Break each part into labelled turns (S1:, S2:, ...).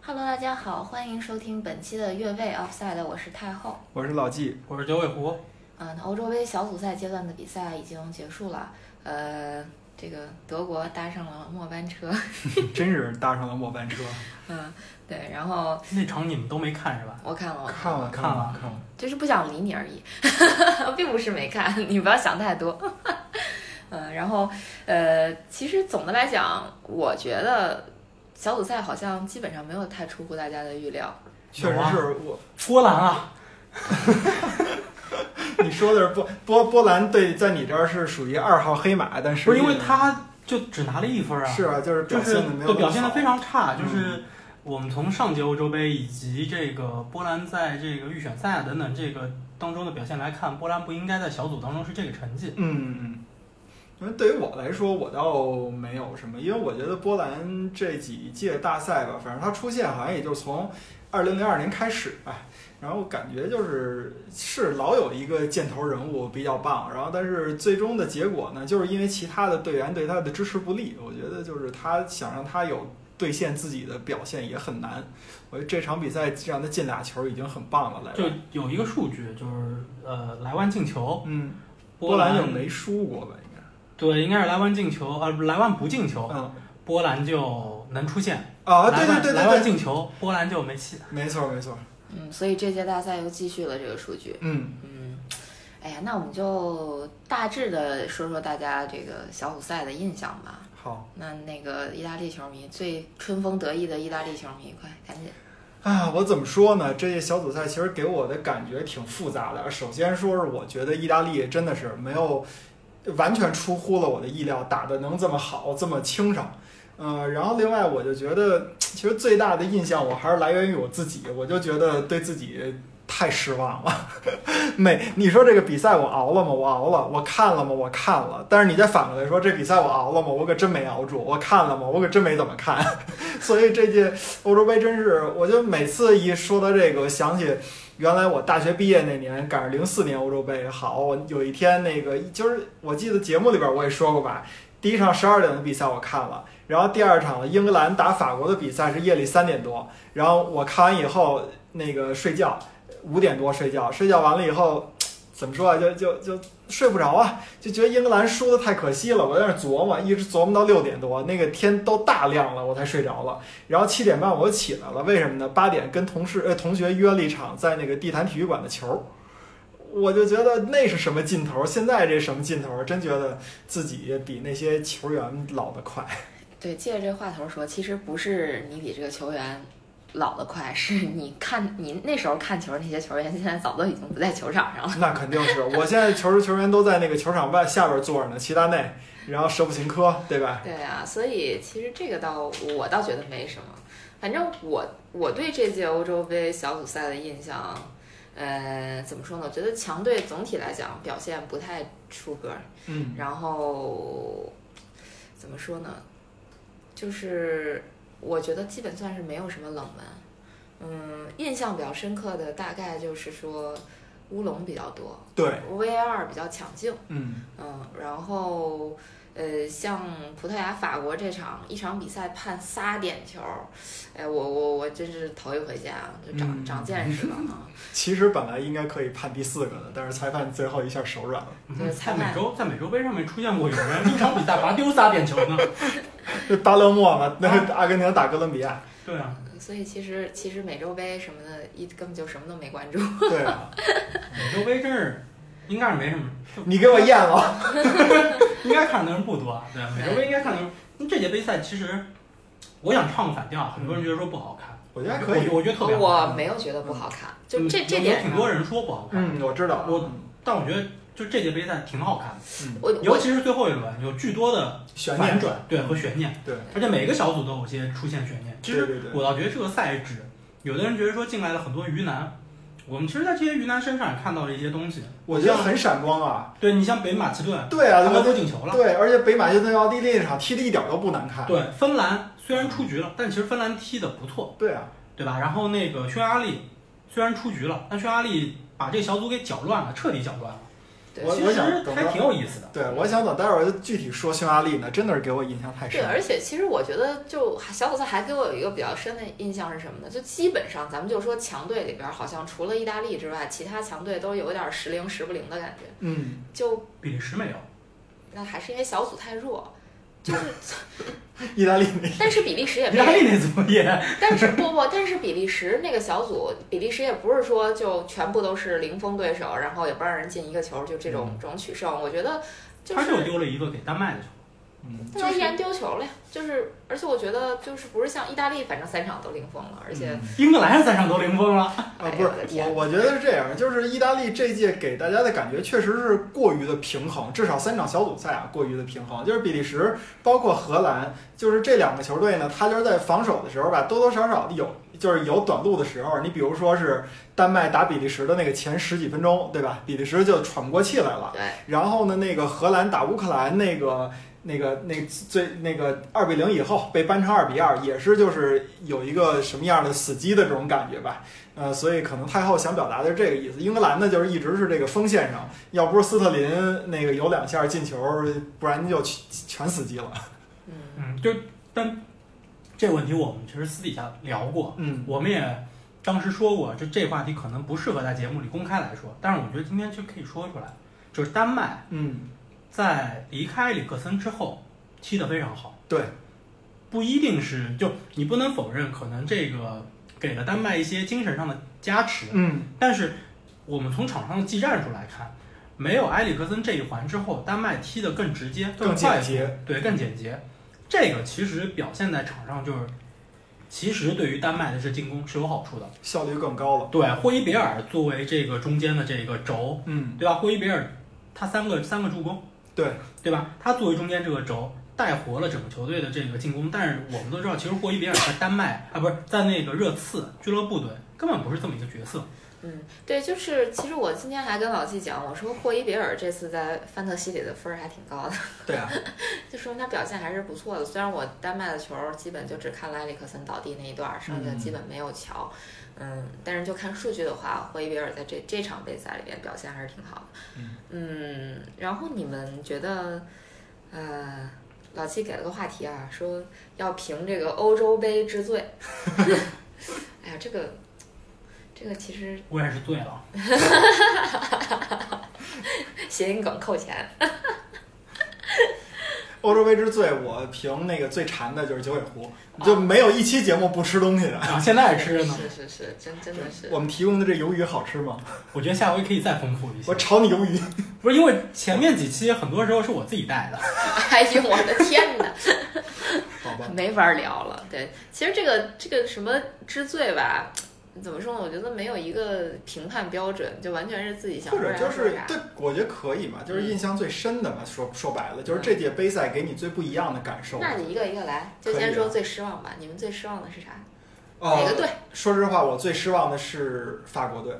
S1: Hello，大家好，欢迎收听本期的越位 Offside，我是太后。
S2: 我是老纪，
S3: 我是九尾狐，
S1: 嗯，欧洲杯小组赛阶段的比赛已经结束了，呃，这个德国搭上了末班车，
S2: 真是搭上了末班车。
S1: 嗯，对，然后
S3: 那场你们都没看是吧？
S1: 我看了，我
S2: 嗯看了
S3: 看
S2: 了
S3: 了
S2: 看了，
S1: 就是不想理你而已， 并不是没看， 你不要想太多。嗯，然后呃，其实总的来讲，我觉得小组赛好像基本上没有太出乎大家的预料。
S2: 确
S3: 有
S2: 实
S3: 啊
S2: 是我。
S3: 波兰啊，
S2: 你说的是波波波兰队在你这儿是属于二号黑马，但是
S3: 不是因为他就只拿了一分啊，
S2: 是啊，就是
S3: 就
S2: 表现
S3: 是
S2: 的没有
S3: 对表现的非常差，
S2: 嗯
S3: 就是。我们从上届欧洲杯以及这个波兰在这个预选赛啊等等这个当中的表现来看，波兰不应该在小组当中是这个成绩。
S2: 嗯。嗯因为对于我来说，我倒没有什么，因为我觉得波兰这几届大赛吧，反正他出现好像也就从二零零二年开始吧，然后感觉就是是老有一个箭头人物比较棒，然后但是最终的结果呢，就是因为其他的队员对他的支持不利，我觉得就是他想让他有兑现自己的表现也很难。我觉得这场比赛让他进俩球已经很棒了，来吧
S3: 就有一个数据，就是呃莱万进球，
S2: 嗯，
S3: 波
S2: 兰就没输过吧，应该，
S3: 对，应该是莱万进球，呃不莱万不进球，
S2: 嗯
S3: 波兰就能出现。
S2: 啊，对
S3: 莱
S2: 对
S3: 万
S2: 对
S3: 莱
S2: 对
S3: 万
S2: 对，
S3: 进球，波兰就没戏。
S2: 没错没错，
S1: 嗯，所以这届大赛又继续了这个数据。
S2: 嗯
S1: 嗯，哎呀，那我们就大致的说说大家这个小组赛的印象吧。
S2: 好。
S1: 那那个意大利球迷最春风得意的意大利球迷，快赶紧！
S2: 啊，我怎么说呢？这些小组赛其实给我的感觉挺复杂的。首先说是我觉得意大利真的是没有完全出乎了我的意料，打得能这么好，这么轻省。呃，然后另外我就觉得，其实最大的印象我还是来源于我自己，我就觉得对自己太失望了。 每你说这个比赛我熬了吗？我熬了，我看了吗？我看了。但是你再反过来说，这比赛我熬了吗？我可真没熬住。我看了吗？我可真没怎么看。 所以这届欧洲杯真是，我就每次一说到这个，我想起原来我大学毕业那年赶上零四年欧洲杯，好，我有一天那个就是我记得节目里边我也说过吧，第一场十二点的比赛我看了，然后第二场英格兰打法国的比赛是夜里三点多，然后我看完以后那个睡觉，五点多睡觉，睡觉完了以后。怎么说啊？就就就睡不着啊，就觉得英格兰输的太可惜了。我在那儿琢磨，一直琢磨到六点多，那个天都大亮了，我才睡着了。然后七点半我就起来了，为什么呢？八点跟同事呃同学约了一场在那个地坛体育馆的球，我就觉得那是什么劲头？现在这什么劲头？真觉得自己比那些球员老得 快。
S1: 对，借着这话头说，其实不是你比这个球员老得快，是你看你那时候看球那些球员，现在早都已经不在球场上了。
S2: 那肯定是，我现在球球员都在那个球场外下边坐着呢，齐达内，然后舍甫琴科，对吧？
S1: 对啊，所以其实这个倒我倒觉得没什么。反正我我对这届欧洲杯小组赛的印象，呃，怎么说呢？我觉得强队总体来讲表现不太出格，
S2: 嗯，
S1: 然后怎么说呢？就是我觉得基本算是没有什么冷门。嗯，印象比较深刻的大概就是说乌龙比较多
S2: 对，
S1: ，VAR 比较抢镜。
S2: 嗯，
S1: 嗯，然后呃，像葡萄牙、法国这场一场比赛判仨点球，哎，我我我真是头一回见啊，就长、
S2: 嗯
S1: 长见识了啊！
S2: 其实本来应该可以判第四个的，但是裁判最后一下手软了，
S1: 对裁
S3: 在
S1: 判
S3: 美洲，在美洲杯上面出现过有人一场比赛罚丢仨点球呢。
S2: 这巴勒莫嘛，那个阿根廷打哥伦比亚，
S3: 对啊，
S1: 所以其实其实美洲杯什么的，一根本就什么都没关注。
S2: 对啊。
S3: 美洲杯真是应该是没什么，就
S2: 你给我咽了。
S3: 应该看的人不多啊。对啊，美洲杯应该看的人。那这届杯赛其实，我想唱个反调啊，很多人觉得说不好看，
S2: 我觉得还可以。
S3: 我我觉得特别好
S1: 我
S3: 看。
S1: 没有觉得不好看，就
S3: 嗯
S1: 这
S3: 有
S1: 这
S3: 有
S1: 点
S3: 挺
S1: 上
S3: 多人说不好看，
S2: 嗯，我知道。
S3: 我但我觉得就这届杯赛挺好看
S2: 嗯
S3: 的，
S1: 我
S3: 尤
S1: 我
S3: 其是最后一轮有巨多的
S2: 悬
S3: 反
S2: 念。
S3: 转，对和悬念，
S2: 对，
S3: 而且每个小组都有些出现悬念。其实
S2: 对对对，
S3: 我倒觉得这个赛制，有的人觉得说进来了很多鱼腩，我们其实，在这些鱼腩身上也看到了一些东西。
S2: 我觉得很闪光啊。
S3: 对你像北马其顿，
S2: 对啊，
S3: 他们
S2: 我
S3: 都进球了。
S2: 对，而且北马就对奥地利那场踢的一点都不难看。
S3: 对，芬兰虽然出局了，但其实芬兰踢得不错，
S2: 对啊，
S3: 对吧？然后那个匈牙利虽然出局了，但匈牙利把这个小组给搅乱了，彻底搅乱了。
S1: 对
S2: 我
S3: 其
S2: 我想
S3: 实
S2: 等
S3: 还
S2: 到
S3: 挺有意思的。
S2: 对，啊我想等待会儿具体说匈牙利呢，真的是给我印象太
S1: 对，
S2: 深。
S1: 而且其实我觉得，就小组赛还给我有一个比较深的印象是什么呢？就基本上咱们就说强队里边，好像除了意大利之外，其他强队都有一点时灵时不灵的感觉。
S2: 嗯，
S1: 就
S3: 比利时没有，
S1: 那还是因为小组太弱，就是，
S2: 意大利那
S1: 但是比利时也
S3: 意
S1: 没有
S3: 大利那怎么也
S1: 但是不不，但是比利时那个小组，比利时也不是说就全部都是零封对手，然后也不让人进一个球，就这种这种取胜，我觉得就。
S3: 嗯他就是丢了一个给丹麦的球，
S2: 嗯，
S1: 但他依然丢球了呀，就是，而且我觉得就是不是像意大利，反正三场都零封了，而且、
S2: 嗯
S3: 英格兰三场都零封了。
S2: 啊，
S1: 哎
S2: 不
S1: 呦
S2: 是
S1: 我的天
S2: 我，我觉得是这样，就是意大利这届给大家的感觉确实是过于的平衡，至少三场小组赛啊过于的平衡。就是比利时，包括荷兰，就是这两个球队呢，他就是在防守的时候吧，多多少少地有就是有短路的时候。你比如说是丹麦打比利时的那个前十几分钟，对吧？比利时就喘不过气来了。
S1: 对，
S2: 然后呢，那个荷兰打乌克兰那个。那个那最那个二比零以后被扳成二比二，也是就是有一个什么样的死机的这种感觉吧，呃，所以可能太后想表达的是这个意思。英格兰呢，就是一直是这个锋线上，要不是斯特林那个有两下进球，不然就全全死机了。
S1: 嗯，
S3: 嗯，就但这个问题我们其实私底下聊过，
S2: 嗯
S3: 我们也当时说过，就这话题可能不适合在节目里公开来说，但是我觉得今天就可以说出来，就是丹麦
S2: 嗯，
S3: 在离开里克森之后踢得非常好，
S2: 对，
S3: 不一定是就你不能否认，可能这个给了丹麦一些精神上的加持，
S2: 嗯
S3: 但是我们从场上的技战术来看，没有埃里克森这一环之后，丹麦踢得更直接、
S2: 更
S3: 快
S2: 简
S3: 捷，
S2: 洁。
S3: 对，更简洁。这个其实表现在场上就是，其实对于丹麦的这进攻是有好处的。
S2: 效率更高了。
S3: 对，霍伊别尔作为这个中间的这个轴，
S2: 嗯，
S3: 对吧？霍伊别尔他三个三个助攻，
S2: 对
S3: 对吧？他作为中间这个轴。带活了整个球队的这个进攻，但是我们都知道，其实霍伊别尔在丹麦啊，不是在那个热刺俱乐部队根本不是这么一个角色。
S1: 嗯，对，就是其实我今天还跟老季讲，我说霍伊别尔这次在范特西里的分儿还挺高的，
S2: 对啊，
S1: 就说明他表现还是不错的。虽然我丹麦的球儿基本就只看了埃里克森倒地那一段儿，剩下的基本没有瞧。嗯但是就看数据的话，霍伊别尔在这这场杯赛里面表现还是挺好的。
S2: 嗯
S1: 然后你们觉得，呃，老七给了个话题啊，说要评这个欧洲杯之最。哎呀，这个，这个其实
S3: 我也是醉了，
S1: 谐音梗扣钱。
S2: 欧洲杯之最，我评那个最馋的就是九尾狐，就没有一期节目不吃东西
S1: 啊
S2: 的。
S3: 然后啊现在还吃着呢。
S1: 是是是，真真的是。
S2: 我们提供的这鱿鱼好吃吗？
S3: 我觉得下回可以再丰富一些
S2: 我。炒你 鱿鱼。
S3: 不是因为前面几期很多时候是我自己带的，
S1: 哎呦我的天哪！
S2: 好吧，
S1: 没法聊了。对，其实这个这个什么之最吧，怎么说呢？我觉得没有一个评判标准，就完全是自己想
S2: 或
S1: 说
S2: 者
S1: 啥
S2: 就
S1: 说
S2: 是
S1: 啥。
S2: 对，我觉得可以嘛，就是印象最深的嘛。说说白了，就是这届杯赛给你最不一样的感受。
S1: 嗯那你一个一个来，就
S2: 可以
S1: 先
S2: 啊
S1: 说最失望吧。你们最失望的是啥？哪
S2: 哦
S1: 个，队？
S2: 说实话，我最失望的是法国队。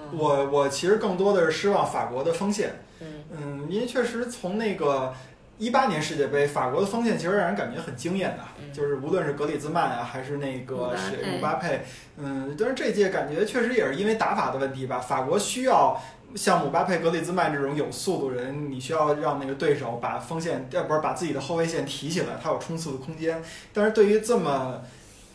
S1: 嗯
S2: 我我其实更多的是失望法国的锋线，
S1: 嗯
S2: 嗯，因为确实从那个一八年世界杯，法国的锋线其实让人感觉很惊艳的，
S1: 嗯
S2: 就是无论是格里兹曼啊，还是那
S1: 姆
S2: 个
S1: 巴
S2: 谁
S1: 佩
S2: 姆巴佩，嗯，但是这届感觉确实也是因为打法的问题吧，法国需要。像姆巴佩、格里兹曼这种有速度人，你需要让那个对手把锋线，呃，不是把自己的后卫线提起来，他有冲刺的空间。但是对于这么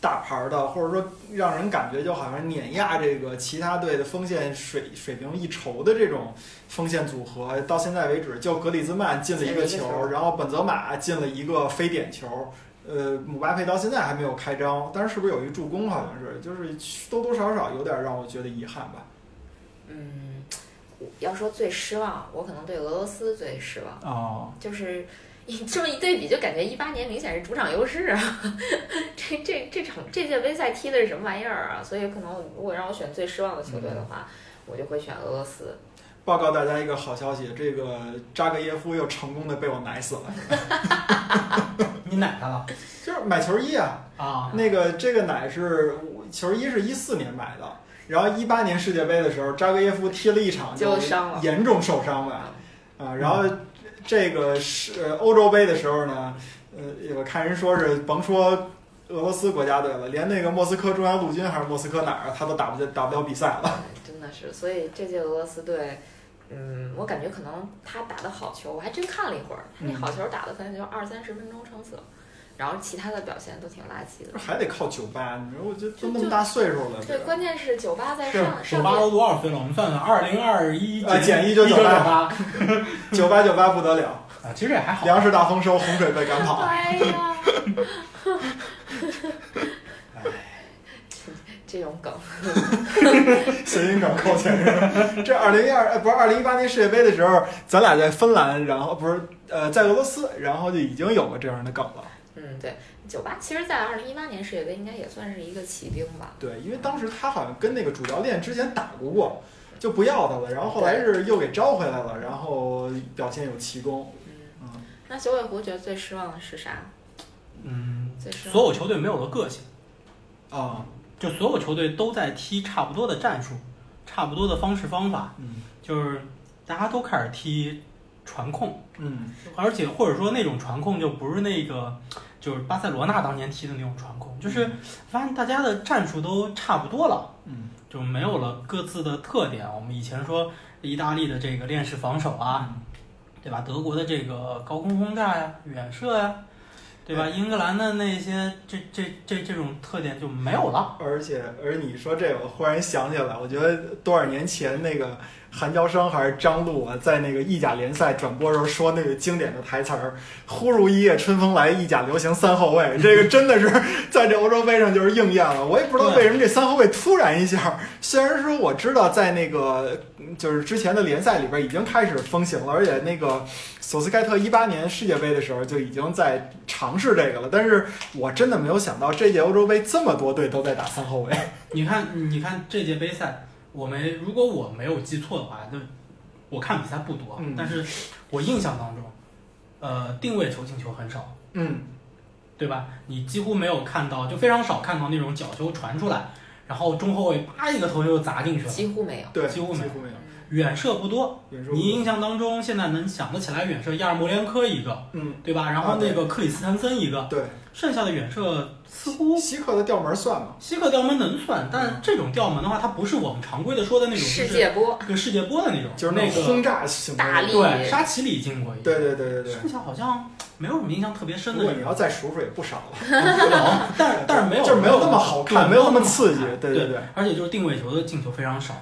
S2: 大牌的，或者说让人感觉就好像碾压这个其他队的锋线水水平一筹的这种锋线组合，到现在为止，就格里兹曼进了一个
S1: 进了一个
S2: 球，
S1: 球
S2: 然后本泽马进了一个非点球，呃，姆巴佩到现在还没有开张，但是是不是有一助攻？好像是，就是多多少少有点让我觉得遗憾吧。
S1: 嗯，我要说最失望，我可能对俄罗斯最失望。
S2: 哦，
S1: 就是你这么一对比，就感觉一八年明显是主场优势啊。 这这这场这届杯赛踢的是什么玩意儿啊？所以可能我如果让我选最失望的球队的话，我就会选俄罗斯。
S2: 报告大家一个好消息，这个扎格耶夫又成功的被我奶死了，
S3: 你奶他了
S2: 就是买球衣啊，
S3: 啊？
S2: 那个这个奶是球衣是一四年买的，然后一八年世界杯的时候，扎格耶夫踢了一场
S1: 就伤了嗯
S2: 严重受伤了啊。然后这个是呃欧洲杯的时候呢，呃，我看人说是甭说俄罗斯国家队了，连那个莫斯科中央陆军还是莫斯科哪儿啊，他都打不进打不了比赛了。
S1: 真的是，所以这届俄罗斯队，嗯，我感觉可能他打的好球，我还真看了一会儿，他那
S2: 嗯
S1: 好球打的可能也就二三十分钟成色，然后其他的表现都挺垃圾的。
S2: 还得靠酒吧，你说我这都那么大岁数了，
S1: 对，关键是酒吧在
S2: 是
S1: 上
S3: 手
S1: 上
S3: 八
S1: 面
S3: 都多少岁了？我们算算，二零二一
S2: 啊减一
S3: 一
S2: 就
S3: 九
S2: 九八
S3: 八啊，
S2: 九八九八不得了，
S3: 其实也还好。
S2: 粮食大丰收，洪水被赶
S3: 哦
S2: 跑。
S1: 哎 呀，
S3: 哎
S1: 这种梗，
S2: 谐音梗扣钱是吧？ 这二零一二呃不是二零一八年世界杯的时候，咱俩在芬兰，然后不是呃在俄罗斯，然后就已经有了这样的梗了。
S1: 嗯，对，酒吧其实，在二零一八年世界杯应该也算是一个奇兵吧。
S2: 对，因为当时他好像跟那个主教练之前打过过，就不要他了，然后后来是又给招回来了，然后表现有奇功。
S1: 嗯，
S2: 嗯，
S1: 那九尾狐觉得最失望的是啥？
S3: 嗯，
S1: 最失望
S3: 所有球队没有了个性，
S2: 啊，
S3: 就所有球队都在踢差不多的战术，差不多的方式方法，
S2: 嗯
S3: 就是大家都开始踢传控，
S2: 嗯
S3: 而且或者说那种传控就不是那个。就是巴塞罗那当年踢的那种传控，就是发现大家的战术都差不多了，
S2: 嗯
S3: 就没有了各自的特点。我们以前说意大利的这个链式防守啊，
S2: 啊，
S3: 对吧？德国的这个高空轰炸呀、远射呀，对吧？英格兰的那些这这这这种特点就没有了。
S2: 而且而你说这，我忽然想起来，我觉得多少年前那个韩乔生还是张璐啊，在那个意甲联赛转播时候说那个经典的台词儿：“忽如一夜春风来，意甲流行三后卫。”这个真的是在这欧洲杯上就是应验了。我也不知道为什么这三后卫突然一下，虽然说我知道在那个嗯就是之前的联赛里边已经开始风行了，而且那个索斯盖特一八年世界杯的时候就已经在尝试这个了，但是我真的没有想到这届欧洲杯这么多队都在打三后卫。
S3: 你看，你看这届杯赛，我们如果我没有记错的话，就我看比赛不多，
S2: 嗯
S3: 但是我印象当中，呃，定位球进球很少，
S2: 嗯，
S3: 对吧？你几乎没有看到，就非常少看到那种角球传出来，然后中后卫啪一个头球砸进去了，
S1: 几乎没有。
S2: 对，
S3: 几乎没有
S2: 没有。
S1: 嗯
S3: 远射不多。
S2: 远
S3: 你
S2: 你
S3: 印象当中现在能想得起来远射，亚尔莫连科一个，
S2: 嗯，
S3: 对吧？然
S2: 啊
S3: 后
S2: 对
S3: 那个克里斯滕森一个，
S2: 对，
S3: 剩下的远射似乎
S2: 嗯希克的吊门算吗？
S3: 希克吊门能算，
S2: 嗯
S3: 但这种吊门的话，它不是我们常规的说的那种
S1: 世
S3: 就是
S1: 界波，
S3: 对世界波的那种，
S2: 就是
S3: 那
S2: 种轰
S3: 个
S2: 炸型的
S1: 大力
S3: 对沙奇里进过一个，
S2: 对对对对对。
S3: 剩下好像没有什么印象特别深
S2: 如
S3: 的
S2: 果
S3: 这
S2: 你
S3: 种，
S2: 要再数数也不少了，
S3: 但是但是没有
S2: 就是没有那么好看，
S3: 对
S2: 没有那么刺激
S3: 好看，
S2: 对
S3: 对
S2: 对。
S3: 而且就是定位球的进球非常少，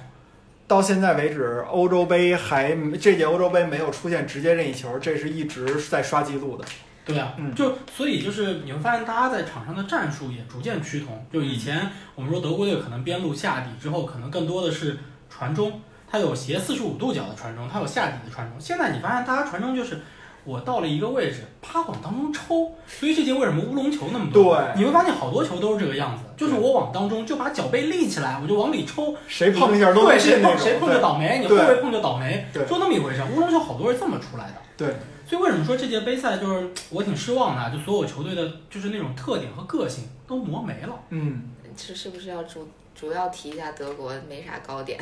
S2: 到现在为止，欧洲杯还这届欧洲杯没有出现直接任意球，这是一直在刷记录的。
S3: 对啊，
S2: 嗯
S3: 就所以就是你会发现，大家在场上的战术也逐渐趋同。就以前我们说德国队可能边路下底之后，可能更多的是传中，它有斜四十五度角的传中，它有下底的传中。现在你发现大家传中就是我到了一个位置，啪往当中抽。所以这届为什么乌龙球那么多？
S2: 对
S3: 你会发现好多球都是这个样子，就是我往当中就把脚背立起来，我就往里抽，
S2: 谁碰一下都
S3: 对
S2: 能
S3: 谁
S2: 进那
S3: 碰
S2: 种。
S3: 谁碰就倒霉，你后
S2: 对
S3: 卫碰就倒霉，
S2: 对
S3: 就那么一回事。乌龙球好多是这么出来的。
S2: 对，
S3: 所以为什么说这届杯赛就是我挺失望的啊，就所有球队的就是那种特点和个性都磨没了。
S2: 嗯
S1: 这是不是要主主要提一下德国没啥高点，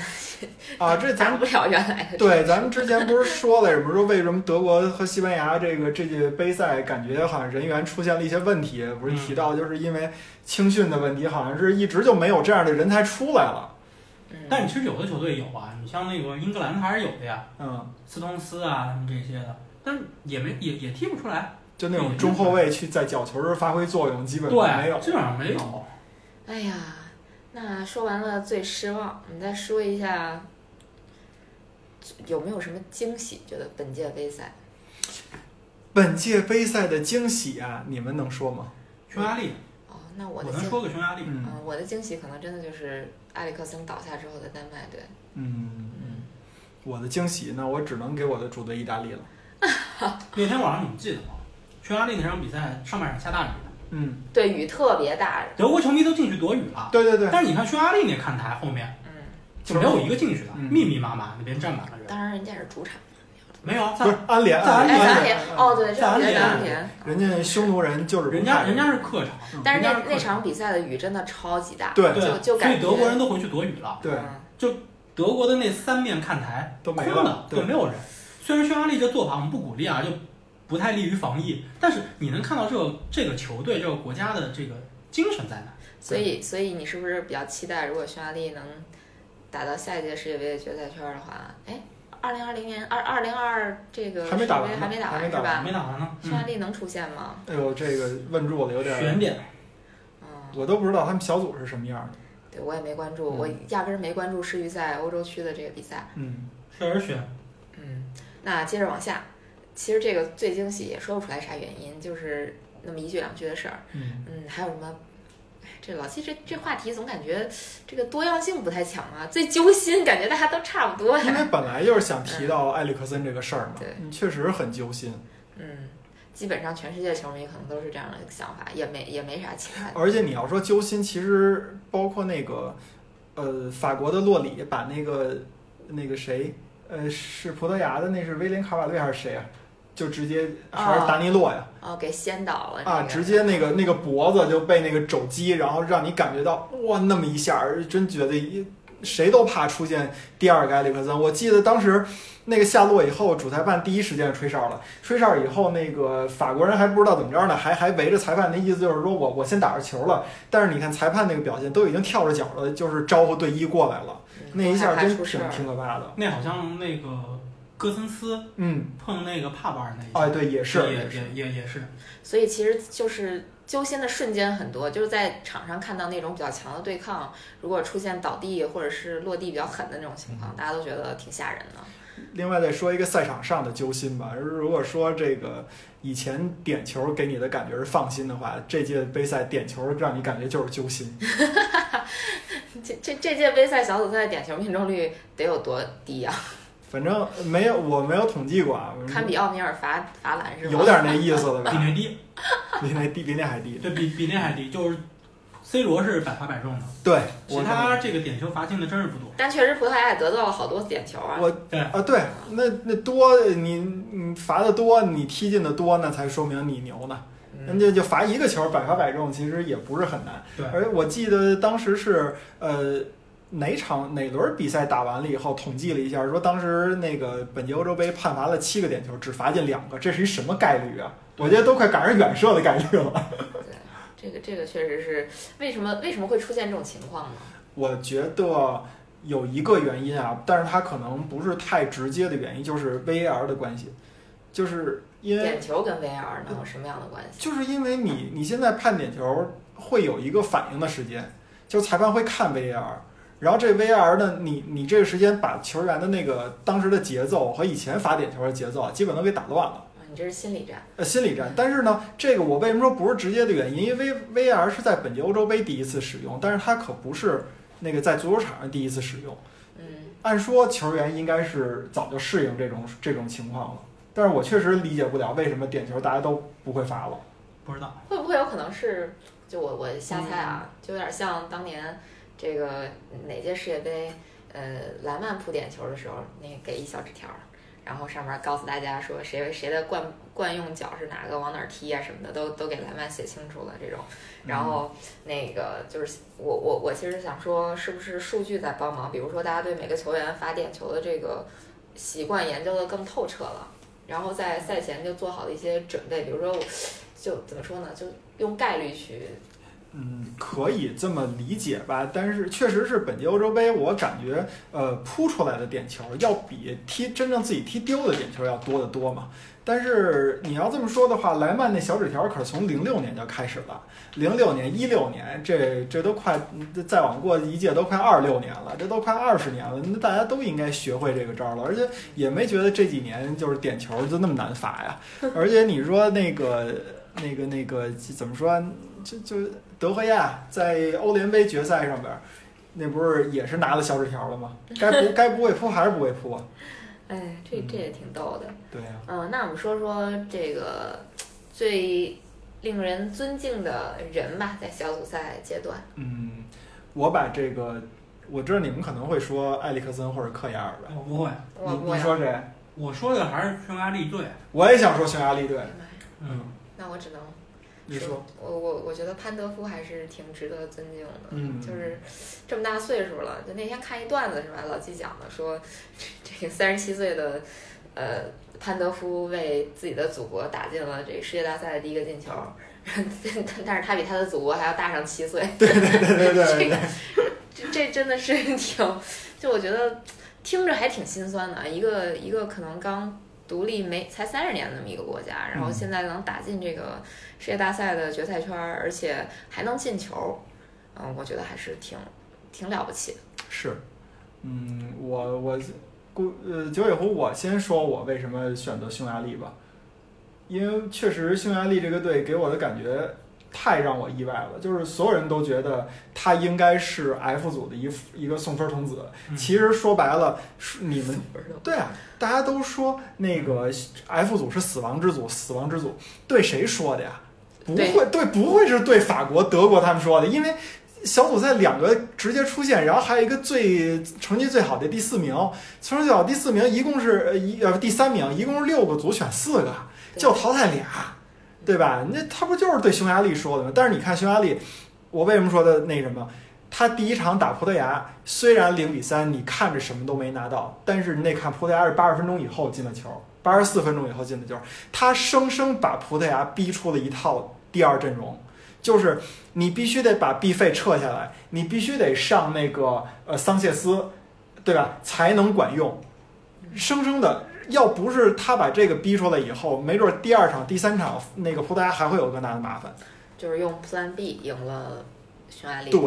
S2: 啊，这咱
S1: 打不了原来的？
S2: 对，咱们之前不是说了什么？说为什么德国和西班牙这个这届杯赛感觉好像人员出现了一些问题？不是提到就是因为青训的问题，好像是一直就没有这样的人才出来了。
S1: 嗯，
S3: 但是其实有的球队有啊，你像那个英格兰它还是有的呀，
S2: 嗯，
S3: 斯通斯啊什么这些的，但也没也也踢不出来，
S2: 就那种中后卫去在角球时发挥作用，基本上没有
S3: 对，。基本上没有。
S1: 哎呀，那说完了最失望，你再说一下有没有什么惊喜？觉得本届杯赛
S2: 本届杯赛的惊喜啊，你们能说吗？
S3: 匈牙利，
S1: 哦，那我
S3: 我
S1: 的
S3: 能
S1: 惊，
S3: 说个匈牙利，
S1: 嗯、
S2: 嗯
S1: 我的惊喜可能真的就是埃里克森倒下之后的丹麦队，
S2: 嗯，我的惊喜呢，我只能给我的主队意大利了。
S3: 那天晚上你们记得吗？匈牙利那场比赛上半场下大雨了，
S2: 嗯，
S1: 对雨特别大，
S3: 德国球迷都进去躲雨了，
S2: 对对对，
S3: 但是你看匈牙利那看台后面
S1: 嗯，
S3: 就没有一个进去的，
S2: 嗯
S3: 密密麻麻那边站满了人，
S1: 当然人家是主场，
S3: 没有啊，在
S2: 不是安联，
S3: 在安
S1: 哎，
S3: 联
S1: 咱
S2: 安
S1: 也
S2: 联，
S1: 哦，对，这
S3: 咱
S1: 比赛
S3: 也
S1: 咱们
S2: 人家匈奴人就是不
S3: 人家
S2: 看
S3: 人家是客场，
S1: 但是那
S3: 人家是客
S1: 那场比赛的雨真的超级大，
S2: 对
S3: 对，
S1: 就就
S3: 所
S1: 感
S3: 以
S1: 觉
S3: 德国人都回去躲雨了。
S2: 对。
S1: 嗯
S3: 德国的那三面看台
S2: 都没了
S3: 空的，
S2: 对
S3: 就没有人。虽然匈牙利这做法我们不鼓励啊，就不太利于防疫，但是你能看到这个这个球队这个国家的这个精神在哪？
S1: 所以，所以你是不是比较期待，如果匈牙利能打到下一届世界杯的决赛圈的话，哎，二零二零年二二零二二这个
S2: 还没打完
S1: 世界杯还没打啊
S2: 还没嗯
S1: 完是
S2: 打完
S1: 吧？
S3: 没打完呢，
S1: 匈牙利能出现吗？
S2: 哎呦，这个问住我了，有点
S3: 悬
S2: 儿，
S3: 点。
S1: 嗯，
S2: 我都不知道他们小组是什么样的。
S1: 对我也没关注，
S2: 嗯
S1: 我压根儿没关注世预赛欧洲区的这个比赛。
S2: 嗯，
S3: 确实悬。
S1: 嗯，那接着往下，其实这个最惊喜也说不出来啥原因，就是那么一句两句的事儿。
S2: 嗯，
S1: 嗯，还有什么？哎这老七这这话题总感觉这个多样性不太强啊，最揪心，感觉大家都差不多
S2: 因
S1: 呀。
S2: 为本来就是想提到埃里克森这个事儿嘛
S1: 对，
S2: 嗯确实很揪心。
S1: 嗯，基本上全世界球迷可能都是这样的想法，也没也没啥其他的。
S2: 而且你要说揪心，其实包括那个，呃，法国的洛里把那个那个谁，呃，是葡萄牙的，那是威廉卡瓦略还是谁啊？就直接还是达尼洛呀
S1: 哦，给掀倒了
S2: 啊！
S1: 这个
S2: 直接那个那个脖子就被那个肘击，然后让你感觉到哇，那么一下儿，真觉得一谁都怕出现第二个埃里克森。我记得当时那个下落以后，主裁判第一时间吹哨了，吹哨以后，那个法国人还不知道怎么着呢，还还围着裁判，那意思就是说我我先打着球了。但是你看裁判那个表现，都已经跳着脚了，就是招呼队医过来了，
S1: 嗯
S2: 那一下
S1: 害怕
S2: 真
S1: 出事
S2: 挺
S1: 儿
S2: 挺可怕的。
S3: 那好像那个戈森斯
S2: 嗯，
S3: 碰那个帕巴尔那一
S2: 哎，
S3: 下，
S2: 对，也是，
S3: 也也也也是，
S1: 所以其实就是揪心的瞬间很多，就是在场上看到那种比较强的对抗，如果出现倒地或者是落地比较狠的那种情况，大家都觉得挺吓人的。
S2: 另外再说一个赛场上的揪心吧。如果说这个以前点球给你的感觉是放心的话，这届杯赛点球让你感觉就是揪心。
S1: 这这这届杯赛小组赛点球命中率得有多低啊？
S2: 反正没有，我没有统计过啊，
S1: 堪比奥尼尔罚罚篮是吗？
S2: 有点那意思了
S3: 比
S2: 吧？
S3: 那低，
S2: 比那低，比那还低。
S3: 对比比那还低，就是 C 罗是百发百中的，
S2: 对，
S3: 其
S2: 我
S3: 他这个点球罚进的真是不多。
S1: 但确实葡萄牙也得到了好多点球啊。
S2: 我啊，对，那那多你你罚的多，你踢进的多，那才说明你牛呢。那
S1: 嗯
S2: 就就罚一个球，百发百中，其实也不是很难。
S3: 对
S2: 而我记得当时是呃哪场哪轮比赛打完了以后，统计了一下，说当时那个本届欧洲杯判罚了七个点球，只罚进两个，这是一什么概率啊？我觉得都快赶上远射的概率了。
S1: 这个这个确实是为什么为什么会出现这种情况呢？
S2: 我觉得有一个原因啊，但是它可能不是太直接的原因，就是 VAR 的关系，就是因为
S1: 点球跟 VR 能有什么样的关系？
S2: 就是因为你你现在判点球会有一个反应的时间，就是裁判会看 VAR，然后这 VAR 呢，你你这个时间把球员的那个当时的节奏和以前罚点球的节奏啊基本都给打乱了，
S1: 啊你这是心理战，
S2: 呃，心理战。但是呢，这个我为什么说不是直接的原因？因为 V VAR 是在本届欧洲杯第一次使用，但是它可不是那个在足球场上第一次使用。
S1: 嗯，
S2: 按说球员应该是早就适应这种这种情况了，但是我确实理解不了为什么点球大家都不会罚了。
S3: 不知道，
S1: 会不会有可能是就我我瞎猜啊，就有点像当年这个哪届世界杯，呃，莱曼扑点球的时候，那给一小纸条儿，然后上面告诉大家说谁谁的惯惯用脚是哪个往哪儿踢啊什么的，都都给莱曼写清楚了这种。然后那个就是我我我其实想说，是不是数据在帮忙？比如说大家对每个球员罚点球的这个习惯研究的更透彻了，然后在赛前就做好了一些准备，比如说我就怎么说呢，就用概率去
S2: 嗯，可以这么理解吧，但是确实是本届欧洲杯，我感觉呃扑出来的点球要比踢真正自己踢丢的点球要多得多嘛。但是你要这么说的话，莱曼那小纸条可是从零六年就开始了，零六年、一六年，这这都快嗯再往过一届都快二六年了，这都快二十年了，那大家都应该学会这个招儿了，而且也没觉得这几年就是点球就那么难罚呀。而且你说那个那个那个怎么说，啊就就德赫亚在欧联杯决赛上边儿，那不是也是拿了小纸条了吗？该不该不会扑还是不会扑啊？
S1: 哎，这这也挺逗的。
S2: 对啊呀、
S1: 嗯，那我们说说这个最令人尊敬的人吧，在小组赛阶段，
S2: 嗯，我把这个，我知道你们可能会说埃里克森或者克亚尔吧？
S3: 我不会，
S1: 我
S2: 你
S1: 我
S2: 你
S1: 要
S2: 说谁？
S3: 我说的还是匈牙利队。
S2: 我也想说匈牙利队
S1: 哎。呀妈呀
S3: 嗯，
S1: 那我只能
S2: 你说，
S1: 我我我觉得潘德夫还是挺值得尊敬的。
S2: 嗯，
S1: 就是这么大岁数了，就那天看一段子是吧？老纪讲的说，这个三十七岁的呃潘德夫为自己的祖国打进了这个世界大赛的第一个进球， 但是他比他的祖国还要大上七岁，
S2: 对对对对
S1: 这这真的是挺，就我觉得听着还挺心酸的。一个一个可能刚独立没才三十年那么一个国家，然后
S2: 嗯
S1: 现在能打进这个世界大赛的决赛圈儿，而且还能进球，嗯，我觉得还是挺挺了不起的。
S2: 是，嗯，我我估呃九尾狐，我先说我为什么选择匈牙利吧，因为确实匈牙利这个队给我的感觉太让我意外了，就是所有人都觉得他应该是 F 组的一一个送分童子，
S3: 嗯
S2: 其实说白了，是你们
S1: 不知道
S2: 对啊，大家都说那个 F 组是死亡之组，死亡之组，对谁说的呀？不
S1: 对
S2: 会，对，不会是对法国、德国他们说的，因为小组赛两个直接出线，然后还有一个最成绩最好的第四名，成绩最好第四名一共是呃一呃第三名，一共是六个组选四个，
S1: 对
S2: 就淘汰俩，对吧？那他不就是对匈牙利说的吗？但是你看匈牙利，我为什么说的那什么？他第一场打葡萄牙，虽然零比三，你看着什么都没拿到，但是你得看葡萄牙是八十分钟以后进的球，八十四分钟以后进的球，他生生把葡萄牙逼出了一套第二阵容，就是你必须得把 B 费撤下来，你必须得上那个呃桑切斯，对吧？才能管用，生生的。要不是他把这个逼出来以后，没准第二场、第三场那个葡萄牙还会有更大的麻烦。
S1: 就是用 Plan B 赢了匈牙利。
S2: 对，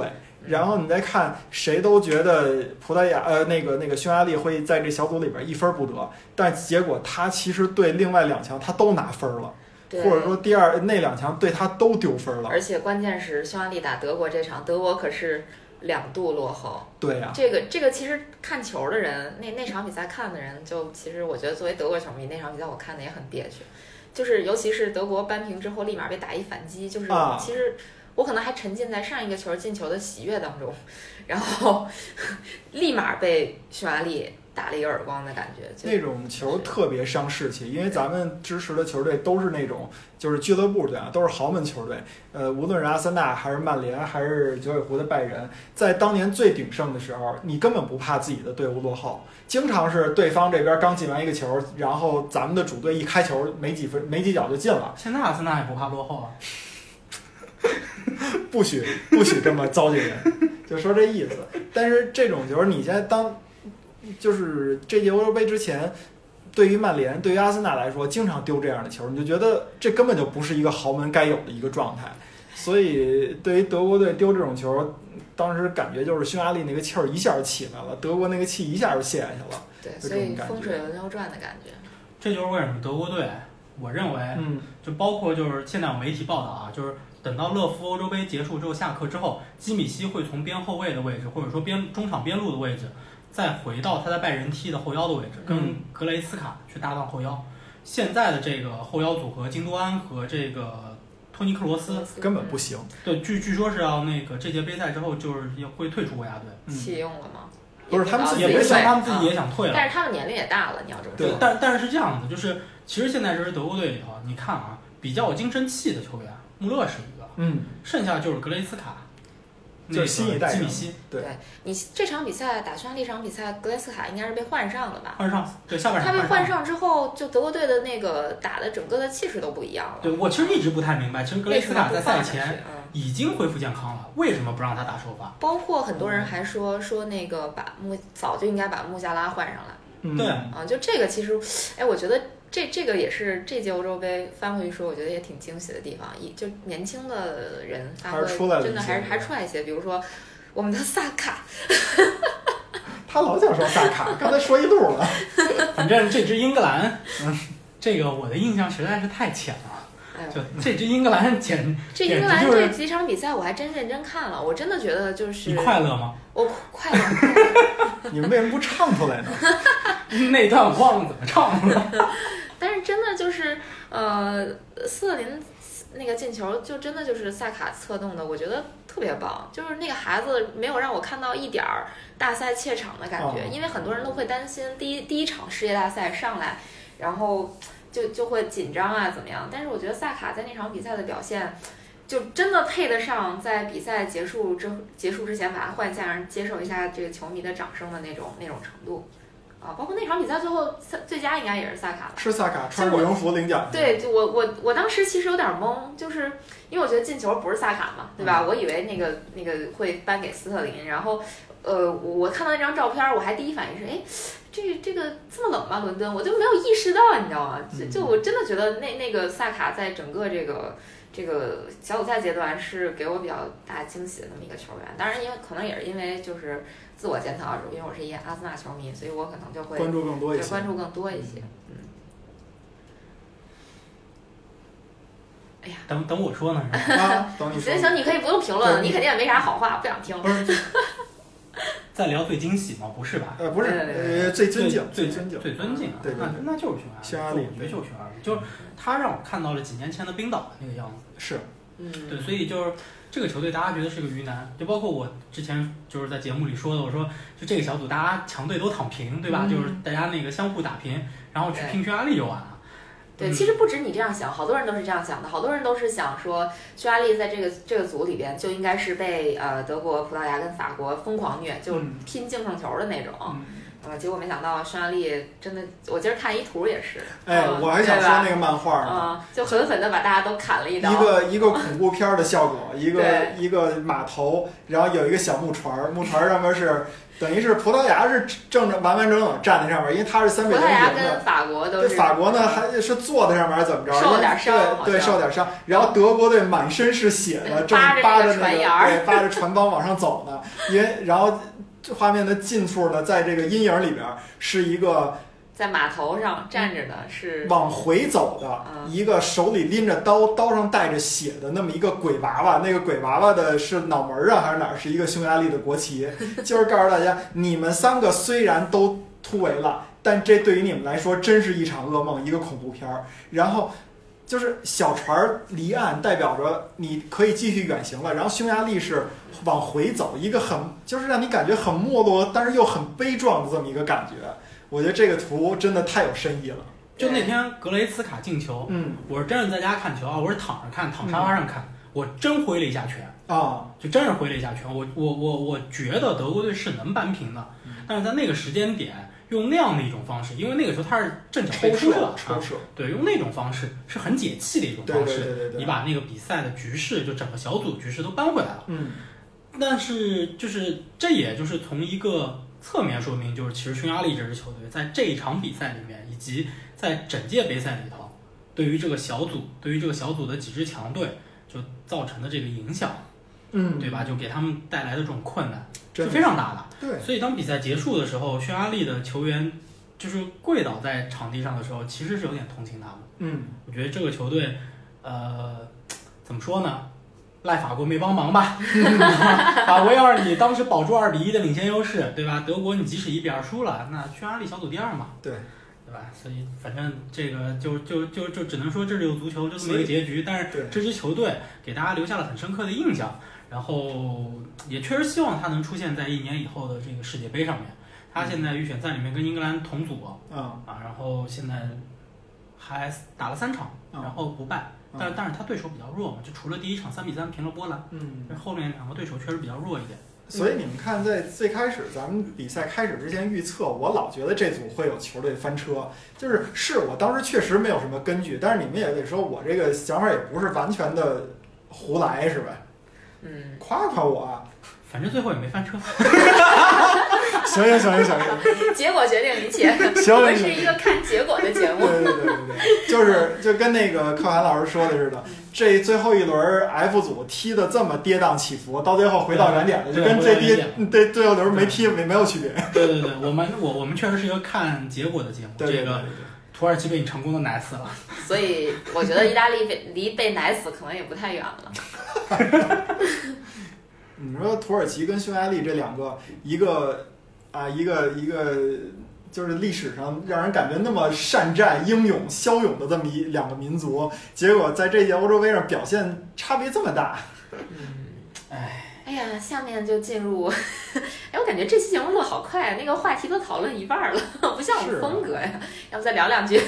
S2: 然后你再看，谁都觉得葡萄牙呃那个那个匈牙利会在这小组里边一分不得，但结果他其实对另外两强他都拿分了，
S1: 对
S2: 或者说第二那两强对他都丢分了。
S1: 而且关键是匈牙利打德国这场，德国可是两度落后。
S2: 对啊呀、
S1: 这个这个其实看球的人，那那场比赛看的人，就其实我觉得作为德国球迷，那场比赛我看的也很憋屈，就是尤其是德国扳平之后立马被打一反击，就是
S2: 啊
S1: 其实我可能还沉浸在上一个球进球的喜悦当中，然后 立马被匈牙利打了一个耳光的感觉，就
S2: 那种球特别伤士气，因为咱们支持的球队都是那种就是俱乐部队啊，都是豪门球队。呃，无论是阿森纳还是曼联还是九尾狐的拜仁，在当年最鼎盛的时候，你根本不怕自己的队伍落后，经常是对方这边刚进完一个球，然后咱们的主队一开球没几分没几脚就进了，
S3: 现在阿森纳也不怕落后啊，
S2: 不许不许这么糟践人，就说这意思。但是这种球，你现在当就是这届欧洲杯之前，对于曼联、对于阿森纳来说，经常丢这样的球，你就觉得这根本就不是一个豪门该有的一个状态。所以对于德国队丢这种球，当时感觉就是匈牙利那个气儿一下起来了，德国那个气一下就泄下去了。
S1: 对，
S2: 这
S1: 所以
S2: 种感
S1: 风
S2: 觉
S1: 水轮流转的感觉。
S3: 这就是为什么德国队，我认为
S2: 嗯，
S3: 就包括就是现在有媒体报道啊，就是等到勒夫欧洲杯结束之后下课之后，基米希会从边后卫的位置，或者说边中场边路的位置，再回到他在拜仁踢的后腰的位置，跟
S2: 嗯
S3: 格雷斯卡去搭档后腰。现在的这个后腰组合，京多安和这个托尼克罗斯，
S2: 哎根本不行。
S3: 对，据据说是要那个这届杯赛之后就是也会退出国家队，
S2: 嗯
S1: 弃用了吗？
S2: 不是他们自己
S3: 也
S1: 也
S3: 不
S1: 不
S3: 是
S1: 知道
S3: 想
S1: 退
S3: 他们自己也想退
S1: 啊
S3: 了，
S1: 但是他们年龄也大了，你要这么
S2: 对
S1: 说。
S3: 但但是这样的，就是其实现在这支德国队里头，你看啊，比较有精神气的球员，穆勒是一个，
S2: 嗯，
S3: 剩下就是格雷斯卡，
S2: 就是新一代
S3: 基
S2: 人
S3: 米希
S2: 对
S1: 你这场比赛打匈牙利这场比赛，格雷斯卡应该是被换上了吧？
S3: 换上，对下半
S1: 他
S3: 场
S1: 被换
S3: 上。
S1: 上之后，就德国队的那个打的整个的气势都不一样了。
S3: 对我其实一直不太明白，其实格雷
S1: 为
S3: 斯
S1: 什么
S3: 卡
S1: 不
S3: 在
S1: 放
S3: 赛
S1: 上去
S3: 前
S1: 嗯，
S3: 已经恢复健康了，为什么不让他打首 发？
S1: 包括很多人还说说那个把穆早就应该把穆夏拉换上来
S2: 嗯
S3: 对
S1: 啊，就这个其实，哎，我觉得这这个也是这届欧洲杯翻回去说，我觉得也挺惊喜的地方，一就年轻的人发
S2: 还是出来
S1: 挥
S2: 了
S1: 真的
S2: 一些
S1: 还是还是出来一些，比如说我们的萨卡，
S2: 他老想说萨卡，刚才说一路了。
S3: 反正这支英格兰，嗯这个我的印象实在是太浅了，
S1: 哎呦，
S3: 就这支英格兰简，
S1: 这
S3: 简
S1: 英格
S3: 直
S1: 兰
S3: 就是
S1: 这几场比赛我还真认真看了，我真的觉得就是
S3: 你快乐吗？
S1: 我快乐，
S2: 你们为什么不唱出来呢？
S3: 那段我忘了怎么唱了。
S1: 但是真的就是呃，斯特林那个进球就真的就是萨卡策动的，我觉得特别棒。就是那个孩子没有让我看到一点儿大赛怯场的感觉，
S2: 哦
S1: 因为很多人都会担心第一第一场世界大赛上来，然后就就会紧张啊怎么样。但是我觉得萨卡在那场比赛的表现。就真的配得上在比赛结束之结束之前把他换下，接受一下这个球迷的掌声的那种那种程度，啊、啊，包括那场比赛最后萨最佳应该也是萨卡吧。
S2: 是萨卡穿着羽绒服领奖，，
S1: 对，就我我我当时其实有点懵，就是因为我觉得进球不是萨卡嘛，对吧？
S2: 嗯
S1: 我以为那个那个会颁给斯特林，然后呃，我我看到那张照片儿，我还第一反应是，哎，这这个这么冷吗？伦敦，我就没有意识到，你知道吗？就
S2: 嗯
S1: 就我真的觉得那那个萨卡在整个这个。这个小组赛阶段是给我比较大惊喜的那么一个球员，当然因为可能也是因为就是自我检讨，啊因为我是一个阿森纳球迷，所以我可能就会
S2: 关注更多一
S1: 对
S2: 些
S1: 关。注更多一些。嗯，
S3: 等等我说呢，是吧
S2: 啊，等你说
S1: 行。行，你可以不用评论了，
S2: 对
S1: 你肯定也没啥好话，不想听。
S3: 不是在聊最惊喜吗？不是吧？
S2: 呃，不是，
S1: 对对对
S2: 呃，最尊
S3: 最
S2: 敬，
S3: 最
S2: 尊敬，
S3: 最尊敬啊，
S2: 对对对
S3: 那那就是匈
S2: 匈
S3: 牙
S2: 牙
S3: 利，
S2: 利
S3: 就我觉得就是匈牙利，就是他让我看到了几年前的冰岛的那个样子。
S2: 是
S1: 嗯，
S3: 对，所以就是这个球队，大家觉得是个鱼腩，就包括我之前就是在节目里说的，我说就这个小组，大家强队都躺平，对吧？
S1: 嗯
S3: 就是大家那个相互打平，然后去
S1: 对
S3: 拼匈牙利就完了。
S1: 对，
S3: 嗯
S1: 其实不止你这样想，好多人都是这样想的，好多人都是想说，匈牙利在这个这个组里边就应该是被呃德国、葡萄牙跟法国疯狂虐，就
S2: 嗯
S1: 拼净胜球的那种。
S3: 嗯
S1: 呃，结果没想到匈牙利真的，我今儿看一图也是，
S2: 哎，
S1: 嗯
S2: 我还想
S1: 对
S2: 说
S1: 吧
S2: 那个漫画呢，
S1: 嗯，就狠狠的把大家都砍了一刀。
S2: 一个一个恐怖片儿的效果，一个
S1: 对
S2: 一个码头，然后有一个小木船儿，木船儿上面是等于是葡萄牙是正正完完整整站在上面，因为它是三
S1: 葡
S2: 比零
S1: 萄牙
S2: 赢
S1: 跟
S2: 的。
S1: 法国都
S2: 对
S1: 是。嗯
S2: 法国呢，还是坐在上面还是怎么着？
S1: 受了
S2: 因为
S1: 点伤好
S2: 对对，
S1: 像
S2: 受点伤。然后德国队满身是血的， 正
S1: 扒着那个
S2: 扒着那
S1: 船
S2: 个
S1: 沿儿
S2: 对扒着船帮往上走呢。因为然后这画面的近处呢，在这个阴影里边儿是一个
S1: 在码头上站着的是，
S2: 往回走的
S1: 嗯
S2: 一个手里拎着刀，刀上带着血的那么一个鬼娃娃，那个鬼娃娃的是脑门儿啊还是哪儿？是一个匈牙利的国旗，就是告诉大家，你们三个虽然都突围了，但这对于你们来说真是一场噩梦，一个恐怖片儿。然后。就是小船儿离岸，代表着你可以继续远行了。然后匈牙利是往回走，一个很就是让你感觉很没落，但是又很悲壮的这么一个感觉。我觉得这个图真的太有深意了。
S3: 就那天格雷茨卡进球，
S2: 嗯
S3: 我是真是在家看球啊，我是躺着看，躺沙发上看，我真挥了一下拳，
S2: 啊，
S3: 就真是挥了一下拳。我我我我觉得德国队是能扳平的
S2: 嗯，
S3: 但是在那个时间点用那样的一种方式，因为那个球他是正巧被
S2: 抽
S3: 出
S2: 射
S3: 了，
S2: 抽
S3: 啊
S2: 射，
S3: 对，用那种方式是很解气的一种
S2: 对
S3: 方
S2: 对
S3: 式。
S2: 对对对，
S3: 你把那个比赛的局势，就整个小组局势都扳回来了。
S2: 嗯，
S3: 但是就是这也就是从一个侧面说明，就是其实匈牙利这支球队在这一场比赛里面，以及在整届杯赛里头，对于这个小组，对于这个小组的几支强队，就造成的这个影响，
S2: 嗯，
S3: 对吧？就给他们带来的这种困难
S2: 真
S3: 是
S2: 的
S3: 非常大的。
S2: 对，
S3: 所以当比赛结束的时候，匈牙利的球员就是跪倒在场地上的时候，其实是有点同情他们。
S2: 嗯，
S3: 我觉得这个球队，呃，怎么说呢？赖法国没帮忙吧？ 法国要是你当时保住二比一的领先优势，对吧？德国你即使一比二输了，那匈牙利小组第二嘛，
S2: 对
S3: 对吧？所以反正这个就就就就只能说这就是足球就这么
S2: 所
S3: 一个
S2: 以
S3: 结局。但是
S2: 对
S3: 这支球队给大家留下了很深刻的印象，然后也确实希望它能出现在一年以后的这个世界杯上面。他现在预选赛里面跟英格兰同组，
S2: 啊
S3: 啊，然后现在还打了三场，
S2: 嗯
S3: 然后不败，
S2: 嗯
S3: 但但是他对手比较弱嘛，就除了第一场三比三平了波兰，
S2: 嗯，
S3: 后面两个对手确实比较弱一点。
S2: 所以你们看，在最开始咱们比赛开始之前预测，我老觉得这组会有球队翻车，就是是我当时确实没有什么根据，但是你们也得说我这个想法也不是完全的胡来，是吧？
S1: 嗯，
S2: 夸夸我啊，
S3: 反正最后也没翻车，
S2: 行行行行行
S1: 结果决定一切。
S2: 行
S1: 我们
S2: 行
S1: 是
S2: 行。
S1: 一个看结果的节目。
S2: 对对对对对， 就是就跟那个可汗老师说的似的，这最后一轮儿 F 组踢的这么跌宕起伏，到最后回到原点了，就
S3: 对
S2: 跟
S3: 回
S2: 这
S3: 到原
S2: 第
S3: 点
S2: 嗯对最后轮没踢没没有区别。
S3: 对对对，我们我我们确实是一个看结果的节目，
S2: 对对
S3: 这
S2: 对
S3: 个土耳其被你成功的奶死了，
S1: 所以我觉得意大利被离被奶死可能也不太远了。
S2: 你说土耳其跟匈牙利这两个，一个啊一个一个就是历史上让人感觉那么善战、英勇、骁勇的这么一两个民族，结果在这届欧洲杯上表现差别这么大。
S3: 哎，
S1: 哎呀，下面就进入，哎，我感觉这期节目录得好快啊，那个话题都讨论一半了，不像我
S2: 是
S1: 们
S2: 啊
S1: 风格呀。要不再聊两句？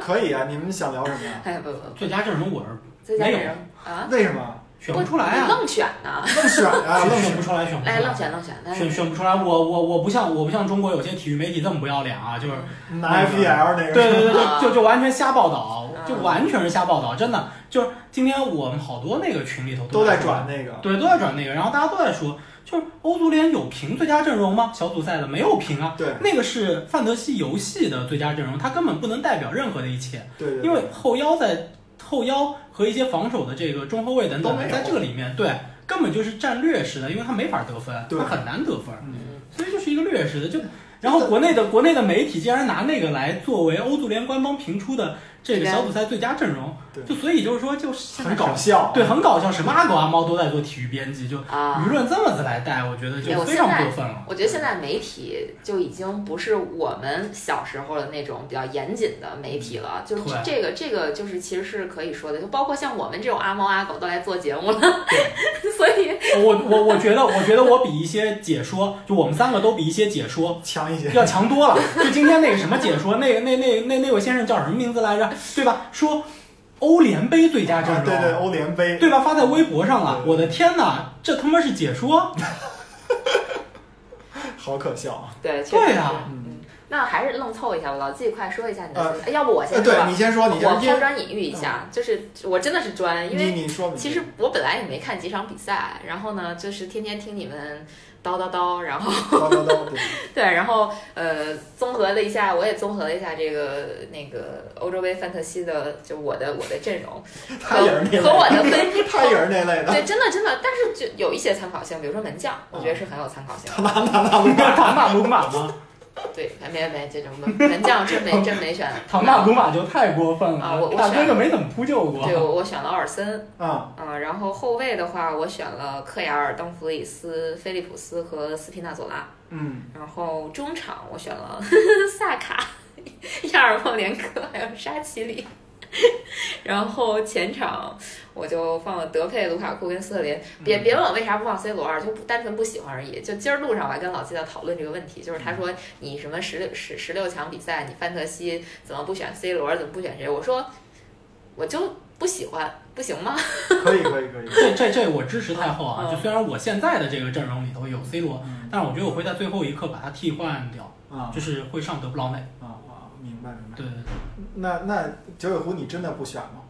S2: 可以啊，你们想聊什么呀？
S1: 哎，不不，不
S3: 最佳阵容我是
S1: 最佳
S3: 没
S1: 阵
S3: 有
S1: 容啊，
S2: 为什么？
S3: 选不出来啊，
S1: 愣选呢？
S2: 愣选啊，愣
S3: 选
S2: 选
S3: 不。出来，选不出
S1: 来，愣
S3: 来。
S1: 选愣选，来
S3: 选选不出来，我我我不像我不像中国有些体育媒体这么不要脸啊，就是
S2: 拿 FBL E 那个，
S3: 对对对，
S1: 啊
S3: 就就就完全瞎报道，
S2: 嗯
S1: 啊
S3: 就完全是瞎报道，真的就是今天我们好多那个群里头
S2: 都在
S3: 说
S2: 转那个。
S3: 对，都在转那个，然后大家都在说，就是欧足联有评最佳阵容吗？小组赛的没有评啊，
S2: 对
S3: 那个是范德西游戏的最佳阵容，它根本不能代表任何的一切，
S2: 对对，对
S3: 因为后腰在后腰和一些防守的这个中后卫等
S2: 都
S3: 等
S2: 没，有
S3: 在这个里面，对，根本就是战略式的，因为他没法得分，
S2: 对
S3: 他很难得分，
S2: 嗯
S3: 所以就是一个劣势的。就然后国内的国内的媒体竟然拿那个来作为欧足联官方评出的这个小组赛最佳阵容
S2: 对，
S3: 就所以就是说就是
S2: 很搞笑。
S3: 对，很搞笑，什么阿狗阿猫都在做体育编辑，就
S1: 啊
S3: 舆。论这么子来带，我觉得
S1: 哎
S3: 就
S1: 我
S3: 非常
S1: 现在
S3: 过分了。
S1: 我觉得现在媒体就已经不是我们小时候的那种比较严谨的媒体了，就是
S3: 对
S1: 这个这个就是其实是可以说的，就包括像我们这种阿猫阿狗都来做节目了， 所以
S3: 我我我觉得，我觉得我比一些解说，就我们三个都比一些解 说
S2: 强一些，
S3: 要强多了。就今天那个什么解说，那个那那那那位先生叫什么名字来着？对吧？说欧联杯最佳阵
S2: 啊
S3: 容，
S2: 对对，欧联杯，
S3: 对吧？发在微博上了。
S2: 对
S3: 我的天哪，这他妈是解说？
S2: 好可笑啊！
S1: 对，确实
S3: 对
S1: 是
S3: 啊，
S2: 嗯，
S1: 那还是愣凑一下吧，老季快说一下你的
S2: 呃
S1: 心得，哎要不我
S2: 呃
S1: 先说
S2: 对
S1: 吧，
S2: 你先说，你
S1: 我
S2: 先，因
S1: 抛
S2: 为
S1: 砖引玉一下，就是我真的是砖，因为
S2: 你你说吧，
S1: 其实我本来也没看几场比赛，然后呢，就是天天听你们叨叨叨，然后
S2: 叨叨叨，对
S1: 对，然后呃，综合了一下，我也综合了一下这个那个欧洲杯范特西的，就我的我的阵容
S2: 他也是那类
S1: 和我
S2: 的，
S1: 的 分
S2: 他也是那类 的，
S1: 对，真的真的，但是就有一些参考性，比如说门将，我觉得是很有参考性的。
S3: 啊唐纳鲁马 吗？
S1: 对，没没这种门门将真 没真没选
S3: 唐纳鲁马就太过分
S1: 啊
S3: 了
S1: 我，我
S3: 大哥
S1: 选
S3: 就没怎么扑救过。
S1: 对，我我选了奥尔森，
S2: 啊，
S1: 嗯、然后后卫的话，我选了克亚尔、登弗里斯、菲利普斯和斯皮纳佐拉。
S2: 嗯，
S1: 然后中场我选了 萨卡、亚尔莫连科，还有沙奇里。 然后前场我就放了德佩、卢卡库跟斯特林。
S3: 嗯
S1: 别别问我为啥不放 C 罗二，就不单纯不喜欢而已。就今儿路上我还跟老季在讨论这个问题，就是
S3: 嗯
S1: 他说你什么十六十十六强比赛，你范特西怎么不选 C 罗，怎么不选谁？我说我就不喜欢，不行吗？
S2: 可以可以可以，
S3: 这这这我支持太后啊！
S1: 嗯
S3: 就虽然我现在的这个阵容里头有 C 罗，
S2: 嗯
S3: 但是我觉得我会在最后一刻把他替换掉，
S2: 啊
S3: 就是会上德布劳内。
S2: 啊啊，明白明白。
S3: 对对对，
S2: 那那九尾狐你真的不选吗？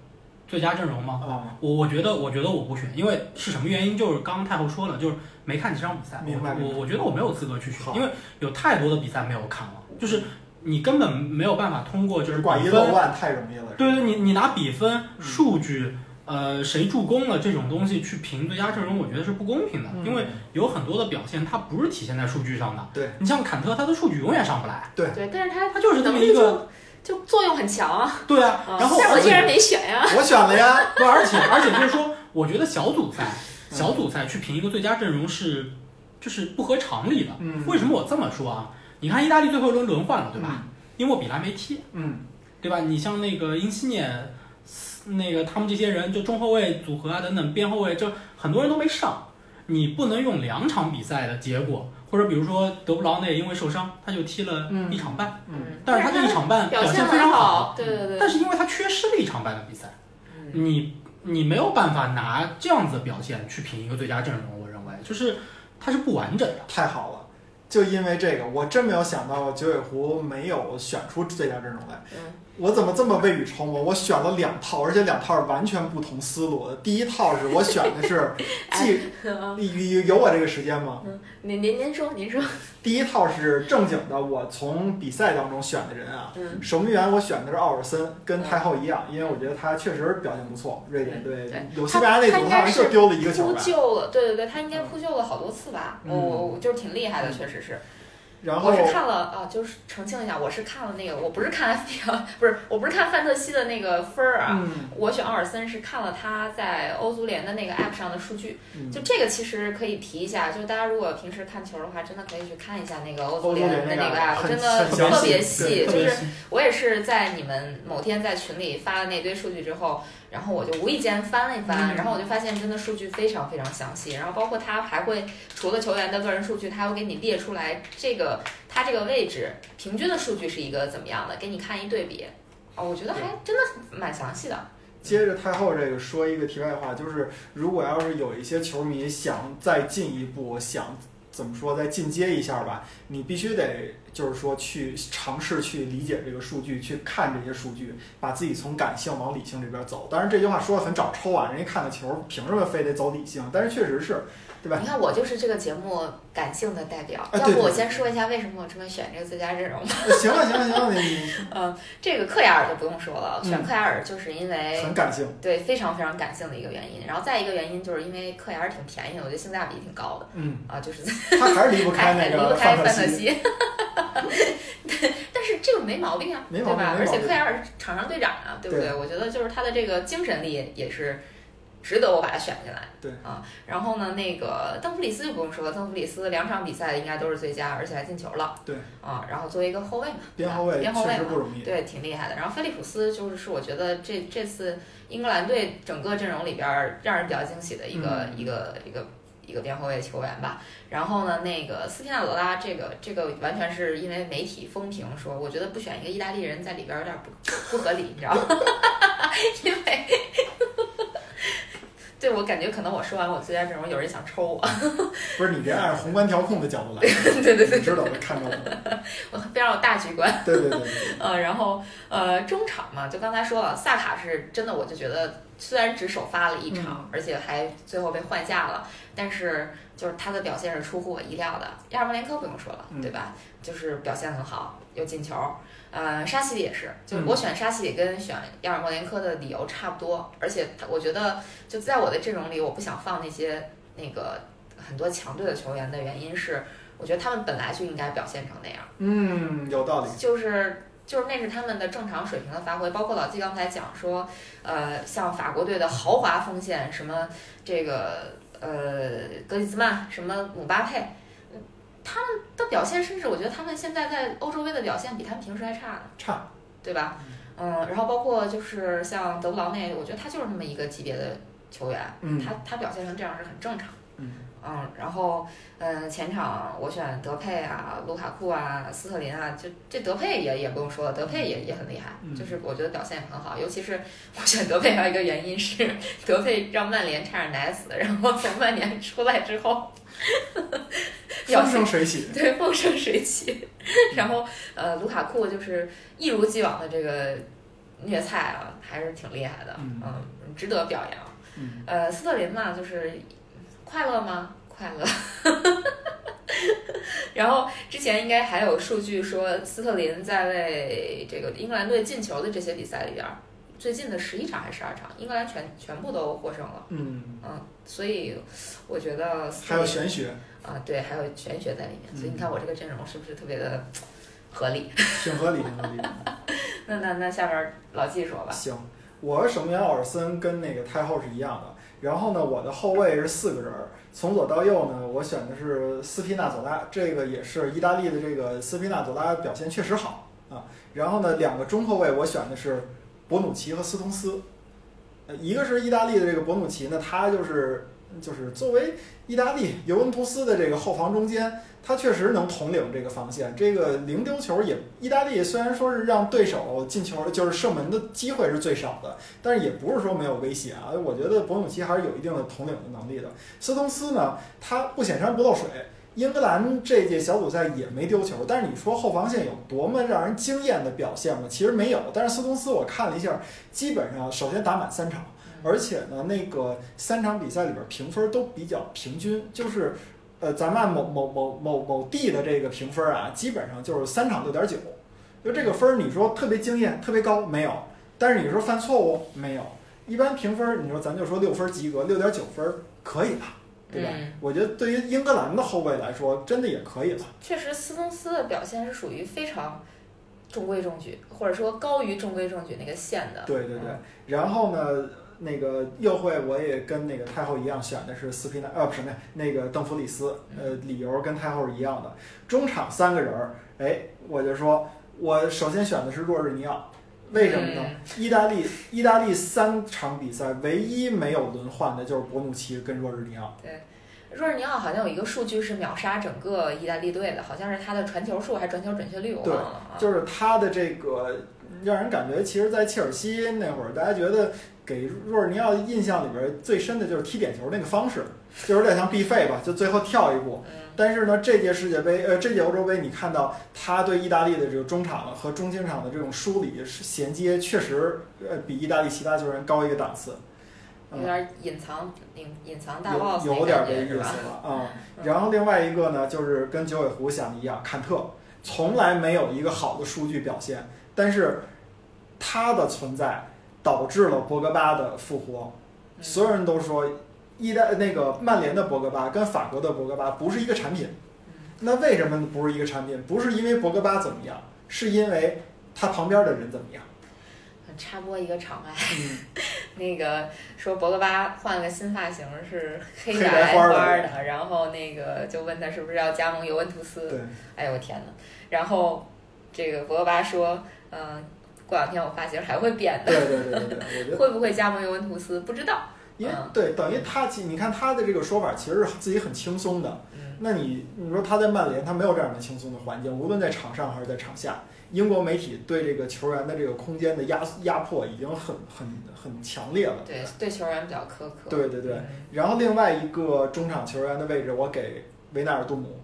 S3: 最佳阵容嘛，
S2: 啊，
S3: 我我觉得我觉得我不选，因为是什么原因？就是刚刚太后说了，就是没看几场比赛，
S2: 明白
S3: 我我
S2: 明白
S3: 我觉得我没有资格去选，
S2: 好
S3: 因为有太多的比赛没有看了，就是你根本没有办法通过就是
S2: 挂
S3: 比
S2: 一漏
S3: 分，
S2: 万太容易了。
S3: 对对，你你拿比分
S2: 嗯
S3: 数据。呃，谁助攻了这种东西去评最佳阵容，我觉得是不公平的，
S2: 嗯
S3: 因为有很多的表现它不是体现在数据上的。
S2: 对，
S3: 你像坎特，他的数据永远上不来，
S1: 对，但是他
S3: 他就是这么
S1: 能力
S3: 一个。
S1: 就就作用很强啊。
S3: 对啊，然后
S1: 但我
S3: 而
S1: 依
S3: 且嗯
S1: 然没选呀、
S2: 我选了呀，
S3: 不，而且而且就是说，我觉得小组赛，
S2: 嗯
S3: 小组赛去评一个最佳阵容是，就是不合常理的。
S2: 嗯，
S3: 为什么我这么说啊？你看意大利最后一轮轮换了，对吧？因为我比莱没踢，
S2: 嗯？
S3: 对吧？你像那个因西涅，那个他们这些人，就中后卫组合啊等等，边后卫，就很多人都没上。你不能用两场比赛的结果，或者比如说德布劳内因为受伤，他就踢了
S2: 嗯
S3: 一场半，
S2: 嗯
S3: 但是他这一场半
S1: 表
S3: 表现非
S1: 很
S3: 常好，嗯
S1: 好，对对对。
S3: 但是因为他缺失了一场半的比赛，你你没有办法拿这样子的表现去评一个最佳阵容，我认为就是它是不完整的。
S2: 太好了。就因为这个，我真没有想到九尾狐没有选出最佳阵容来。
S1: 嗯
S2: 我怎么这么未雨绸缪？我选了两套，而且两套是完全不同思路的。第一套是我选的 是既
S1: 嗯，
S2: 有有我这个时间吗？
S1: 您您您说您说，
S2: 第一套是正经的，我从比赛当中选的人啊。
S1: 嗯，
S2: 守门员我选的是奥尔森，跟太后一样，因为我觉得他确实表现不错。瑞典队
S1: 对
S2: 有西班牙那
S1: 他
S2: 组，
S1: 应
S2: 他
S1: 该
S2: 好像就是丢了一个球
S1: 扑
S2: 吧。
S1: 救了，对对对，他应该扑救了好多次吧，
S2: 嗯
S1: 我我我就是挺厉害的，确实是。
S2: 然后
S1: 我是看了啊，就是澄清一下，我是看了那个，我不是看 FPL，不是我不是看范特西的那个分儿啊。
S2: 嗯
S1: 我选奥尔森是看了他在欧足联的那个 app 上的数据，
S2: 嗯
S1: 就这个其实可以提一下，就是大家如果平时看球的话，真的可以去看一下那个欧足联的那个 app，
S2: 很
S1: 真的
S2: 很详
S1: 特别
S2: 细
S1: 细，
S2: 对
S1: 就
S3: 特
S1: 是
S3: 别是
S1: 我也是在你们某天在群里发了那堆数据之后，然后我就无意间翻了一翻，
S2: 嗯
S1: 然后我就发现真的数据非常非常详细，然后包括他还会除了球员的个人数据，他还会给你列出来这个他这个位置平均的数据是一个怎么样的，给你看一对比。哦，我觉得还真的蛮详细的。
S2: 接着太后这个说一个题外话，就是如果要是有一些球迷想再进一步，想怎么说再进阶一下吧，你必须得就是说去尝试去理解这个数据，去看这些数据，把自己从感性往理性这边走。当然这句话说的很找抽啊，人家看个球凭什么非得走理性？但是确实是，对吧
S1: 你？看我就是这个节目感性的代表，
S2: 啊对
S1: 要不
S2: 对
S1: 我
S2: 对
S1: 先说一下为什么我这么选这个最佳阵容吧。
S2: 行了行了行了， 你
S1: 嗯，这个克雅尔就不用说了，选
S2: 嗯
S1: 克雅尔就是因为
S2: 很感性，
S1: 对非常非常感性的一个原因，然后再一个原因就是因为克雅尔挺便宜的，我觉得性价比挺高的
S2: 嗯，
S1: 啊，就是
S2: 他还是离不
S1: 还
S2: 开
S1: 很
S2: 那
S1: 哎离不
S2: 个
S1: 开
S2: 范
S1: 范
S2: 特
S1: 特
S2: 西。
S1: 西。 对但是这个没毛病啊，
S2: 没毛病
S1: 对吧？
S2: 没
S1: 而且
S2: 毛病
S1: 克莱尔是场上队长啊，对不对？
S2: 对
S1: 我觉得就是他的这个精神力也是值得我把他选进来。
S2: 对
S1: 啊，然后呢，那个邓弗里斯就不用说了，邓弗里斯两场比赛应该都是最佳，而且还进球了。
S2: 对
S1: 啊，然后作为一个后卫嘛，
S2: 边后卫
S1: 边后
S2: 确
S1: 卫
S2: 实
S1: 嘛
S2: 不。容易，
S1: 对，挺厉害的。然后菲利普斯就是是我觉得这这次英格兰队整个阵容里边儿让人比较惊喜的一个、
S2: 嗯
S1: 一个一个一个边后卫球员吧。然后呢，那个斯皮纳罗拉这个这个完全是因为媒体风评说，我觉得不选一个意大利人在里边儿有点不不不合理，你知道吗？ 因为对我感觉可能我说完我最佳阵容，有人想抽我。
S2: 不是你别按宏观调控的角度来，
S1: 对 对对
S2: 你知道的看到的，
S1: 我非常有大局观。
S2: 对对对对，
S1: 呃，然后呃，中场嘛，就刚才说了，萨卡是真的，我就觉得虽然只首发了一场，
S2: 嗯
S1: 而且还最后被换下了，但是就是他的表现是出乎我意料的。亚尔莫连科不用说了，
S2: 嗯
S1: 对吧？就是表现很好，有进球。呃，沙西里也是，就是
S2: 嗯
S1: 我选沙西里跟选亚尔莫连科的理由差不多，而且他我觉得就在我的阵容里，我不想放那些那个很多强队的球员的原因是，我觉得他们本来就应该表现成那样。
S2: 嗯，有道理，
S1: 就是就是那是他们的正常水平的发挥，包括老季刚才讲说，呃，像法国队的豪华锋线，什么这个呃格里兹曼，什么姆巴佩，嗯他们的表现，甚至我觉得他们现在在欧洲杯的表现比他们平时还差呢，
S2: 差，
S1: 对吧？嗯，然后包括就是像德布劳内，我觉得他就是那么一个级别的球员，
S2: 嗯
S1: 他他表现成这样是很正常。
S2: 嗯
S1: 嗯，然后，嗯，前场我选德佩啊、卢卡库啊、斯特林啊，就这德佩也也不用说了，德佩也也很厉害，
S2: 嗯
S1: 就是我觉得表现也很好。尤其是我选德佩还有一个原因是，德佩让曼联差点奶死，然后从曼联出来之后，表现
S2: 风生水起，
S1: 对风生水起。然后，呃，卢卡库就是一如既往的这个虐菜啊，还是挺厉害的，
S2: 嗯
S1: 嗯，值得表扬。
S2: 嗯，
S1: 呃，斯特林嘛，就是快乐吗？快乐。 然后之前应该还有数据说，斯特林在为这个英格兰队进球的这些比赛里边儿，最近的十一场还是十二场，英格兰全全部都获胜了。
S2: 嗯，
S1: 嗯，所以我觉得斯
S2: 还
S1: 特
S2: 有
S1: 林
S2: 玄学，
S1: 啊，对，还有玄学在里面。所以你
S2: 嗯
S1: 看我这个阵容是不是特别的合理？
S2: 挺合理，挺合理的。
S1: 那那那下边儿老季说吧。
S2: 行，我守门员奥尔森跟那个太后是一样的。然后呢，我的后卫是四个人儿，从左到右呢，我选的是斯皮纳佐拉，这个也是意大利的这个斯皮纳佐拉表现确实好啊。然后呢，两个中后卫我选的是博努奇和斯通斯，呃，一个是意大利的这个博努奇呢，他就是就是作为意大利尤文图斯的这个后防中间，他确实能统领这个防线。这个零丢球也，意大利虽然说是让对手进球，就是射门的机会是最少的，但是也不是说没有威胁啊。我觉得博努奇还是有一定的统领的能力的。斯通斯呢，他不显山不漏水。英格兰这届小组赛也没丢球，但是你说后防线有多么让人惊艳的表现吗？其实没有。但是斯通斯我看了一下，基本上首先打满三场，而且呢，那个三场比赛里边评分都比较平均，就是，呃，咱们按某某某某某地的这个评分啊，基本上就是三场六点九，就这个分儿，你说特别惊艳、特别高没有？但是你说犯错误没有？一般评分儿，你说咱就说六分及格，六点九分儿可以了，对吧？
S1: 嗯
S2: 我觉得对于英格兰的后卫来说，真的也可以了。
S1: 确实，斯通斯的表现是属于非常中规中矩，或者说高于中规中矩那个线的。嗯
S2: 对对对，然后呢，那个右会我也跟那个太后一样选的是斯皮纳，呃，不是那那个邓弗里斯，呃，理由跟太后是一样的。中场三个人儿，哎，我就说我首先选的是若日尼奥，为什么呢？
S1: 嗯
S2: 意大利意大利三场比赛唯一没有轮换的就是博努奇跟若日尼奥，
S1: 若日尼奥好像有一个数据是秒杀整个意大利队的，好像是他的传球数还是传球准确率，我忘了啊。
S2: 就是他的这个让人感觉其实，在切尔西那会儿，大家觉得给若尔尼奥印象里边最深的就是踢点球那个方式，就是有点像必费吧， 就最后跳一步。
S1: 嗯
S2: 但是呢，这届世界杯，呃，这届欧洲杯，你看到他对意大利的这个中场和中心场的这种梳理是衔接，确实，呃，比意大利其他球员高一个档次。嗯
S1: 有点隐藏隐隐藏大 boss
S2: 有
S1: 那
S2: 有点
S1: 感
S2: 这
S1: 觉
S2: 意思
S1: 是吧？
S2: 了啊、
S1: 嗯
S2: 然后另外一个呢，就是跟九尾狐想的一样，坎特从来没有一个好的数据表现，但是他的存在导致了博格巴的复活。
S1: 嗯
S2: 所有人都说，意大那个曼联的博格巴跟法国的博格巴不是一个产品。那为什么不是一个产品？不是因为博格巴怎么样，是因为他旁边的人怎么样。
S1: 插播一个场外，那个说博格巴换了个新发型是 黑
S2: 黑白
S1: 白
S2: 花儿的
S1: 花儿的，然后那个就问他是不是要加盟尤文图斯，
S2: 对，
S1: 哎呦我天呐，然后这个博格巴说，嗯、过两天我发型还会变的，
S2: 对对对对对，我觉得
S1: 会不会加盟尤文图斯不知道。
S2: 因为
S1: 嗯
S2: 对，等于他其你看他的这个说法其实是自己很轻松的。
S1: 嗯，
S2: 那你你说他在曼联，他没有这样的轻松的环境，无论在场上还是在场下，英国媒体对这个球员的这个空间的压压迫已经很很很强烈了。
S1: 嗯对对，球员比较苛刻。
S2: 对对对。
S1: 嗯
S2: 然后另外一个中场球员的位置，我给维纳尔杜姆。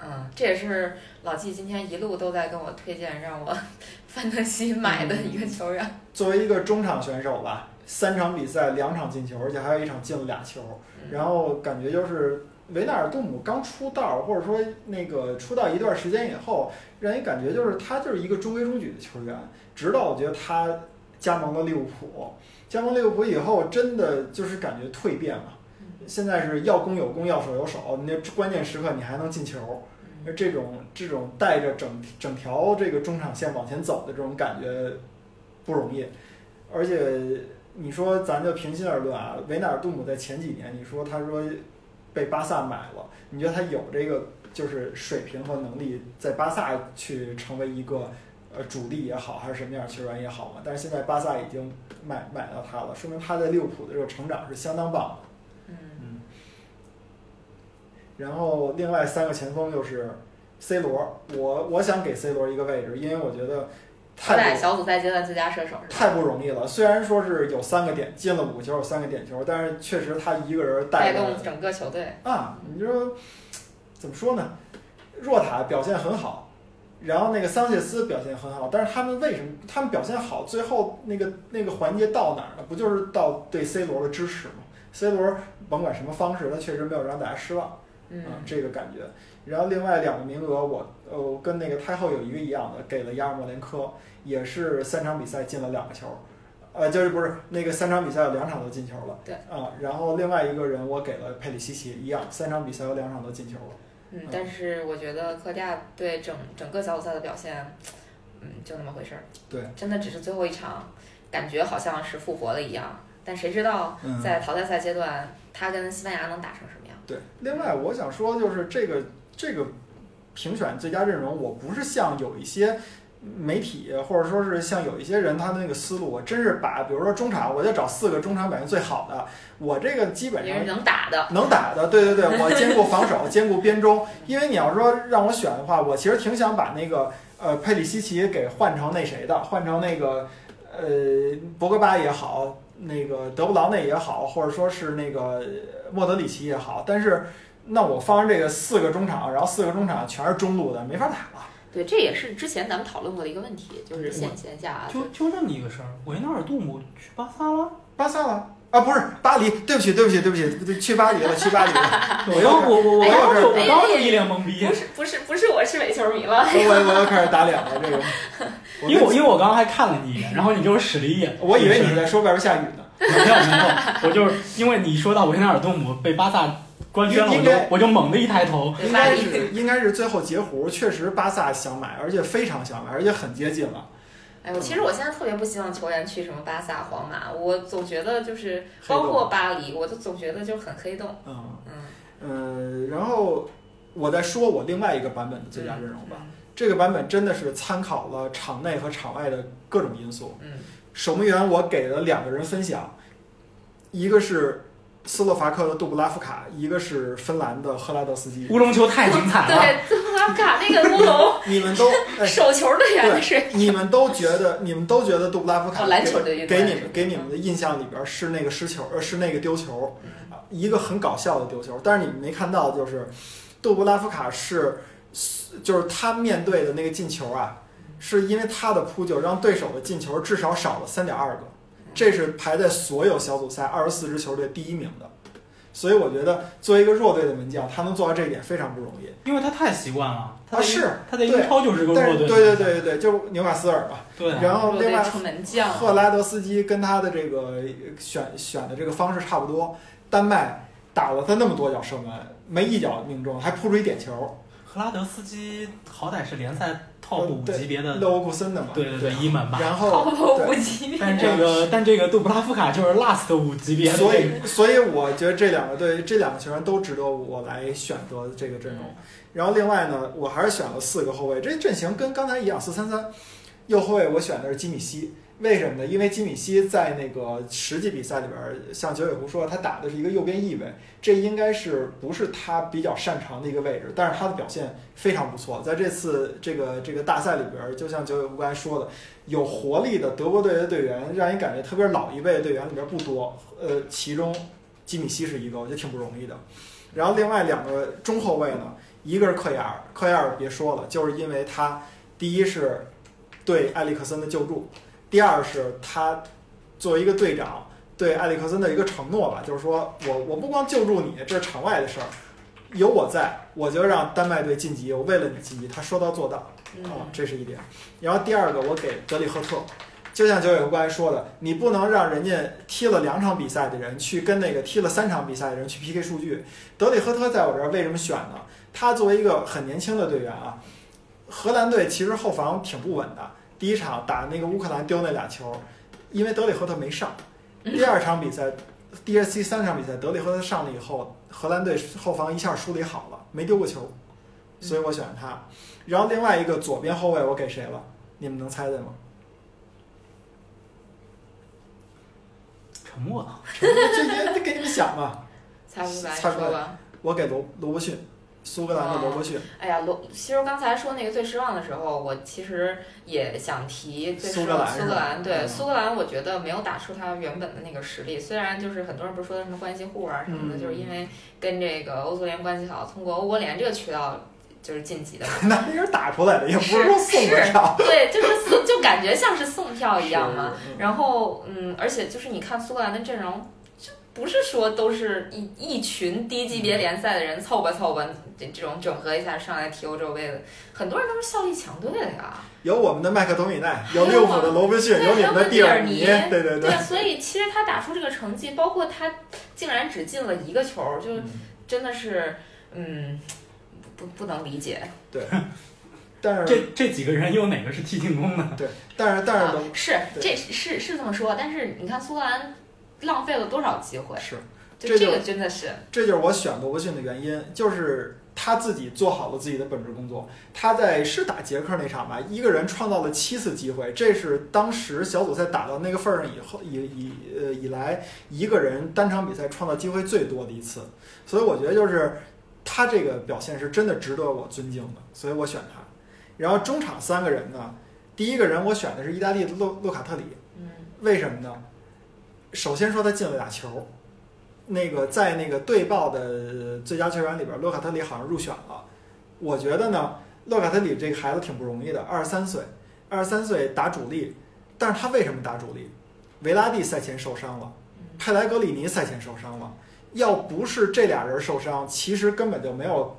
S1: 嗯，这也是老纪今天一路都在跟我推荐让我 范德西
S2: 嗯
S1: 买的一个球员。
S2: 作为一个中场选手吧，三场比赛两场进球，而且还有一场进了俩球，
S1: 嗯
S2: 然后感觉就是维纳尔杜姆刚出道，或者说那个出道一段时间以后，让人感觉就是他就是一个中规中矩的球员。直到我觉得他加盟了利物浦，加盟利物浦以后，真的就是感觉蜕变了。现在是要攻有攻，要守有守，你这关键时刻你还能进球，
S1: 嗯
S2: 这种这种带着整整条这个中场线往前走的这种感觉不容易，而且你说咱就平心而论啊，维纳尔杜姆在前几年，你说他说被巴萨买了，你觉得他有这个就是水平和能力在巴萨去成为一个呃主力也好，还是什么样的球员也好嘛？但是现在巴萨已经买买到他了，说明他在利物浦的这个成长是相当棒的。
S1: 嗯，
S2: 嗯，然后另外三个前锋就是 C 罗，我我想给 C 罗一个位置，因为我觉得
S1: 在
S2: 太不
S1: 小组赛阶段最佳射手是吧？
S2: 太不容易了。虽然说是有三个点进了五个球，有三个点球，但是确实他一个人
S1: 带
S2: 带着
S1: 动整个球队。嗯
S2: 啊，你说怎么说呢？若塔表现很好，然后那个桑切斯表现很好，但是他们为什么他们表现好？最后那个那个环节到哪儿了？不就是到对 C 罗的支持吗？C 罗甭管什么方式，他确实没有让大家失望，
S1: 嗯，
S2: 啊这个感觉。然后另外两个名额我，呃我跟那个太后有一个一样的，给了亚尔莫连科，也是三场比赛进了两个球，呃，就是不是那个三场比赛有两场都进球了，
S1: 对
S2: 啊，然后另外一个人我给了佩里西奇，一样，三场比赛有两场都进球了，
S1: 嗯，但是我觉得科迪亚对整整个小组赛的表现，嗯，就那么回事儿。
S2: 对，
S1: 真的只是最后一场，感觉好像是复活了一样，但谁知道
S2: 嗯
S1: 哦在淘汰赛阶段，他跟西班牙能打成什么样？
S2: 对，另外我想说就是这个这个评选最佳阵容，我不是像有一些媒体或者说是像有一些人他的那个思路，我真是把比如说中场，我就找四个中场表现最好的，我这个基本
S1: 也
S2: 上
S1: 是能打的。
S2: 能打的，对对对，我兼顾防守，兼顾边中。因为你要说让我选的话，我其实挺想把那个呃佩里西奇给换成那谁的，换成那个呃博格巴也好，那个德布劳内也好，或者说是那个莫德里奇也好。但是那我放上这个四个中场，然后四个中场全是中路的，没法打了。
S1: 对，这也是之前咱们讨论过的一个问题，
S2: 嗯
S1: 就是线
S3: 我
S1: 线下啊
S3: 纠纠正你一个事儿，维纳尔杜姆去巴萨了，
S2: 巴萨了。啊，不是巴黎，对不起，对不起，对不起，对不起去巴黎了，去巴黎了，
S3: 我又我我我
S2: 哎
S3: 刚
S2: 呀
S3: 我
S1: 哎呀
S3: 刚就一脸懵逼
S1: 不，是不是不是我是伪球迷了，
S2: 我我又开始打脸了，这个，
S3: 因为我因为我刚刚还看了你一眼，然后你给我使了一眼，
S2: 我以为
S3: 是
S2: 你在说外边下雨呢。
S3: 没有没有，我就是因为你说到维纳尔杜姆被巴萨官宣了，
S2: 应
S3: 我
S2: 应
S3: 就
S2: 该
S3: 我就猛地一抬头，
S1: 对
S2: 哦应
S1: 巴
S2: 该
S1: 黎
S2: 是应该是最后截胡，确实巴萨想买，而且非常想买，而且很接近了。
S1: 哎呦，其实我现在特别不希望球员去什么巴萨、皇马，我总觉得就是
S2: 黑洞
S1: 包括巴黎，我都总觉得就是很黑洞。
S2: 嗯
S1: 嗯，
S2: 呃，然后我再说我另外一个版本的最佳阵容吧。
S1: 嗯
S2: 这个版本真的是参考了场内和场外的各种因素。
S1: 嗯，
S2: 守门员我给了两个人分享，一个是斯洛伐克的杜布拉夫卡，一个是芬兰的赫拉德斯基。
S3: 乌龙球太精彩了，
S1: 对，杜拉扎夫卡那个乌 龙
S2: 你们都哎
S1: 手球队员是
S2: 你们都觉得，你们都觉得杜布拉夫卡
S1: 哦篮球
S2: 给
S1: 队
S2: 给你们给你们的印象里边是那个失球，呃，是那个丢球，啊一个很搞笑的丢球。但是你们没看到，就是杜布拉夫卡是，就是他面对的那个进球啊，是因为他的扑救让对手的进球至少少了三点二个，这是排在所有小组赛二十四支球队第一名的。所以我觉得，作为一个弱队的门将，他能做到这一点非常不容易。
S3: 因为他太习惯了，他
S2: 啊
S3: 在英
S2: 是
S3: 他在英
S2: 对
S3: 超就是个弱
S2: 但是，
S3: 队，
S2: 对对对对对，就是纽卡斯尔嘛。
S3: 对啊，
S2: 然后
S1: 弱队
S2: 另外
S1: 出门将，
S2: 赫拉德斯基跟他的这个选选的这个方式差不多，丹麦打了他那么多脚射门，没一脚命中，还扑出一点球，
S3: 赫拉德斯基好歹是联赛 top
S2: 嗯
S3: 五
S2: 对
S3: 级别的，
S2: 勒沃库森的嘛。
S3: 对对对，一门吧。
S2: 然
S1: 毫
S2: 后
S1: 不无
S2: 对，
S1: 极。
S3: 但这个但这个杜布拉夫卡就是 last 五级别的这个，
S2: 所以所以我觉得这两个队这两个球员都值得我来选择这个阵容。然后另外呢，我还是选了四个后卫，这阵型跟刚才一样，四三三。右后卫我选的是基米希，为什么呢？因为基米希在那个实际比赛里边儿，像九尾狐说，他打的是一个右边翼位，这应该是不是他比较擅长的一个位置，但是他的表现非常不错，在这次这个这个大赛里边儿，就像九尾狐刚才说的，有活力的德国队的队员，让你感觉特别是老一辈的队员里边儿不多，呃，其中基米希是一个，我觉得挺不容易的。然后另外两个中后卫呢，一个是克亚尔，克亚尔别说了，就是因为他第一是对埃里克森的救助，第二是他作为一个队长对埃里克森的一个承诺吧，就是说我我不光救助你，这是场外的事儿，有我在，我就让丹麦队晋级，我为了你晋级，他说到做到。啊，
S1: 嗯，
S2: 这是一点。然后第二个，我给德里赫特，就像九尾狐刚才说的，你不能让人家踢了两场比赛的人去跟那个踢了三场比赛的人去 PK 数据。德里赫特在我这儿为什么选呢？他作为一个很年轻的队员啊，荷兰队其实后防挺不稳的。第一场打那个乌克兰丢那俩球，因为德里赫特没上。第二场比赛，DSC 三场比赛，德里赫特上了以后，荷兰队后防一下梳理好了，没丢过球，所以我选他。然后另外一个左边后卫我给谁了？你们能猜对吗？
S3: 沉默了。
S2: 这这给你们想吧。
S1: 猜不出来，
S2: 猜不出来
S1: 说吧。
S2: 我给罗罗伯逊，苏格兰的罗伯逊，
S1: 哎呀，罗，其实刚才说那个最失望的时候，我其实也想提最失望苏
S2: 苏格兰是吧
S1: 格兰，对、
S2: 嗯
S1: 苏格兰，我觉得没有打出他原本的那个实力。虽然就是很多人不是说什么关系户啊什么的，
S2: 嗯
S1: 就是因为跟这个欧足联关系好，通过欧国联这个渠道就是晋级的嘛。
S2: 那那人打出来的，也不是说送的上，
S1: 对，就是送就感觉像是送票一样嘛。
S2: 是？
S1: 然后，嗯，而且就是你看苏格兰的阵容，就不是说都是一一群低级别联赛的人凑吧凑吧，这这种整合一下上来踢欧洲杯的，很多人都是效力强队的呀。
S2: 有我们的麦克托米奈，有利物浦的罗伯逊，
S1: 对
S2: 有你们的蒂尔
S1: 还
S2: 尼，
S1: 有蒂尔尼
S2: 对对
S1: 对啊，所以其实他打出这个成绩，包括他竟然只进了一个球，就
S2: 嗯
S1: 真的是，嗯，不不不能理解。
S2: 但是
S3: 这这几个人有哪个是踢进攻的？
S2: 但是但是
S1: 啊
S2: 罗、
S1: 是
S2: 对
S1: 这是是这么说，但是你看苏格兰浪费了多少机会，
S2: 是，
S1: 就
S2: 这就
S1: 这个真的是，
S2: 这就是我选罗伯逊的原因，就是他自己做好了自己的本职工作。他在是打捷克那场吧，一个人创造了七次机会，这是当时小组赛打到那个份儿上以后，以以呃以来一个人单场比赛创造机会最多的一次。所以我觉得就是他这个表现是真的值得我尊敬的，所以我选他。然后中场三个人呢，第一个人我选的是意大利的洛洛卡特里，
S1: 嗯，
S2: 为什么呢？首先说他进了俩球，那个在那个队报的最佳球员里边，洛卡特里好像入选了。我觉得呢，洛卡特里这个孩子挺不容易的，二十三岁，二十三岁打主力，但是他为什么打主力？维拉蒂赛前受伤了，佩莱格里尼赛前受伤了，要不是这俩人受伤，其实根本就没有。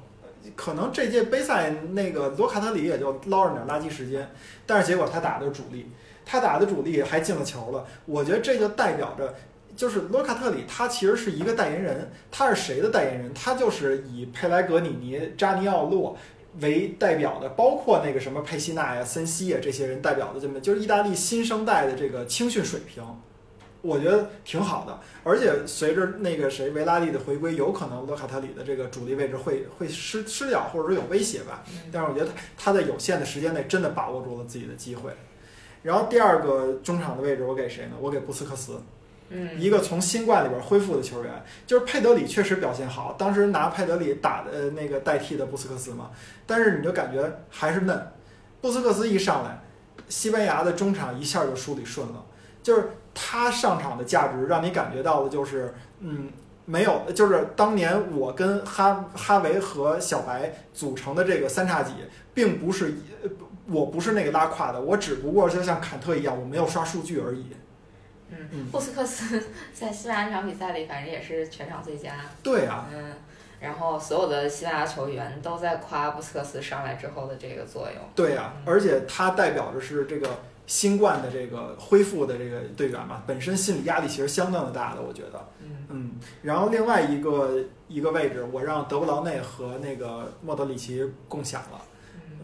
S2: 可能这届杯赛那个罗卡特里也就捞着点垃圾时间，但是结果他打的是主力，他打的主力还进了球了，我觉得这就代表着，就是洛卡特里他其实是一个代言人，他是谁的代言人？他就是以佩莱格里尼、扎尼奥洛为代表的，包括那个什么佩西纳呀、森西呀这些人代表的这么，就是意大利新生代的这个青训水平。我觉得挺好的，而且随着那个谁维拉利的回归，有可能洛卡特里的这个主力位置会会失失掉，或者说有威胁吧。
S1: 嗯
S2: 但是我觉得他在有限的时间内真的把握住了自己的机会。然后第二个中场的位置我给谁呢？我给布斯克茨，
S1: 嗯，
S2: 一个从新冠里边恢复的球员，就是佩德里确实表现好，当时拿佩德里打的呃那个代替的布斯克斯嘛，但是你就感觉还是嫩。布斯克斯一上来，西班牙的中场一下就梳理顺了，就是他上场的价值让你感觉到的就是，嗯，没有，就是当年我跟哈哈维和小白组成的这个三叉戟，并不是呃我不是那个拉胯的，我只不过就像坎特一样，我没有刷数据而已。
S1: 嗯，布斯克斯 在西班牙那场比赛里，反正也是全场最佳。
S2: 对啊，
S1: 嗯，然后所有的西班牙球员都在夸布斯克斯上来之后的这个作用。
S2: 对呀、
S1: 嗯
S2: 而且它代表着是这个新冠的这个恢复的这个队员嘛，本身心理压力其实相当的大的，我觉得。
S1: 嗯
S2: 嗯，然后另外一个一个位置，我让德布劳内和那个莫德里奇共享了。
S1: 嗯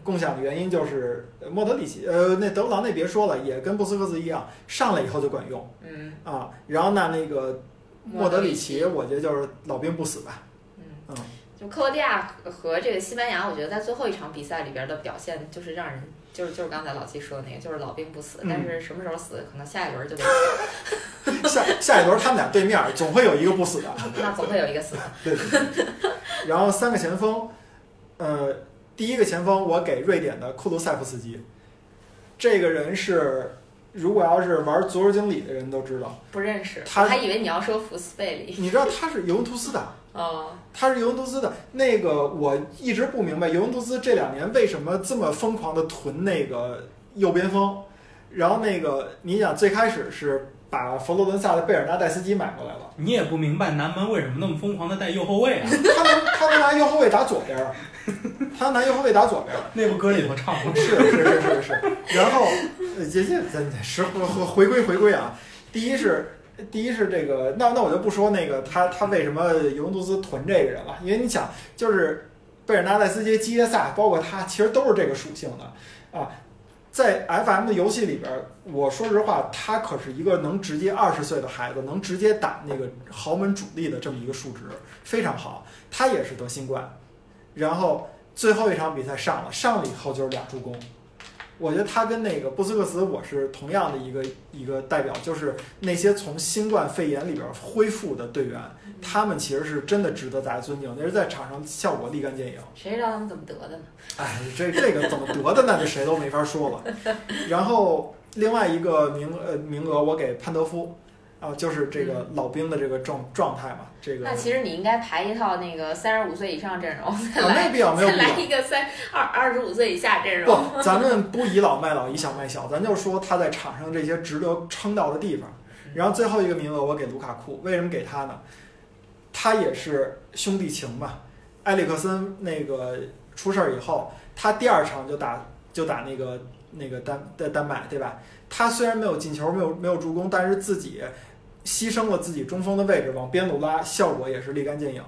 S2: 共享的原因就是呃莫德里奇，呃，那德布劳内别说了，也跟布斯克斯一样，上来以后就管用
S1: 嗯
S2: 啊。然后那那个莫德里奇，
S1: 莫
S2: 我觉得就是老兵不死吧。
S1: 嗯
S2: 嗯，
S1: 就克罗地亚和这个西班牙，我觉得在最后一场比赛里边的表现，就是让人就是就是刚才老七说的那个，就是老兵不死，
S2: 嗯
S1: 但是什么时候死，可能下一轮就得
S2: 下下一轮他们俩对面总会有一个不死的。
S1: 那总会有一个死。
S2: 对， 然后三个前锋，呃，第一个前锋我给瑞典的库卢塞夫斯基，这个人是如果要是玩足球经理的人都知道，
S1: 不认识，
S2: 他
S1: 我还以为你要说福斯贝里。
S2: 你知道他是尤文图斯的，
S1: 哦，
S2: 他是尤文图斯的。那个我一直不明白尤文图斯这两年为什么这么疯狂的囤那个右边锋，然后那个你想最开始是把佛罗伦萨的贝尔纳代斯基买过来了，
S3: 你也不明白南门为什么那么疯狂的带右后卫啊？
S2: 他能他能拿右后卫打左边儿，他能拿右后卫打左边儿。
S3: 那部歌里头唱 过。
S2: 是是是是是，然后呃也也咱是回回归回归啊，第一是第一是这个，那那我就不说那个他他为什么尤文图斯囤这个人了，因为你想就是贝尔纳代斯基、基耶萨，包括他，其实都是这个属性的啊。在 FM 的游戏里边，我说实话，他可是一个能直接二十岁的孩子，能直接打那个豪门主力的这么一个数值，非常好。他也是得新冠，然后最后一场比赛上了，上了以后就是俩助攻。我觉得他跟那个布斯克茨，我是同样的一个一个代表，就是那些从新冠肺炎里边恢复的队员，他们其实是真的值得大家尊敬，那是在场上效果立竿见影。
S1: 谁知道他们怎么得的呢？
S2: 哎，这这个怎么得的，那就谁都没法说了。然后另外一个名呃名额，我给潘德夫，啊、就是这个老兵的这个状状态嘛，这
S1: 嗯
S2: 个
S1: 那其实你应该排一套那个三十五岁以上阵容，再
S2: 啊
S1: 来
S2: 没必要，没有
S1: 再
S2: 必要
S1: 来。一个三二二十五岁以下阵容。
S2: 不，咱们不倚老卖老，以小卖小，咱就说他在场上这些值得称道的地方。然后最后一个名额我给卢卡库，为什么给他呢？他也是兄弟情嘛。埃里克森那个出事儿以后，他第二场就打就打那个那个丹的丹麦，对吧？他虽然没有进球，没有没有助攻，但是自己牺牲了自己中锋的位置往边路拉，效果也是立竿见影。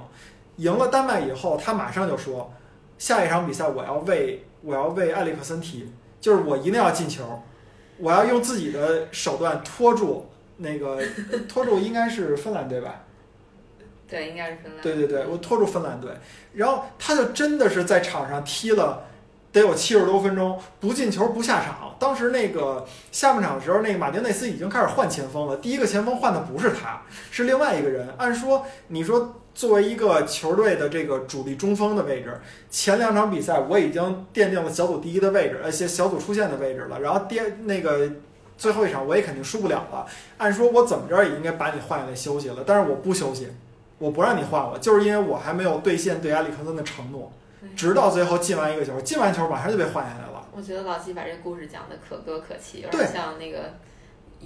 S2: 赢了丹麦以后，他马上就说：“下一场比赛我要为我要为埃里克森踢，就是我一定要进球，我要用自己的手段拖住那个拖住应该是芬兰队吧？
S1: 对，应该是芬兰。
S2: 对对对，我拖住芬兰队，然后他就真的是在场上踢了。得有七十多分钟不进球不下场，当时那个下半场的时候，那个马丁内斯已经开始换前锋了。第一个前锋换的不是他，是另外一个人。按说你说作为一个球队的这个主力中锋的位置，前两场比赛我已经奠定了小组第一的位置，而且小组出线的位置了。然后第二那个最后一场我也肯定输不了了。按说我怎么着也应该把你换下来休息了，但是我不休息，我不让你换我，就是因为我还没有兑现对埃里克森的承诺。直到最后进完一个球，进完球马上就被换下来了。
S1: 我觉得老纪把这故事讲的可歌可泣，有
S2: 对
S1: 点像那个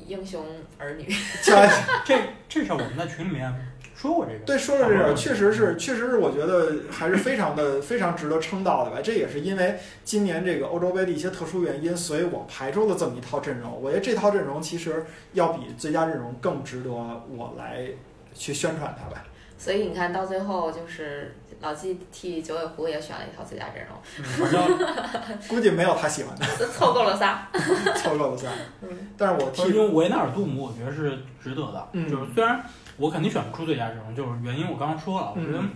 S1: 英雄儿女。
S2: 进完
S3: 这这事儿我们在群里面说过这个。
S2: 对，说到这点儿，确实是，确实是，我觉得还是非常的非常值得称道的吧。这也是因为今年这个欧洲杯的一些特殊原因，所以我排出了这么一套阵容。我觉得这套阵容其实要比最佳阵容更值得我来去宣传它吧。
S1: 所以你看到最后，就是老纪替九尾狐也选了一套最佳阵容，
S3: 嗯我叫
S2: 估计没有他喜欢的，
S1: 凑够了仨。
S2: 凑够了仨
S1: 嗯。
S2: 但是我
S3: 因
S2: 替，
S3: 为维纳尔杜姆，我觉得是值得的。
S2: 嗯
S3: 就是虽然我肯定选不出最佳阵容，就是原因我刚刚说了，我觉得
S2: 嗯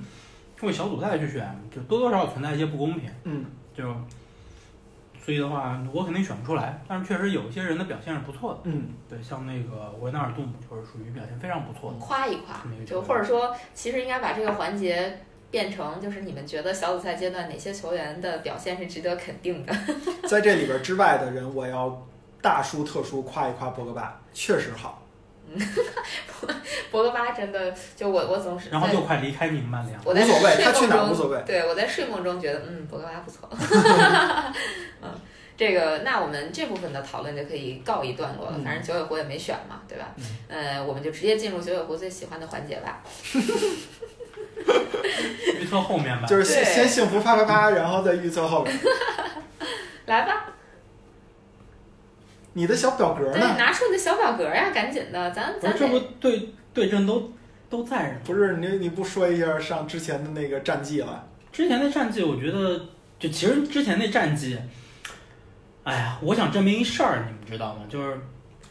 S3: 因为小组赛去选，就多多少少存在一些不公平。
S2: 嗯，
S3: 就所以的话，我肯定选不出来。但是确实有一些人的表现是不错的，
S2: 嗯，
S3: 对，像那个维纳尔杜姆就是属于表现非常不错的。
S1: 夸一夸
S3: 没，
S1: 就
S3: 错
S1: 或者说，其实应该把这个环节变成，就是你们觉得小组赛阶段哪些球员的表现是值得肯定的？
S2: 在这里边之外的人，我要大书特书夸一夸博格巴，确实好。
S1: 博格巴真的，就我我总是
S3: 然后
S1: 在
S3: 就快离开你们曼联了。
S1: 我
S2: 无
S1: 在
S2: 所谓
S1: 睡
S2: 他去哪儿
S1: 梦中
S2: 无所谓
S1: 对我在睡梦中觉得，嗯，博格巴不错。嗯，这个那我们这部分的讨论就可以告一段落了，
S2: 嗯
S1: 反正九尾狐也没选嘛，对吧
S2: 嗯？
S1: 呃，我们就直接进入九尾狐最喜欢的环节吧。
S3: 预测后面吧，
S2: 就是先
S1: 对
S2: 先幸福啪啪啪，然后再预测后面。
S1: 来吧，
S2: 你的小表格
S1: 对，
S2: 呢？
S1: 拿出你的小表格呀，赶紧的，咱
S3: 不是
S1: 咱
S3: 这
S1: 得
S3: 不对对阵都都在着呢。
S2: 不是你你不说一下上之前的那个战绩了？
S3: 之前的战绩，我觉得就其实之前那战绩，哎呀，我想证明一事儿，你们知道吗？就是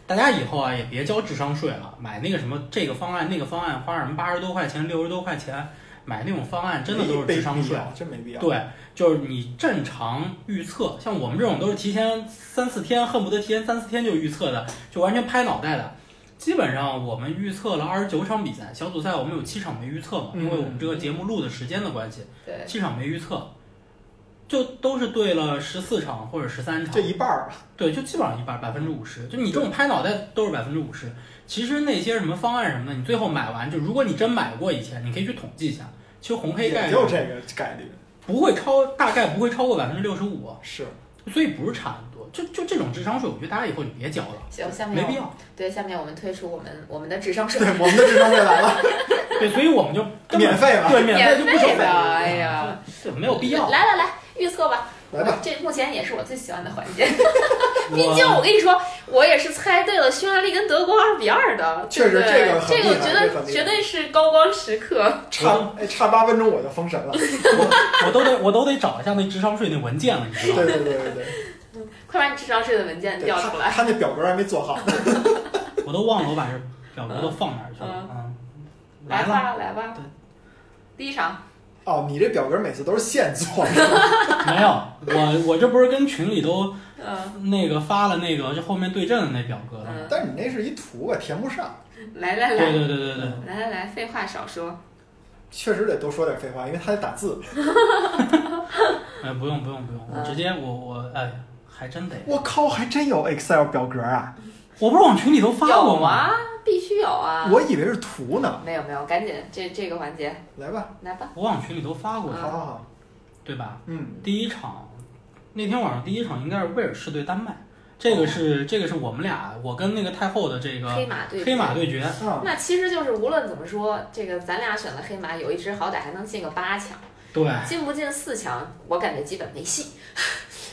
S3: 大家以后啊也别交智商税了，买那个什么这个方案那个方案，花什么八十多块钱、六十多块钱买那种方案，真的都是
S2: 没
S3: 智商
S2: 必
S3: 税。
S2: 要，真没必要。
S3: 对，就是你正常预测，像我们这种都是提前三四天，恨不得提前三四天就预测的，就完全拍脑袋的。基本上我们预测了二十九场比赛，小组赛我们有七场没预测嘛，因为我们这个节目录的时间的关系，
S1: 对。
S3: 七场没预测，就都是对了十四场或者十三
S2: 这
S3: 场，
S2: 一半儿吧，
S3: 对，就基本上一半，百分之五十。就你这种拍脑袋都是百分之五十。其实那些什么方案什么的，你最后买完，就如果你真买过以前，你可以去统计一下，其实红黑概
S2: 也
S3: 率
S2: 就这个概率。
S3: 不会超，大概不会超过百分之六十五，
S2: 是，
S3: 所以不是差很多。就就这种智商税，我觉得大家以后就别交了，
S1: 行，下
S3: 没
S1: 面我
S3: 必要。
S1: 对，下面我们推出我们我们的智商税
S2: 对，我们的智商税来了，
S3: 对，所以我们就根本
S2: 免费了，
S3: 对免费就不收
S1: 免费
S3: 费
S1: 的
S3: 了，
S1: 哎呀
S3: 对，对没有必要。
S1: 来来来，预测吧。
S2: 来吧，
S1: 这目前也是我最喜欢的环节。
S3: 我
S1: 毕竟我跟你说，我也是猜对了匈牙利跟德国二比二的。
S2: 确实
S1: 对不对
S2: 这个很
S1: 这
S2: 厉
S1: 个
S2: 害
S1: 我觉
S2: 这个
S1: 得
S2: 很厉害
S1: 绝对是高光时刻。
S2: 差哎差八分钟我就封神了。
S3: 我我都得我都得找一下那智商税那文件了，你知道吗
S2: 对？对对对对
S1: 快把你智商税的文件
S2: 对，
S1: 调出
S2: 他
S1: 来。
S2: 他那表格还没做好呢。
S3: 我都忘了我把这表格都放哪儿去了。嗯，
S1: 来
S3: 来了
S1: 吧，来吧
S3: 对。
S1: 第一场，
S2: 哦，你这表格每次都是现做的，
S3: 没有？我我这不是跟群里都
S1: 嗯
S3: 那个发了那个就后面对阵的那表格了吗？
S1: 嗯，
S2: 但是你那是一图啊，填不上。
S1: 来来
S3: 对
S1: 来
S3: 对对对对，
S1: 来来来，废话少说。
S2: 确实得多说点废话，因为他得打字。
S3: 哎，不用不用不用，我直接
S1: 嗯
S3: 我我哎，还真得，
S2: 我靠，还真有 Excel 表格啊！
S3: 我不是往群里头发
S1: 有
S3: 过吗？
S1: 啊，必须有啊。
S2: 我以为是图呢。
S1: 没有没有，赶紧这这个环节
S2: 来吧，
S1: 来吧。
S3: 我往群里头发过，
S1: 嗯
S2: 好好好，
S3: 对吧？
S2: 啊嗯，
S3: 第一场，那天晚上第一场应该是威尔士对丹麦，这个是这个是我们俩，我跟那个太后的这
S1: 哦黑
S3: 个
S1: 马对
S3: 黑马对决，
S2: 啊，
S1: 那其实就是无论怎么说，这个咱俩选的黑马有一只好歹还能进个八强，
S3: 对，
S1: 进不进四强，我感觉基本没戏，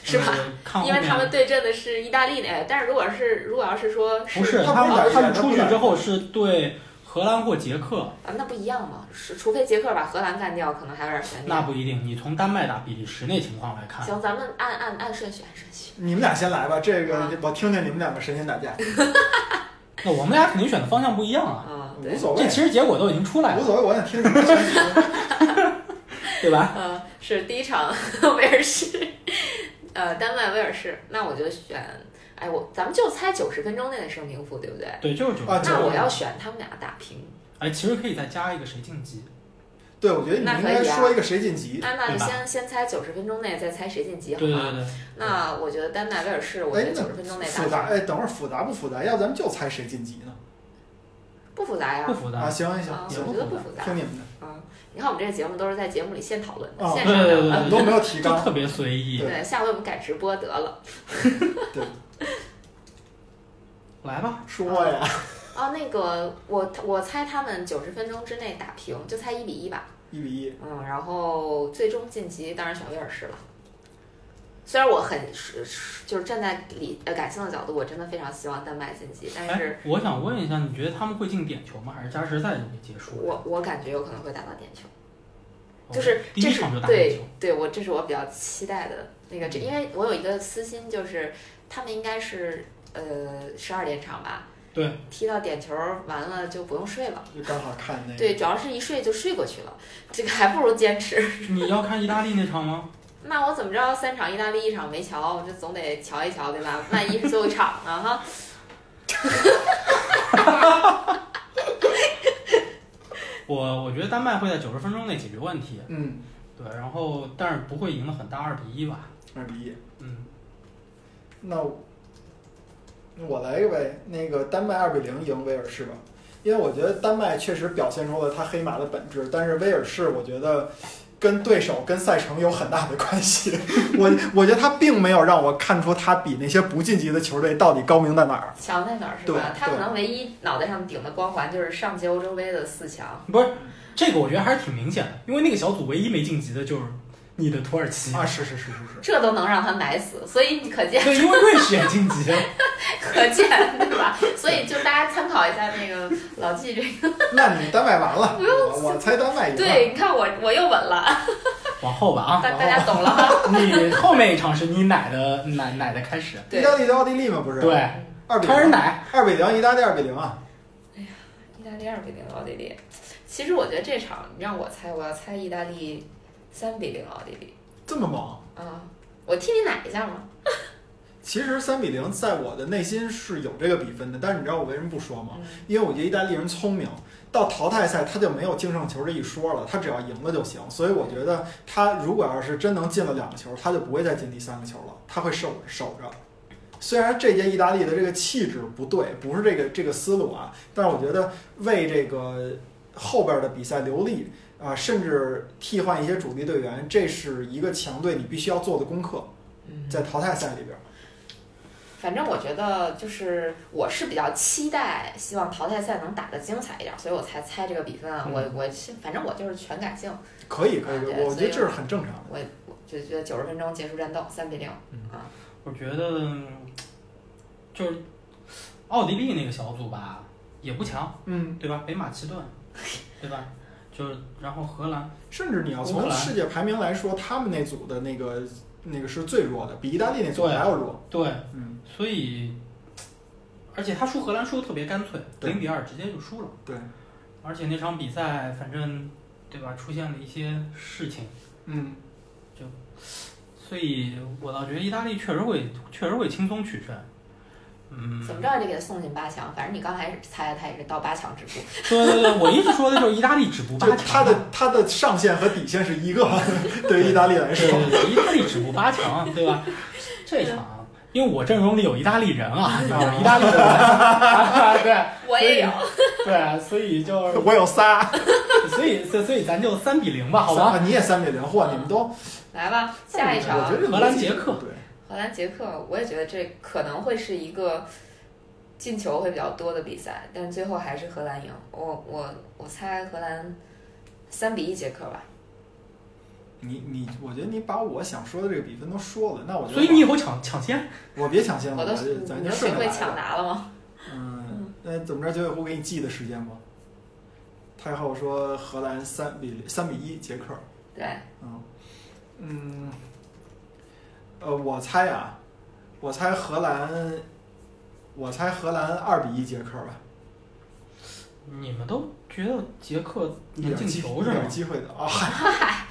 S1: 是吧？
S3: 呃？看后
S1: 因为他
S3: 面
S1: 们对阵的是意大利那，但是如果是如果要是说
S3: 不是
S2: 他
S3: 他
S2: 不是打
S3: 们，他们
S2: 他
S3: 出
S2: 不
S3: 去
S2: 打
S3: 之后是对荷兰或捷克，
S1: 啊，那不一样嘛，是除非捷克把荷兰干掉，可能还有点悬念。
S3: 那不一定。你从丹麦打比利时那情况来看，
S1: 行，咱们按按按顺序按顺序。
S2: 你们俩先来吧，这个
S1: 啊
S2: 我听听你们两个神仙打架，
S3: 那我们俩肯定选的方向不一样啊。
S1: 嗯，
S2: 无
S1: 对，
S2: 所谓
S3: 这，其实结果都已经出来
S2: 无
S3: 了，
S2: 所谓，我想听你们先说。
S3: 对吧？
S1: 嗯，是第一场 威尔士，呃，丹麦威尔士，那我就选，哎，我咱们就猜九十分钟内的胜平负，对不对？
S3: 对，就是九
S2: 啊
S3: 个
S2: 这
S1: 那
S2: 我
S1: 我要选他们俩打平，
S3: 哎，其实可以再加一个谁晋级，
S2: 对，我觉得你
S1: 那
S2: 们应
S1: 可以
S2: 该
S1: 啊
S2: 说一个谁晋级。
S1: 那那就
S3: 对吧
S1: 先先猜九十分钟内，再猜谁晋级，
S3: 对
S1: 好
S3: 对
S1: 吗？
S3: 对，
S1: 那我觉得丹麦、威尔士，我觉
S2: 哎
S1: 得，
S2: 那
S1: 九十分钟内打
S2: 复杂，
S1: 平
S2: 哎，等会儿复杂不复杂？要咱们就猜谁晋级呢？
S1: 不复杂呀
S3: 不。复
S2: 啊，
S3: 杂，
S2: 行
S1: 啊
S2: 行
S1: 我
S2: 行，
S1: 觉得不复杂
S2: 听你们的，
S1: 啊，你看我们这个节目都是在节目里现讨论的，
S2: 哦
S1: 现
S3: 对
S1: 商
S3: 对
S1: 量的。
S2: 我
S3: 对
S2: 们都没有提
S3: 对，就
S2: 纲
S3: 特。别随意。
S2: 对
S1: 对，下回我们改直播得了。
S3: 来吧，
S2: 说呀，
S1: 啊，那个我我猜他们九十分钟之内打平，就猜一比一吧。
S2: 一比一，
S1: 嗯，然后最终晋级当然选威尔士了。虽然我很是是就是站在理呃感性的角度，我真的非常希望丹麦晋级，但是
S3: 哎，我想问一下，你觉得他们会进点球吗？还是加时赛就会结束？
S1: 我我感觉有可能会打到点球。
S3: 哦
S1: 就是
S3: 第
S1: 这
S3: 一
S1: 是
S3: 场就打嗯点
S1: 对
S3: 球，
S1: 对，我这是我比较期待的那个，这因为我有一个私心，就是他们应该是呃十二点场吧，
S3: 对，
S1: 踢到点球完了就不用睡了，
S2: 就刚好看那个。
S1: 对，主要是一睡就睡过去了，这个还不如坚持。
S3: 你要看意大利那场吗？
S1: 那我怎么着三场意大利一场没瞧，我这总得瞧一瞧对吧？万一是最后一场呢哈。
S3: 我我觉得丹麦会在九十分钟内解决问题，
S2: 嗯，
S3: 对，然后但是不会赢得很大，二比一吧，
S2: 二比一。
S3: 嗯，
S2: 那我我来一个呗，那个丹麦二比零赢威尔士吧，因为我觉得丹麦确实表现出了他黑马的本质，但是威尔士我觉得跟对手跟赛程有很大的关系， 我我觉得他并没有让我看出他比那些不晋级的球队到底高明在哪儿。
S1: 强在哪儿是
S2: 对
S1: 吧？他可
S2: 对
S1: 能唯一脑袋上顶的光环就是上届欧洲杯的四强。
S3: 不是这个我觉得还是挺明显的，因为那个小组唯一没晋级的就是你的土耳其，
S2: 啊，是是是是是，
S1: 这都能让他奶死，所以你可见
S3: 对，因为瑞士也晋级了，
S1: 可见，对吧？所以就大家参考一下那个老纪这个。
S2: 那你丹麦完了，
S1: 不用
S2: 我我猜丹麦赢了。
S1: 对，你看我我又稳了，
S3: 往后吧啊，
S1: 大大家懂了哈。
S3: 你后面一场是你奶的奶奶的开始，
S2: 意
S1: 对，
S2: 大利对奥地利嘛，不是？
S3: 对，
S2: 二比
S3: 开始
S2: 零，
S3: 奶，
S2: 二比零，意大利二比零啊！
S1: 意大利二比零奥地利。其实我觉得这场你让我猜，我要猜意大利三比零奥地利
S2: 这么猛，
S1: 啊！我替你奶一下嘛。
S2: 其实三比零在我的内心是有这个比分的，但是你知道我为什么不说吗？
S1: 嗯
S2: 因为我觉得意大利人聪明，到淘汰赛他就没有净胜球这一说了，他只要赢了就行。所以我觉得他如果要是真能进了两个球，他就不会再进第三个球了，他会守守着。虽然这届意大利的这个气质不对，不是这个这个思路啊，但是我觉得为这个后边的比赛留力啊，甚至替换一些主力队员，这是一个强队你必须要做的功课，
S1: 嗯
S2: 在淘汰赛里边。
S1: 反正我觉得就是我是比较期待，希望淘汰赛能打得精彩一点，所以我才猜这个比分啊。
S2: 嗯
S1: 我我是反正我就是全感性，
S2: 可以可以，
S1: 对
S2: 我觉
S1: 所以
S2: 得这是很正常的。
S1: 我我就觉得九十分钟结束战斗三比零啊，
S3: 我觉得嗯就是奥地利那个小组吧，也不强，
S2: 嗯，
S3: 对吧？北马其顿，对吧？就是然后荷兰，
S2: 甚至你要
S3: 乌克
S2: 从
S3: 兰
S2: 世界排名来说，他们那组的那个那个是最弱的，比意大利那组还要弱。
S3: 对，
S2: 嗯，
S3: 所以而且他输荷兰输的特别干脆，
S2: 对
S3: 零比二直接就输了。
S2: 对，
S3: 而且那场比赛反正对吧，出现了一些事情，
S2: 嗯，
S3: 所以我倒觉得意大利确实会确实会轻松取胜。嗯，
S1: 怎么着也得给他送进八强。反正你刚才猜他也是到八强止步，
S3: 对对对，我一直说的就是意大利止步八
S2: 就
S3: 强。
S2: 他的他的上限和底线是一个，对于意大利来
S3: 对
S2: 说，
S3: 对对，意大利止步八强，对吧？这场，因为我阵容里有意大利人啊，有意大利人，啊 对
S1: 我也有。
S3: 对，所以就是，
S2: 我有仨，
S3: 所以所以所以咱就三比零吧，好吧？
S2: 吧，你也三比零，嚯，你们都
S1: 来吧，下一
S2: 嗯我
S1: 场
S2: 觉得这
S3: 荷兰
S2: 逻辑
S3: 捷克
S2: 对，
S1: 荷兰捷克，我也觉得这可能会是一个进球会比较多的比赛，但最后还是荷兰赢。我我我猜荷兰三比一捷克吧。
S2: 你你，我觉得你把我想说的这个比分都说了，那
S1: 啊
S2: 我就
S3: 所以你以后抢抢先，
S2: 我别抢先了，
S1: 我都
S2: 我就咱
S1: 你
S2: 就
S1: 都学
S2: 顺着
S1: 会
S2: 来
S1: 抢
S2: 吧。
S1: 答了吗？
S2: 嗯，那怎么着？九尾狐给你记的时间吧。太后说荷兰三比三比一捷克，
S1: 对，
S2: 嗯，嗯，呃，我猜啊，我猜荷兰，我猜荷兰二比一捷克吧，
S3: 你们都觉得捷克
S2: 一
S3: 能
S2: 点
S3: 进
S2: 机
S3: 球
S2: 一
S3: 是吗
S2: 点？机会的啊、嗨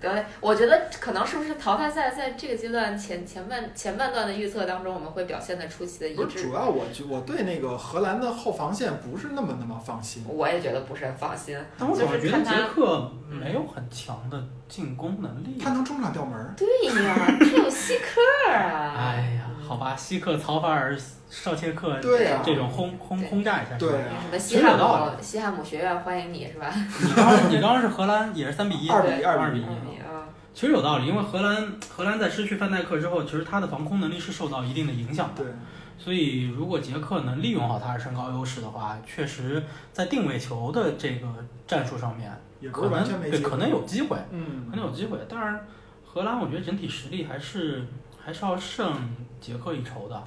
S1: 得嘞，我觉得可能是不是淘汰赛在这个阶段前前半前半段的预测当中，我们会表现的出奇的一
S2: 不是，
S1: 致
S2: 主。要我觉我对那个荷兰的后防线不是那么那么放
S3: 嗯
S2: 心。
S1: 我也觉得不是很放心。
S3: 但我总
S1: 就是是
S3: 觉
S1: 看
S3: 得
S1: 他
S3: 捷克没有很强的进攻能力。
S2: 他能中场吊门儿，
S1: 对 呀，他有希克尔啊。
S3: 哎呀，好吧，希克、曹法尔、绍切克
S2: 对呀、
S3: 嗯这种轰轰轰炸一下，
S2: 对
S1: 那
S2: 啊
S1: 什么西
S3: 挺有
S1: 汉
S3: 道
S1: 姆西汉姆学院欢迎你是吧？
S3: 你刚刚你刚刚是荷兰也是三比一，
S2: 二比一
S3: 二
S2: 比
S3: 一
S2: 一。
S1: 嗯啊，
S3: 其实有道理，因为荷兰荷兰在失去范戴克之后，其实他的防空能力是受到一定的影响的。
S2: 对，
S3: 所以如果捷克能利用好他的身高优势的话，确实在定位球的这个战术上面，
S2: 也不
S3: 可
S2: 是完
S3: 能
S2: 全没
S3: 对
S2: 机会，
S3: 可能有机会，
S2: 嗯
S3: 可能有机会。当然，荷兰我觉得整体实力还是还是要胜捷克一筹的，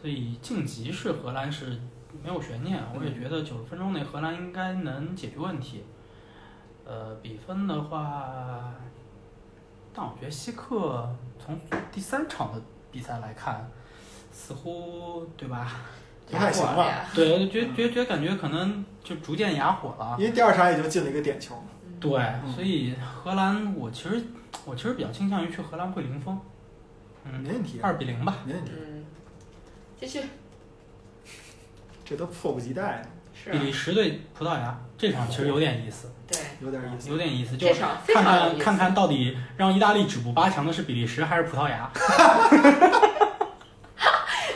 S3: 所以晋级是荷兰是没有悬念。啊我也觉得九十分钟内荷兰应该能解决问题。呃，比分的话，但我觉得希克从第三场的比赛来看，似乎对吧？
S2: 不太行了，
S1: 呀。
S3: 对，我就觉觉觉感觉可能就逐渐哑火了。
S2: 因为第二场也就进了一个点球嘛。
S1: 嗯
S3: 对，
S2: 嗯
S3: 所以荷兰我其实我其实比较倾向于去荷兰会零封，嗯，
S2: 没问题，啊
S3: 二比零吧。
S2: 没问题，
S1: 嗯，继续
S2: 这都迫不及待了，
S1: 是啊
S3: 比利时对葡萄牙这场其实有点意思，
S1: 对
S2: 有点意思。
S3: 有点意思，就
S1: 这场非
S3: 看
S1: 常有
S3: 看
S1: 意思
S3: 看看到底让意大利止步八强的是比利时还是葡萄牙？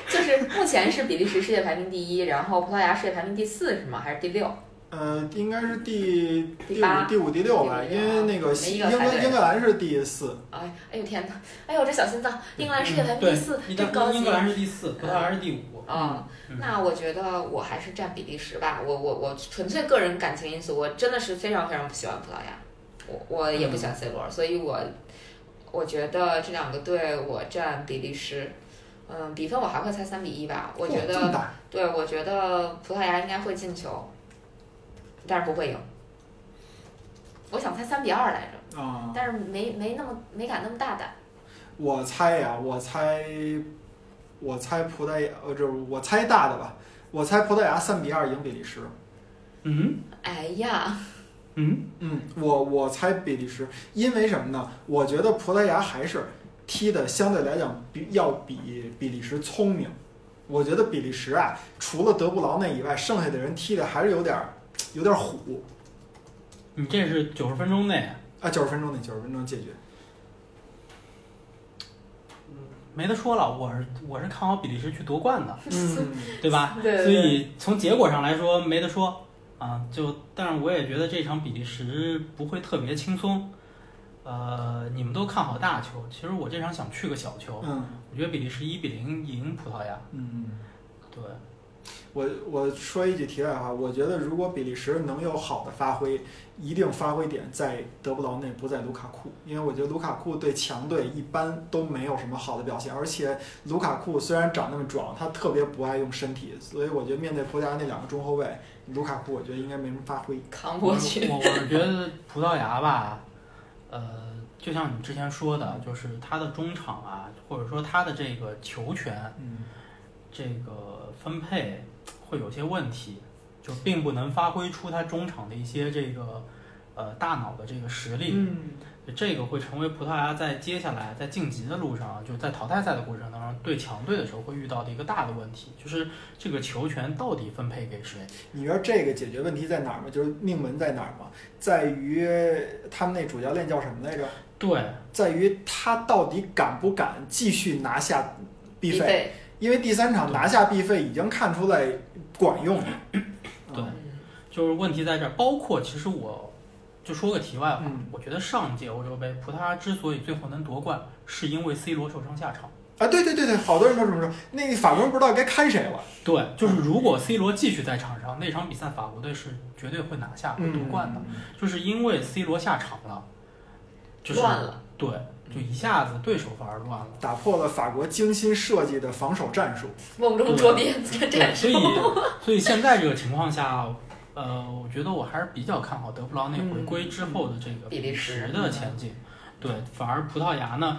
S1: 就是目前是比利时世界排名第一，然后葡萄牙世界排名第四是吗？还是第六？
S2: 呃，应该是第
S1: 第
S2: 第五
S1: 八、
S2: 第五、第六吧，
S1: 第五
S2: 因为那个
S1: 第
S2: 西
S1: 六
S2: 英
S1: 没一个排
S2: 格
S1: 队
S2: 英格兰是第四，
S1: 哎，哎呦天哪！哎呦，我这小心脏，英格兰世界排名第四，
S3: 意
S1: 真高
S3: 大
S1: 级
S3: 英格。兰是第四，葡萄牙是第五。
S1: 啊、
S3: 嗯
S1: 那我觉得我还是占比利时吧。我我我纯粹个人感情因素，我真的是非常非常不喜欢葡萄牙，我我也不喜欢 C 罗，所以我我觉得这两个队我占比利时。嗯，比分我还会猜三比一吧。我觉
S2: 哇这么
S1: 得，
S2: 大，
S1: 对，我觉得葡萄牙应该会进球，但是不会赢。我想猜三比二来着。
S3: 嗯
S2: 啊、
S1: 但是没没那么没敢那么大胆。
S2: 我猜呀、我猜，我猜葡萄牙，呃，这我猜大的吧，我猜葡萄牙三比二赢比利时。
S3: 嗯
S1: 哎呀，
S3: 嗯，
S2: 嗯，我我猜比利时，因为什么呢？我觉得葡萄牙还是踢的相对来讲比要比比利时聪明。我觉得比利时啊，除了德布劳内以外，剩下的人踢的还是有点儿有点儿虎
S3: 你这是九十分钟内
S2: 啊。九十分钟内，九十分钟解决。
S3: 没得说了，我是我是看好比利时去夺冠的，
S2: 嗯，
S3: 对吧？
S1: 对对
S3: 所以从结果上来说没得说啊，就但是我也觉得这场比利时不会特别轻松。呃，你们都看好大球，其实我这场想去个小球，
S2: 嗯
S3: 我觉得比利时一比零赢葡萄牙。
S2: 嗯，
S3: 对，
S2: 我我说一句题外话，我觉得如果比利时能有好的发挥，一定发挥点在德布劳内，不在卢卡库，因为我觉得卢卡库对强队一般都没有什么好的表现，而且卢卡库虽然长那么壮，他特别不爱用身体，所以我觉得面对葡萄牙那两个中后卫，卢卡库我觉得应该没什么发挥。
S1: 扛
S3: 我
S1: 过去。
S3: 我我是觉得葡萄牙吧，呃，就像你们之前说的，就是他的中场啊，或者说他的这个球权
S2: 嗯，
S3: 这个分配会有些问题，就并不能发挥出他中场的一些这个呃大脑的这个实力，
S2: 嗯，
S3: 这个会成为葡萄牙在接下来在晋级的路上，就在淘汰赛的过程当中对强队的时候会遇到的一个大的问题，就是这个球权到底分配给谁？
S2: 你觉得这个解决问题在哪儿吗？就是命门在哪儿吗？在于他们那主教练叫什么来着？
S3: 对，
S2: 在于他到底敢不敢继续拿下必费。
S1: 费。
S2: 因为第三场拿下必费已经看出来管用了。
S3: 对
S1: 嗯
S3: 就是问题在这儿，包括其实我就说个题外话，
S2: 嗯
S3: 我觉得上届欧洲杯葡萄牙之所以最后能夺冠，是因为 C 罗受伤下场。
S2: 啊，对对对对，好多人都这么说。那个法国人不知道该看谁了。
S3: 对，就是如果 C 罗继续在场上，那场比赛法国队是绝对会拿下、会夺
S2: 嗯
S3: 冠的，就是因为 C 罗下场了，就是
S1: 乱了，
S3: 对，就一下子对手反而乱了。
S2: 打破了法国精心设计的防守战术。
S1: 瓮中捉鳖这
S3: 对，
S1: 战
S3: 所
S1: 术。
S3: 以所以现在这个情况下，呃，我觉得我还是比较看好德布劳内回归之后的这个
S1: 嗯比利时嗯
S3: 的前景。对，反而葡萄牙呢，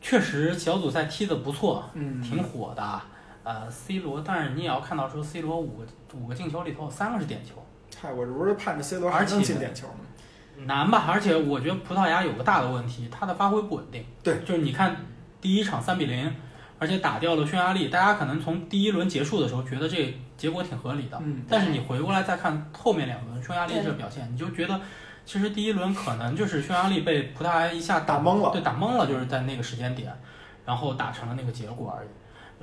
S3: 确实小组赛踢得不错，
S2: 嗯
S3: 挺火的啊。呃，C 罗，但是你也要看到说，C 罗五个五个进球里头有三个是点球，
S2: 嗨，我这不是盼着 C 罗还能进点球吗？
S1: 嗯
S3: 难吧？而且我觉得葡萄牙有个大的问题，他的发挥不稳定。
S2: 对，
S3: 就是你看第一场三比零，而且打掉了匈牙利，大家可能从第一轮结束的时候觉得这结果挺合理的，
S2: 嗯
S3: 但是你回过来再看后面两轮匈牙利这表现，你就觉得其实第一轮可能就是匈牙利被葡萄牙一下
S2: 打懵了
S3: 对，打懵了，就是在那个时间点，然后打成了那个结果而已。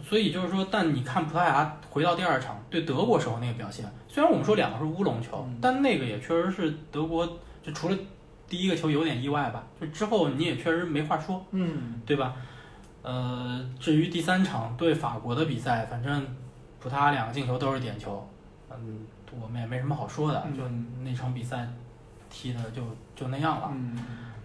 S3: 所以就是说，但你看葡萄牙回到第二场对德国时候那个表现，虽然我们说两个是乌龙球
S2: 嗯，
S3: 但那个也确实是德国就除了第一个球有点意外吧，就之后你也确实没话说。
S2: 嗯，
S3: 对吧？呃，至于第三场对法国的比赛，反正葡萄牙两个进球都是点球，嗯，我们也没什么好说的，
S2: 嗯
S3: 就那场比赛踢的就就那样了，
S2: 嗯，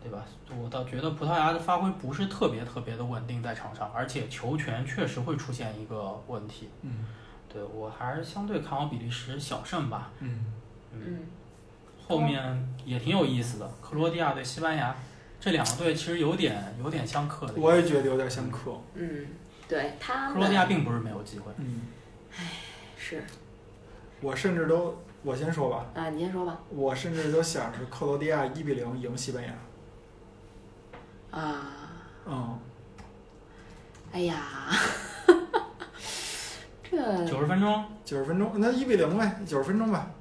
S3: 对吧？我倒觉得葡萄牙的发挥不是特别特别的稳定在场上，而且球权确实会出现一个问题。
S2: 嗯，
S3: 对我还是相对看好比利时小胜吧，
S2: 嗯，
S1: 嗯，
S2: 哦
S3: 后面也挺有意思的，克罗地亚对西班牙。这两个队其实有点有点相克的，
S2: 我也觉得有点像克。
S1: 嗯，对他
S3: 克罗地亚
S1: 们
S3: 并不是没有机会。
S2: 嗯，
S1: 是
S2: 我甚至都我先说吧，
S1: 啊，你先说吧。
S2: 我甚至都想是克罗地亚一比零赢西班牙。
S1: 啊，
S2: 嗯，
S1: 哎呀， 这
S3: 九十分钟，
S2: 九十分钟，那一比零呗，九十分钟吧。
S3: 嗯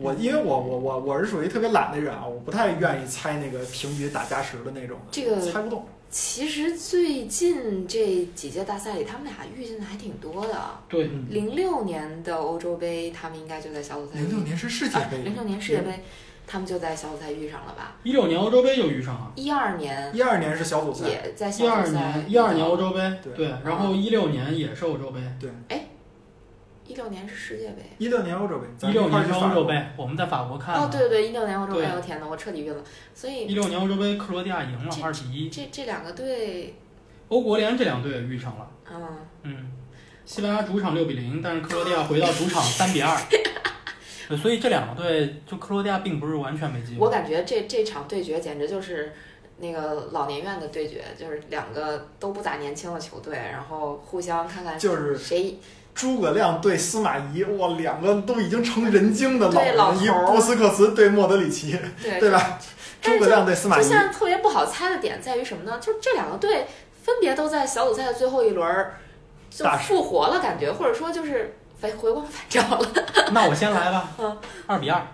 S2: 我因为我我我我是属于特别懒的人啊，我不太愿意猜那个平局打加时的那种，
S1: 这个
S2: 猜不动。
S1: 其实最近这几届大赛里，他们俩遇见的还挺多的。
S3: 对，
S2: 嗯，
S1: 零六年的欧洲杯，他们应该就在小组赛遇啊
S2: 零六年是世界杯，
S1: 哎零六年世界杯，他们就在小组赛遇上了吧？
S3: 一六年欧洲杯就遇上了，
S1: 一二年
S2: 一二年是小组赛，
S1: 也在
S3: 一
S1: 小
S3: 二
S1: 组赛，
S3: 年一二年欧，洲杯，
S2: 对
S3: 对，然后一六年也是欧洲杯，
S1: 一六年是世界杯。
S2: 一六年欧洲杯，
S3: 一
S2: 咱们
S3: 六
S2: 一块儿
S3: 年
S2: 去
S3: 是
S2: 法
S3: 欧洲
S2: 国。
S3: 杯，我们在法国看
S1: 哦，对
S3: 的，
S1: 对对，一六年欧洲杯，
S3: 对
S1: 我天哪，我彻底晕了。所以
S3: 一六年欧洲杯克罗地亚赢了
S1: 这
S3: 二比一，
S1: 这这两个队，
S3: 欧国联这两队也遇上了，
S1: 嗯，
S3: 嗯，西班牙主场六比零，但是克罗地亚回到主场三比二，对所以这两个队就克罗地亚并不是完全没
S2: 嗯
S3: 机
S1: 我
S3: 会，
S1: 感觉这这场对决简直就是那个老年院的对决，就是两个都不咋年轻的球队，然后互相看看
S2: 就是
S1: 谁
S2: 诸葛亮对司马懿，哇，两个都已经成人精的
S1: 对老
S2: 人，一
S1: 头儿
S2: 波斯克茨对莫德里奇，
S1: 对
S2: 对吧？
S1: 但是
S2: 诸葛亮对司马
S1: 就
S2: 懿
S1: 现，在特别不好猜的点在于什么呢？就是这两个队分别都在小组赛的最后一轮儿就
S2: 大
S1: 复活了，感觉或者说就是回回光返照了。
S3: 那我先来吧
S1: 嗯，
S3: 二比二，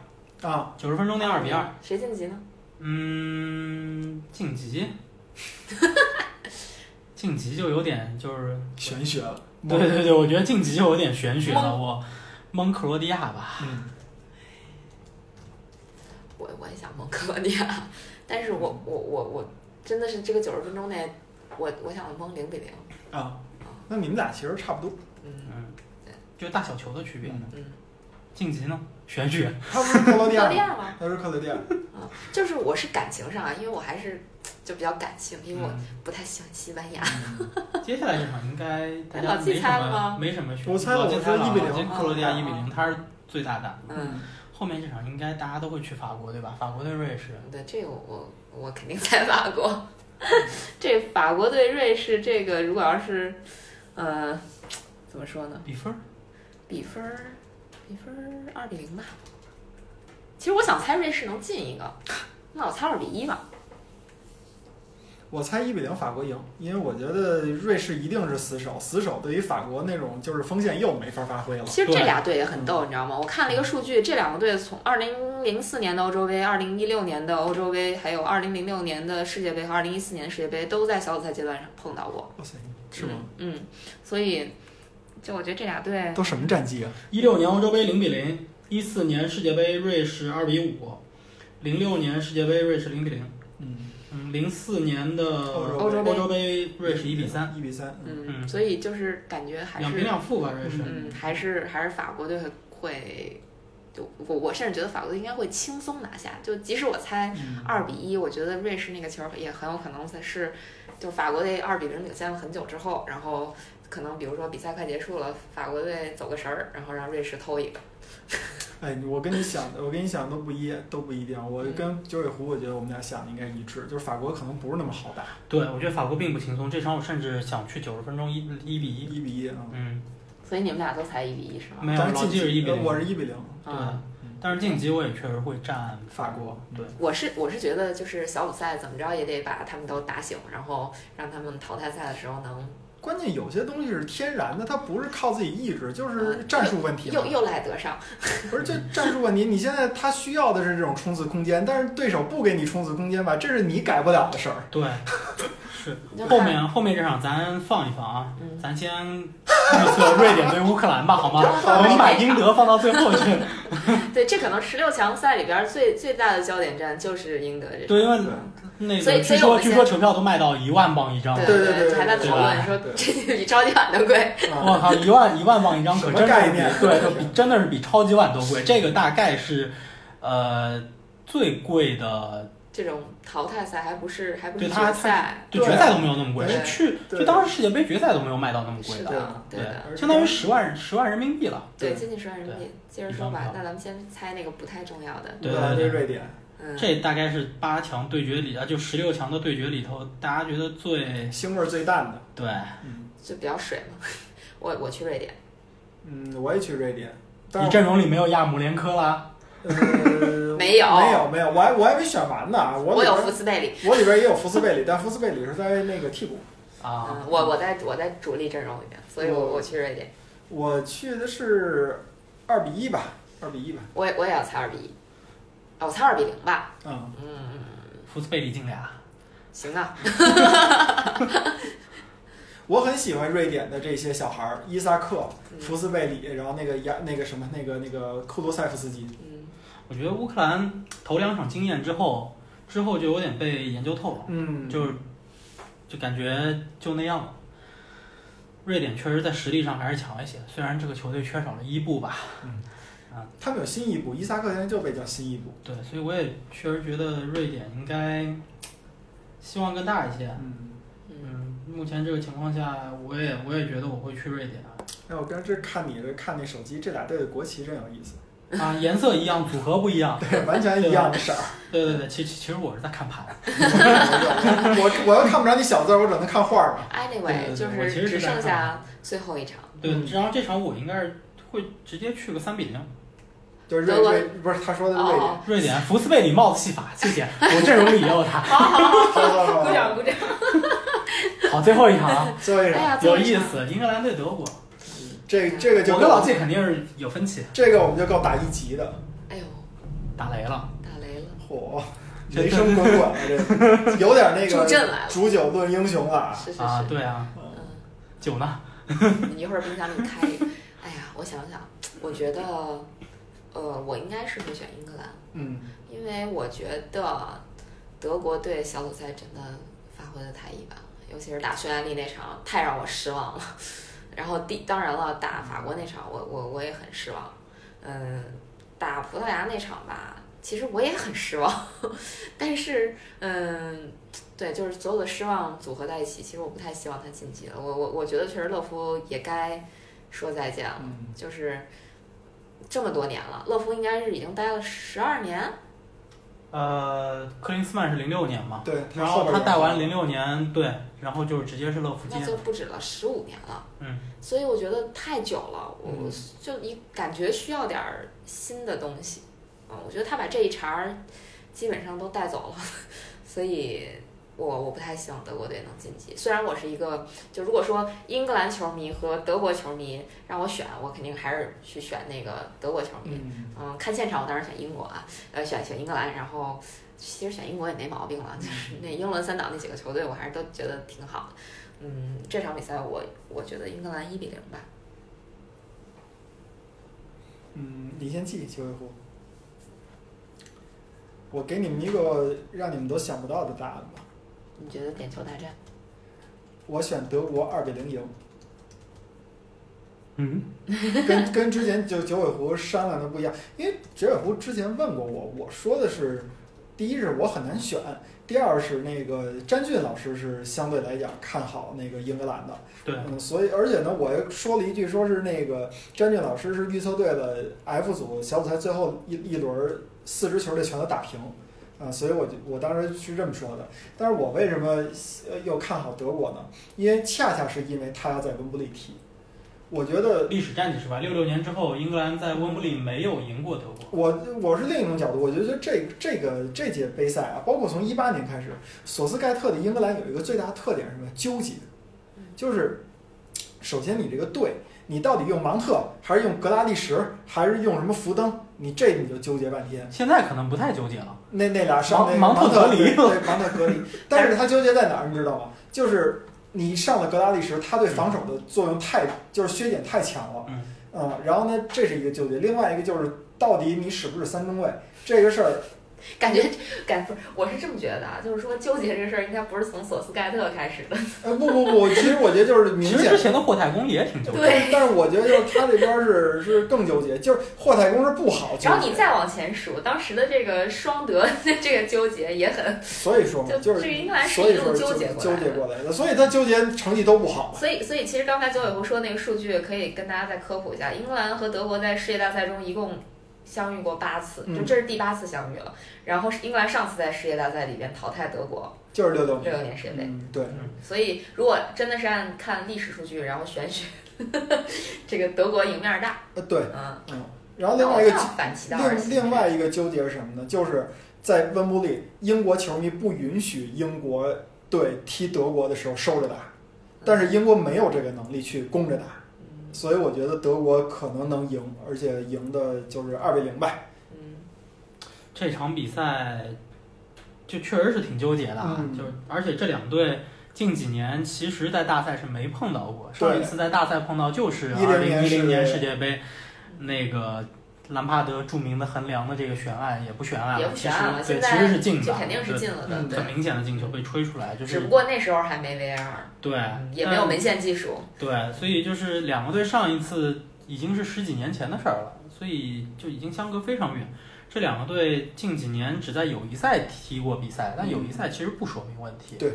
S2: 啊，
S3: 九十分钟内二比二，，
S1: 谁晋级呢？
S3: 嗯，晋级， 晋级就有点就是，
S2: 玄学了。
S3: 对对对，我觉得晋级就有点玄学了，
S1: 蒙
S3: 我蒙克罗地亚吧，
S2: 嗯，
S1: 我我也想蒙克罗地亚，但是
S2: 嗯
S1: 我我我我真的是这个九十分钟内，我我想蒙零比零。
S2: 啊，那你们俩其实差不多。
S1: 嗯
S3: 嗯，就大小球的区别。
S2: 嗯
S1: 嗯，
S3: 晋级呢，玄学，
S2: 他不是克罗地
S1: 克罗
S2: 亚
S1: 地
S2: 吗，
S1: 亚吗？
S2: 他是克罗地亚。
S1: 啊，就是我是感情上啊，因为我还是就比较感性，因为我
S3: 嗯，
S1: 不太喜欢西班牙。
S3: 接下来这场应该大
S1: 老
S3: 家
S1: 季
S3: 没什
S1: 猜了
S3: 么
S1: 吗
S3: 没什么悬念，
S2: 我猜了
S3: 老季
S2: 我
S3: 猜
S2: 说
S3: 了，啊
S2: 1比
S3: 老季
S2: 0
S3: 克罗地亚一比
S1: 啊
S3: 零，他是最大的。
S1: 嗯，
S3: 后面这场应该大家都会去法国对吧？法国对瑞士，
S1: 嗯对，这个我我肯定猜法国。 这法国对瑞士，这个如果要是，呃，怎么说呢？
S3: 比分儿
S1: 比分儿，比分儿二比零吧。其实我想猜瑞士能进一个，那我猜二比一吧。
S2: 我猜一比零法国赢，因为我觉得瑞士一定是死守，死守对于法国那种就是锋线又没法发挥了。
S1: 其实这俩队也很逗，你知道吗？我看了一个数据，这两个队从二零零四年的欧洲杯、二零一六年的欧洲杯，还有二零零六年的世界杯和二零一四年的世界杯，都在小组赛阶段上碰到过，
S2: 哇塞，是吗？
S1: 嗯？嗯，所以就我觉得这俩队，
S2: 都什么战绩啊？
S3: 一六年欧洲杯零比零，一四年世界杯瑞士二比五，零六年世界杯瑞士零比零，
S2: 嗯，
S3: 嗯，零四年的
S2: 欧
S1: 洲杯
S3: 呃欧洲杯瑞士一比三，
S2: 一比三。嗯
S1: 嗯，
S3: 嗯
S1: 所以就是感觉还
S3: 两平
S1: 是，
S3: 两负吧瑞士。
S1: 嗯，还是还是法国队会，就我我甚至觉得法国队应该会轻松拿下，就即使我猜
S2: 嗯
S1: 二比一，我觉得瑞士那个球也很有可能才是，就法国队二比零领先了很久之后，然后可能比如说比赛快结束了，法国队走个神儿，然后让瑞士偷一个。
S2: 哎，我跟你想的，我跟你想的都不一，都不一定。我跟九尾狐，我觉得我们俩想的应该一致，就是法国可能不是那么好打，
S3: 对，我觉得法国并不轻松，这场我甚至想去九十分钟一一比一。
S2: 一比一啊。
S3: 嗯，
S1: 所以你们俩都猜一比一是吗？
S3: 没有，
S2: 但是
S3: 老
S2: 晋
S3: 季是一
S2: 级，
S3: 比
S2: 呃我
S3: 零。
S2: 是一比零，
S3: 对
S1: 啊，
S2: 嗯，
S3: 但是晋级我也确实会占
S2: 法国。
S3: 对，
S1: 我是我是觉得就是小组赛怎么着也得把他们都打醒，然后让他们淘汰赛的时候能
S2: 关键有些东西是天然的，它不是靠自己意志，就是战术问题嘛。
S1: 又又赖得上。
S2: 不是这战术问题，你现在他需要的是这种冲刺空间，但是对手不给你冲刺空间吧，这是你改不了的 事儿。
S3: 对，是
S1: 你就
S3: 后
S1: 看
S3: 面后面这场咱放一放啊，
S1: 嗯
S3: 咱先 预测瑞典对乌克兰吧，好吗？
S1: 好
S3: 我们把英德放到最后去。
S1: 对，这可能十六强赛里边儿最最大的焦点战就是英德这场。
S3: 对，因为
S2: 对
S3: 那
S1: 所以
S3: 个
S1: 所
S3: 据
S1: 以我
S3: 说
S1: 们
S3: 据
S1: 先
S3: 说球票都卖到一万镑一张，
S1: 对
S2: 对对对
S1: 还在
S2: 对
S1: 讨论
S3: 对
S1: 说
S2: 对
S1: 这比超级碗都贵。
S3: 我
S2: 啊，
S3: 靠，一万一万镑一张可
S2: 什么
S3: 真的
S2: 概
S3: 是
S2: 念
S3: 比对，就比真的是比超级碗都贵。这个大概是，呃，最贵的，
S1: 这种淘汰赛还不是还不是
S3: 对它
S1: 决赛，
S3: 就
S2: 对
S3: 决赛都没有那么贵，
S1: 对
S3: 是去
S2: 对
S3: 就当时世界杯决赛都没有卖到那么贵
S1: 是
S3: 的，啊
S1: 的，对的，
S2: 对
S3: 相当于十万十万人民币了。
S1: 对，
S2: 对
S1: 接近十万人民币。接着说吧，那咱们先猜那个不太重要的，
S3: 对
S2: 吧
S3: 对
S2: 这
S3: 对
S2: 是瑞典
S1: 嗯，
S3: 这大概是八强对决里啊，就十六强的对决里头，大家觉得最
S2: 腥味儿最淡的。
S3: 对
S2: 嗯
S1: 就比较水嘛。我我去瑞典，
S2: 嗯，我也去瑞典，但
S3: 你
S2: 是
S3: 阵容里没有亚姆连科啦，
S2: 呃
S1: 没有
S2: 没有没有，我还我还没选完呢啊，我
S1: 我
S2: 里
S1: 有
S2: 边
S1: 福斯贝里，
S2: 我里边也有福斯贝里，但福斯贝里是在那个替补。
S3: 啊
S1: 嗯，我我在我在主力阵容里面，所以我我去瑞典，
S2: 我去的是二比一吧，二比一吧，
S1: 我也我也要猜二比一，啊，我猜二比零吧，
S2: 嗯，
S1: 嗯，
S3: 福斯贝里进俩，
S1: 行啊，
S2: 我很喜欢瑞典的这些小孩儿，伊萨克、
S1: 嗯
S2: 福斯贝里，然后那个亚那个什么那个那个库多塞夫斯基，
S1: 嗯，
S3: 我觉得乌克兰头两场经验之后，之后就有点被研究透了，
S2: 嗯
S3: 就就感觉就那样了。瑞典确实在实力上还是强一些，虽然这个球队缺少了伊布吧，
S2: 他们有新一步，伊萨克现在就被叫新一步，
S3: 对，所以我也确实觉得瑞典应该希望更大一些。
S2: 嗯，
S3: 嗯，目前这个情况下，我也我也觉得我会去瑞典啊
S2: 哎，我刚这看你这看那手机，这俩队的国旗真有意 思，
S3: 啊，颜色一样，组合不一样。
S2: 对，完全一样的色儿，
S3: 对对对，其其其实我是在看盘，
S2: 我我又看不着你小字儿，我只能看画儿嘛，
S1: Anyway，
S3: 对对对
S1: 就
S3: 我其实
S1: 是只
S3: 是在
S1: 剩
S3: 看
S1: 下最后一场，
S3: 对，
S2: 嗯
S3: 然后这场我应该是会直接去个三比零。
S2: 就是瑞
S1: 德国
S2: 瑞不是他说的是瑞典，
S1: 哦，
S3: 瑞典福斯贝里帽子戏法，谢谢，我阵容里也 有 他。
S1: 好好好，
S2: 好好 好
S1: 鼓掌鼓掌。
S3: 好，最后一场啊，
S2: 最后一
S1: 哎
S2: 场，
S1: 呀，
S3: 有
S1: 最后一
S3: 意
S1: 场，
S3: 思，英格兰对德国，
S2: 这这个就
S3: 我跟老季肯定是有分歧，
S2: 这个我们就够打一级的，
S1: 哎呦，
S3: 打雷了。
S1: 打雷了，
S2: 嚯，雷声滚滚啊， 这有点那
S1: 助阵
S2: 个
S1: 来了，
S2: 煮酒论英雄了啊。
S1: 是是
S3: 啊，
S1: 是，
S3: 对啊，
S1: 嗯，
S3: 酒呢？
S1: 你一会儿冰箱里开一个，哎呀，我想想，我觉得，呃，我应该是会选英格兰，
S2: 嗯，
S1: 因为我觉得德国队小组赛真的发挥的太一般了，尤其是打匈牙利那场太让我失望了。 然后第当然了，打法国那场我我我也很失望，嗯，打葡萄牙那场吧，其实我也很失望， 但是嗯，对，就是所有的失望组合在一起，其实我不太希望他晋级了。我我我觉得确实勒夫也该说再见了，
S2: 嗯
S1: 就是这么多年了，勒夫应该是已经待了十二年，
S3: 呃，克林斯曼是零六年嘛，
S2: 对，
S3: 然后他
S2: 边
S3: 带完零六年，对，然后就是直接是乐福
S1: 那
S3: 金。
S1: 就不止了，十五年了。
S3: 嗯，
S1: 所以我觉得太久了，我
S2: 嗯
S1: 就一感觉需要点儿新的东西。嗯，我觉得他把这一茬儿基本上都带走了， 所以我我不太希望德国队能晋级。虽然我是一个，就如果说英格兰球迷和德国球迷让我选，我肯定还是去选那个德国球迷。
S2: 嗯，
S1: 嗯，看现场我当然选英国啊，呃，选选英格兰，然后其实选英国也没毛病了，
S2: 嗯
S1: 就是那英伦三岛那几个球队，我还是都觉得挺好的。嗯，这场比赛我我觉得英格兰一比零吧，
S2: 嗯，你先记九尾狐。我给你们一个让你们都想不到的答案吧。
S1: 你觉得点球大战？
S2: 我选德国二比零赢，
S3: 嗯，
S2: 跟跟之前就九尾狐商量的不一样，因为九尾狐之前问过我，我说的是，第一是我很难选，第二是那个詹俊老师是相对来讲看好那个英格兰的，
S3: 对，
S2: 嗯，所以而且呢，我又说了一句，说是那个詹俊老师是预测对了 F 组小组赛最后一一轮儿四支球队全都打平，啊、所以我就我当时是这么说的。但是我为什么呃又看好德国呢？因为恰恰是因为他要在温布利踢，我觉得
S3: 历史战绩是吧？六六年之后，英格兰在温布利没有赢过德国。
S2: 我我是另一种角度，我觉得这这个这届杯赛啊，包括从一八年开始，索斯盖特的英格兰有一个最大的特点是什么？纠结
S1: 嗯，
S2: 就是 首先你这个队，你到底用芒特还是用格拉利什，还是用什么福登，你这你就纠结半天。
S3: 现在可能不太纠结了，
S2: 那那俩上那
S3: 芒
S2: 特
S3: 芒特隔离
S2: 对对芒特隔离，但是他纠结在哪儿，你知道吗？就是你上了格拉利什，他对防守的作用太就是削减太强了，呃
S3: 嗯
S2: 然后呢，这是一个纠结，另外一个就是到底你使不使三中卫这个事儿，
S1: 感觉感不是，我是这么觉得啊，就是说纠结这事儿应该不是从索斯盖特开始的，
S2: 呃不不不，其实我觉得就是
S3: 其
S2: 明
S3: 实
S2: 显
S3: 之。前的霍太公也挺纠结。
S1: 对
S2: 但是我觉得就是他这边是是更纠结，就是霍太公是不好纠
S1: 然后你
S2: 结，
S1: 再往前数，当时的这个双德这个纠结也很，
S2: 所以说嘛，
S1: 就
S2: 就是
S1: 这英格兰是
S2: 所以
S1: 一路
S2: 说
S1: 纠
S2: 就
S1: 结
S2: 结
S1: 过来
S2: 纠
S1: 的
S2: 过来的，所以他纠结成绩都不好嘛。
S1: 所以所以其实刚才九尾狐说那个数据可以跟大家再科普一下，英格兰和德国在世界大赛中一共相遇过八次，
S2: 嗯
S1: 就这是第八次相遇了。然后是英格兰上次在世界大赛里边淘汰德国，
S2: 就是六六
S1: 六
S2: 年，
S1: 六年世界杯。
S2: 嗯，对，
S1: 所以如果真的是按 看历史数据，然后玄学，这个德国赢面大，
S2: 呃对，
S1: 嗯，
S2: 嗯，然后另外一个
S1: 那我倒反其道而
S2: 另
S1: 行
S2: 另外一个纠结是什么呢？就是在温布利，英国球迷不允许英国队踢德国的时候收着打，但是英国没有这个能力去攻着打，所以我觉得德国可能能赢，而且赢的就是二比零吧。
S1: 嗯
S3: 这场比赛就确实是挺纠结的啊，
S2: 嗯
S3: 就而且这两队近几年其实，在大赛是没碰到过，
S2: 对
S3: 上一次在大赛碰到就是二
S2: 10
S3: 零一零
S2: 年
S3: 年
S2: 世
S3: 世
S2: 界
S3: 界杯，那个兰帕德著名的横梁的这个悬案也不悬案
S1: 也不悬案了
S3: 啊其实
S1: 现
S3: 对，
S1: 在
S3: 其实是进
S1: 这
S3: 的，
S1: 肯定是进了的，
S2: 嗯
S3: 对
S1: 对
S3: 很。明显的进球被吹出来，就
S1: 只
S3: 是哎
S1: 不过那时候还没 VR，
S3: 对，
S1: 也没有
S2: 嗯
S3: 但
S1: 门线技术。
S3: 对，所以就是两个队上一次已经是十几年前的事儿了，所以就已经相隔非常远。这两个队近几年只在友谊赛踢过比赛，但友谊赛其实不说明问题，
S2: 对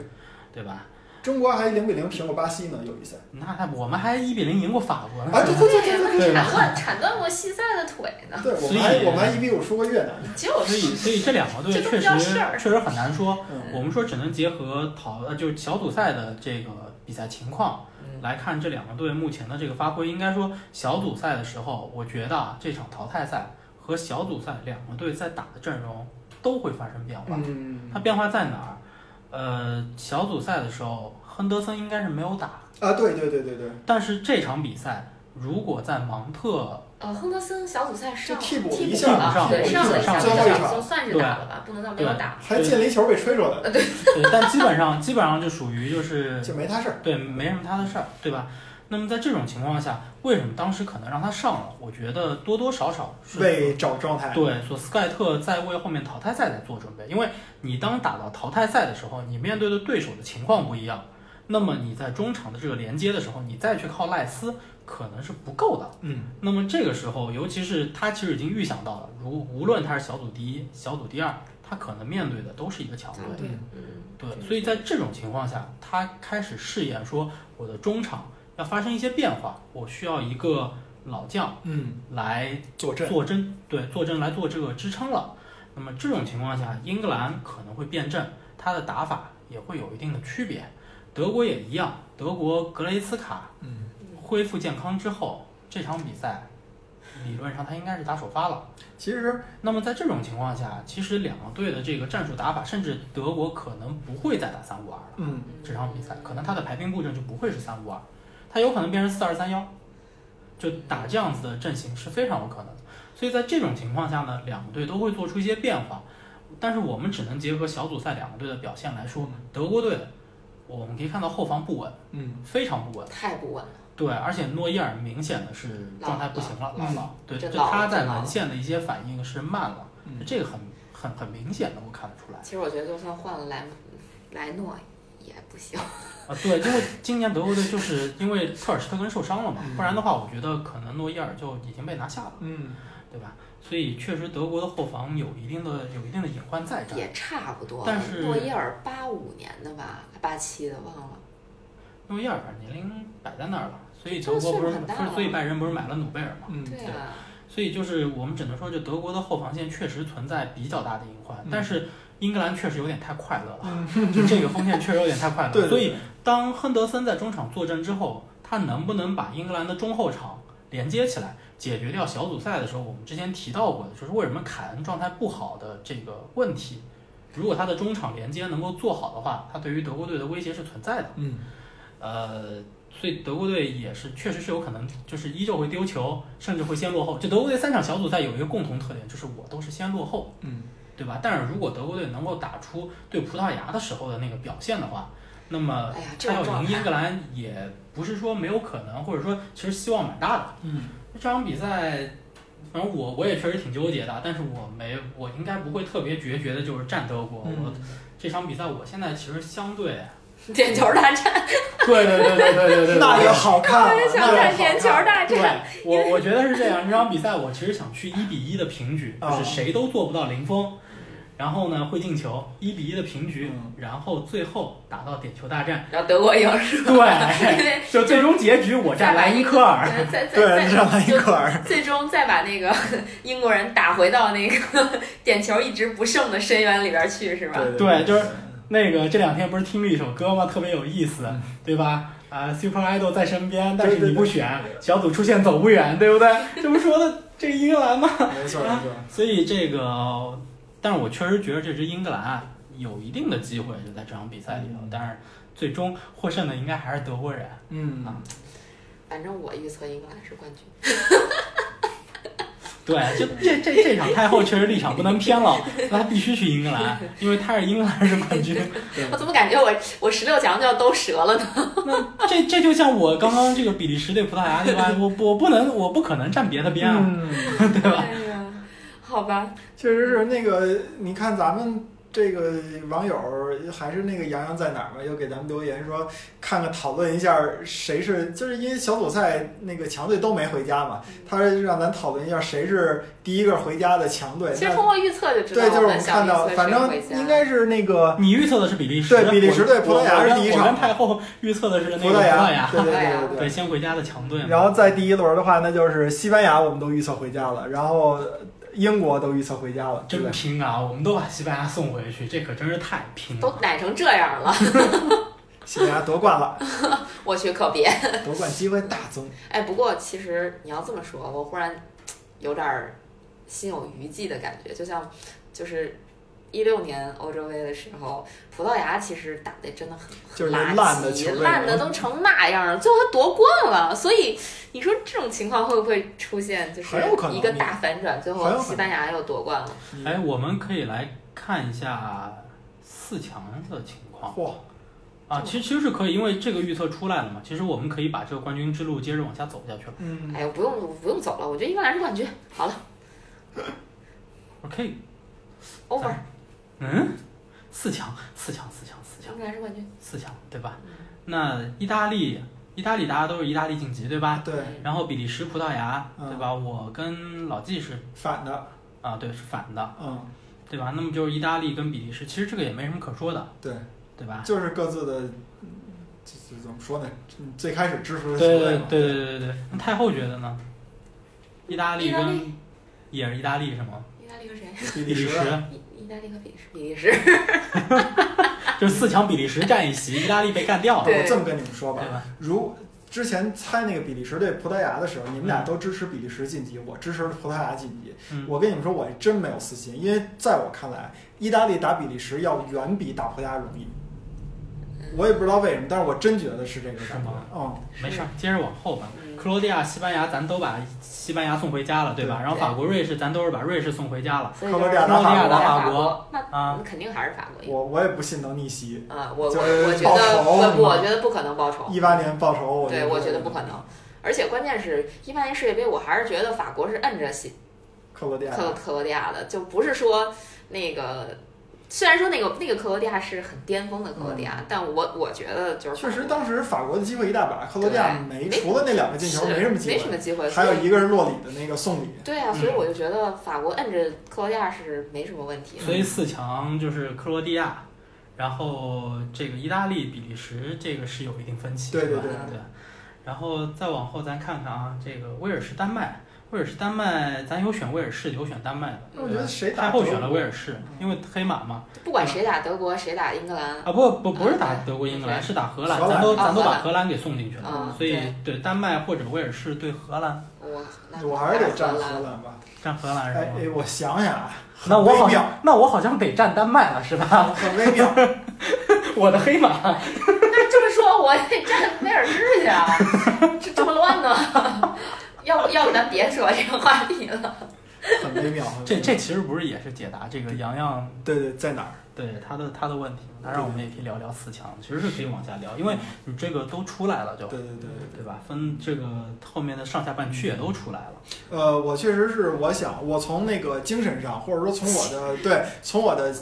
S3: 对吧？
S2: 中国还零比零平过巴西呢，友谊赛。
S3: 那还我们还一比零赢过法国呢，
S2: 啊，对对对对啊对
S3: 对吧
S1: 铲断铲断过西塞的腿呢，
S2: 对，我
S3: 所以
S2: 们还我们还一比五输过越南。
S1: 就
S3: 所以
S1: 是
S3: 所以这两个队
S1: 这都
S3: 确
S1: 不
S3: 实
S1: 叫事儿
S3: 确实很难说。
S2: 嗯
S3: 我们说只能结合讨呃就是小组赛的这个比赛情况
S1: 嗯
S3: 来看这两个队目前的这个发挥。应该说小组赛的时候，我觉得啊这场淘汰赛和小组赛两个队在打的阵容都会发生变化。
S2: 嗯
S3: 它变化在哪儿？呃，小组赛的时候亨德森应该是没有打，
S2: 啊，对对对对对，
S3: 但是这场比赛如果在芒特
S1: 呃，亨德森小组赛上
S2: 就替补
S1: 替
S2: 一
S1: 补
S2: 下
S1: 了，
S3: 上
S1: 对，
S3: 对
S1: 上了一
S3: 上
S1: 下，
S3: 最后
S2: 一
S1: 就
S2: 场
S1: 就算是打了吧，不能叫没有打。
S2: 还进了一球被吹出来，
S3: 对，但基本上 基本上就属于就是
S2: 就没他事儿。
S3: 对，没什么他的事儿，对吧？那么在这种情况下，为什么当时可能让他上了？我觉得多多少少是
S2: 为找状态，
S3: 对索斯盖特在为后面淘汰赛在做准备，因为你当打到淘汰赛的时候，你面对的对手的情况不一样，那么你在中场的这个连接的时候，你再去靠赖斯可能是不够的。
S2: 嗯，
S3: 那么这个时候，尤其是他其实已经预想到了，如无论他是小组第一、小组第二，他可能面对的都是一个强队。
S1: 对，嗯，
S3: 对，所以在这种情况下，他开始试验说，我的中场要发生一些变化，我需要一个老将
S2: 嗯，
S3: 来
S2: 坐镇，
S3: 坐镇，对，坐镇来做这个支撑了。那么这种情况下，英格兰可能会变阵，他的打法也会有一定的区别。德国也一样，德国格雷茨卡
S2: 嗯，
S3: 恢复健康之后，这场比赛理论上他应该是打首发了。
S2: 其实
S3: 那么在这种情况下，其实两个队的这个战术打法，甚至德国可能不会再打三五二了。
S2: 嗯，
S3: 这场比赛，可能他的排兵布阵就不会是三五二，他有可能变成四二三幺，就打这样子的阵型是非常有可能的。所以在这种情况下呢，两个队都会做出一些变化，但是我们只能结合小组赛两个队的表现来说，德国队我们可以看到后防不稳，
S2: 嗯，
S3: 非常不稳。
S1: 太不稳了。
S3: 对，而且诺伊尔明显的是状态不行了，
S2: 老了
S3: 老了。对，
S1: 这
S3: 就
S1: 老了
S3: 他在
S1: 这老了
S3: 门线的一些反应是慢了，
S2: 嗯
S3: 这个很很很明显能够看得出来。
S1: 其实我觉得，就算换了莱莱诺也不行。
S3: 啊，对，因为今年德国队就是因为特尔施特根受伤了嘛，不然的话，我觉得可能诺伊尔就已经被拿下了，
S2: 嗯，
S3: 对吧？所以确实德国的后防有一定的有一定的隐患在这儿。
S1: 也差不多。
S3: 但是
S1: 诺伊尔八五年的吧，八七的忘了。
S3: 诺伊尔反正年龄摆在那儿了，所以
S1: 这
S3: 德
S1: 个
S3: 国不
S1: 岁数
S3: 是
S1: 很大
S3: 不是
S1: 了
S3: 所以拜仁不是买了努贝尔嘛？
S2: 嗯，
S1: 对啊，
S3: 所以就是我们只能说，这德国的后防线确实存在比较大的隐患
S2: 嗯，
S3: 但是英格兰确实有点太快乐了，
S2: 嗯
S3: 就这个锋线确实有点太快 乐。
S2: 对，
S3: 所以当亨德森在中场坐镇之后，他能不能把英格兰的中后场连接起来，解决掉小组赛的时候我们之前提到过的，就是为什么凯恩状态不好的这个问题。如果他的中场连接能够做好的话，他对于德国队的威胁是存在的。
S2: 嗯，
S3: 呃，所以德国队也是确实是有可能，就是依旧会丢球，甚至会先落后。这德国队三场小组赛有一个共同特点，就是我都是先落后，
S2: 嗯，
S3: 对吧？但是如果德国队能够打出对葡萄牙的时候的那个表现的话，那么
S1: 哎呀，这
S3: 他
S1: 种
S3: 要
S1: 状
S3: 赢英
S1: 态
S3: 格兰也不是说没有可能，或者说其实希望蛮大的。
S2: 嗯，
S3: 这场比赛，反正我我也确实挺纠结的，但是我没我应该不会特别决绝的，就是战德国。我这场比赛我现在其实相对，
S1: 点球大战，
S3: 对对对对对对对，
S2: 那也好看啊，
S1: 我就想
S2: 那也
S1: 看
S2: 好
S1: 点球大
S3: 对
S1: 战。，
S3: 我我觉得是这样。这场比赛我其实想去一比一的平局，就
S2: 啊
S3: 是谁都做不到零封，然后呢会进球，一比一的平局
S2: 嗯，
S3: 然后最后打到点球大 战。
S1: 然后德国赢是吧？因
S3: 对
S1: 为，
S3: 就最终结局我战莱因克尔。
S1: 对，再再
S2: 对，
S1: 再
S2: 让莱因克尔，
S1: 最终再把那个 英国人打回到那个 点球一直不胜的深渊里边去是吧？
S2: 对
S3: 嗯对就是那个这两天不是听了一首歌吗？特别有意思，对吧？啊，Super Idol 在身边，但
S2: 对
S3: 是
S2: 对
S3: 你不选，小组出线走不远，对不 对？这不说的这个英格兰吗？
S2: 没错没错，
S3: 所以这个，哦但是我确实觉得这支英格兰啊有一定的机会就在这场比赛里头，
S2: 嗯
S3: 但是最终获胜的应该还是德国人。
S2: 嗯
S3: 啊
S1: 反正我预测英格兰是冠军。
S3: 对，就这这这场太后确实立场不能偏 了，那必须去英格 兰，因为他是英格兰是冠军。
S1: 我怎么感觉我我十六强就要都折了呢？
S3: 这这就像我刚刚这个比利时对葡萄牙对吧？我我不能我不可能站别的边啊，
S2: 嗯，
S3: 对吧？
S1: 哎呀，好吧，
S2: 确实是那个，你看咱们。这个网友还是那个洋洋在哪儿嘛，又给咱们留言说，看看讨论一下谁是，就是因为小组赛那个强队都没回家嘛，他让咱讨论一下谁是第一个回家的强队。
S1: 其实
S2: 那
S1: 通过预测就知道
S2: 对，就是我
S1: 们
S2: 们
S1: 想
S2: 看
S1: 预
S2: 到，
S1: 测
S2: 反
S1: 谁
S2: 正
S1: 回家。
S2: 应该是那个
S3: 你预测的是比利时，
S2: 对比利时对
S3: 我
S2: 葡萄牙是
S3: 我跟
S2: 第一场
S3: 我跟太后预测的是那个
S2: 葡萄牙，对
S1: 葡
S2: 对
S1: 萄牙
S2: 对对
S3: 对，先回家的强队嘛。
S2: 然后在第一轮的话，那就是西班牙我们都预测回家了，然后英国都预测回家了，对不对？
S3: 真拼啊！我们都把西班牙送回去，这可真是太拼
S1: 都
S3: 了。
S1: 奶成这样了，
S2: 西班牙夺冠了，
S1: 我去可别。
S2: 夺冠机会大增。
S1: 哎，不过其实你要这么说，我忽然有点儿心有余悸的感觉，就像就是一六年欧洲杯的时候，葡萄牙其实打的真的很
S2: 就是
S1: 垃圾
S2: 烂的球队
S1: 烂的都成那样了，最后还夺冠了，所以你说这种情况会不会出现？就是
S2: 很有可能
S1: 一个大反转，最
S2: 很有
S1: 后
S2: 可能
S1: 西班牙又夺冠了。
S3: 哎，我们可以来看一下四强的情况
S2: 嚯，
S3: 啊，其实其实是可以，因为这个预测出来了嘛。其实我们可以把这个冠军之路接着往下走下去了。
S2: 嗯，
S1: 哎呦，不用不用走了，我觉得英格兰是冠军。好了
S3: OK，
S2: 哎
S1: ，over，
S3: 嗯，四强，四强，四强，四强
S1: 英，格兰是冠军。
S3: 四强，对吧？那意大利，意大利大家都是意大利晋级，对吧？
S2: 对，
S1: 嗯
S3: 然后比利时、葡萄牙，对吧？我跟老纪是
S2: 反的，
S3: 啊，对，是反的，
S2: 嗯，
S3: 对吧？那么就是意大利跟比利时，其实这个也没什么可说的，
S2: 对，
S3: 对吧？
S2: 就是各自的，这这怎么说呢？嗯最开始支持的
S3: 对
S2: 球
S3: 对
S2: 队嘛，
S3: 对对对对对。那太后觉得呢？意大利
S1: 意大
S3: 跟
S1: 利
S3: 也是意大利是吗？
S1: 意大利和谁？
S2: 比
S3: 利
S2: 利
S3: 啊
S2: 时，
S1: 意意大利和比利时，比利时。
S3: 就是四强比利时占一席，意大利被干掉了，
S1: 对
S2: 我这么跟你们说吧
S3: 对，吧？
S2: 如之前猜那个比利时对葡萄牙的时候，你们俩都支持比利时晋级，我支持葡萄牙晋级。
S3: 嗯
S2: 我跟你们说，我真没有私心，因为在我看来，意大利打比利时要远比打葡萄牙容易。我也不知道为什么，但是我真觉得是这个
S3: 是
S2: 感觉
S3: 吗。
S2: 嗯，
S3: 没事儿，接着往后吧。
S1: 嗯
S3: 克罗地亚、西班牙，咱都把西班牙送回家了，对吧？
S2: 对
S3: 然后
S1: 对
S3: 法国、瑞士，咱都是把瑞士送回家了。
S1: 所以
S2: 克罗
S1: 就是
S2: 地亚打
S1: 克罗地亚
S2: 法国
S1: 打
S3: 法国
S1: 国，那
S3: 啊
S1: 我们肯定还是法国赢。
S2: 我我也不信能逆袭。
S1: 啊，我我
S2: 就是
S1: 我觉
S2: 报
S1: 得
S2: 仇
S1: 我不，
S2: 嘛
S1: 我觉得不可能报仇。
S2: 一八年报仇，我
S1: 对，我
S2: 我
S1: 觉得不可能。。而且关键是，一八年世界杯，我还是觉得法国是摁着西
S2: 克罗地亚
S1: 克罗克罗地亚的，就不是说那个。虽然说那个那个克罗地亚是很巅峰的克罗地亚，但我我觉得就是
S2: 嗯确实
S1: 法国
S2: 当时法国的机会一大把，克罗地亚
S1: 对
S2: 没
S1: 没
S2: 除了那两个进
S1: 是
S2: 球没什么机
S1: 没什么
S2: 会，
S1: 机会，
S2: 还有
S1: 所以
S2: 一个是嗯洛里的那个送礼。
S1: 对啊，所以我就觉得法国摁着克罗地亚是没什么问题的。
S3: 所以四强就是克罗地亚，然后这个意大利、比利时，这个是有一定分歧的，
S2: 对对
S3: 吧
S1: 对
S3: 对。然后再往后，咱看看啊，这个威尔士、丹麦，威尔士、丹麦，咱有选威尔士，有选丹麦的。
S1: 嗯
S2: 我觉得谁打
S3: 太后
S2: 德
S3: 选了
S2: 国
S3: 威尔士，因为黑马嘛。
S1: 不管谁打德国，谁打英格兰，
S3: 啊，不不不是打
S1: 嗯
S3: 德国、英格兰，
S1: 对
S3: 是打荷兰，
S2: 荷兰
S3: 咱都
S1: 啊
S3: 咱都把
S1: 荷兰
S3: 荷兰给送进去了
S1: 啊，
S3: 嗯所以
S1: 对
S3: 对丹麦或者威尔士对荷兰，
S1: 我那
S2: 我还是得
S1: 打
S2: 站
S1: 荷
S2: 荷
S1: 兰。
S2: 兰吧。
S3: 占荷兰是
S2: 哎
S3: 吗？
S2: 哎，我想想啊，很
S3: 那我
S2: 微
S3: 好
S2: 妙，
S3: 像那我好像得占丹麦了是吧？
S2: 很微妙。
S3: 我的黑马，
S1: 那这么说，我得站威尔士去啊，这这么乱呢？ 要不要不咱别说这个话题了？
S2: 很微妙。很微妙
S3: 这这其实不是也是解答这个洋洋
S2: 对对，在哪儿？
S3: 对他的他的问题，当然我们也可以聊聊四强，其实是可以往下聊，因为你这个都出来了就，
S2: 对对对对。
S3: 对吧？分这个后面的上下半区也都出来了，
S2: 呃，我确实是，我想，我从那个精神上，或者说从我 的对，从我的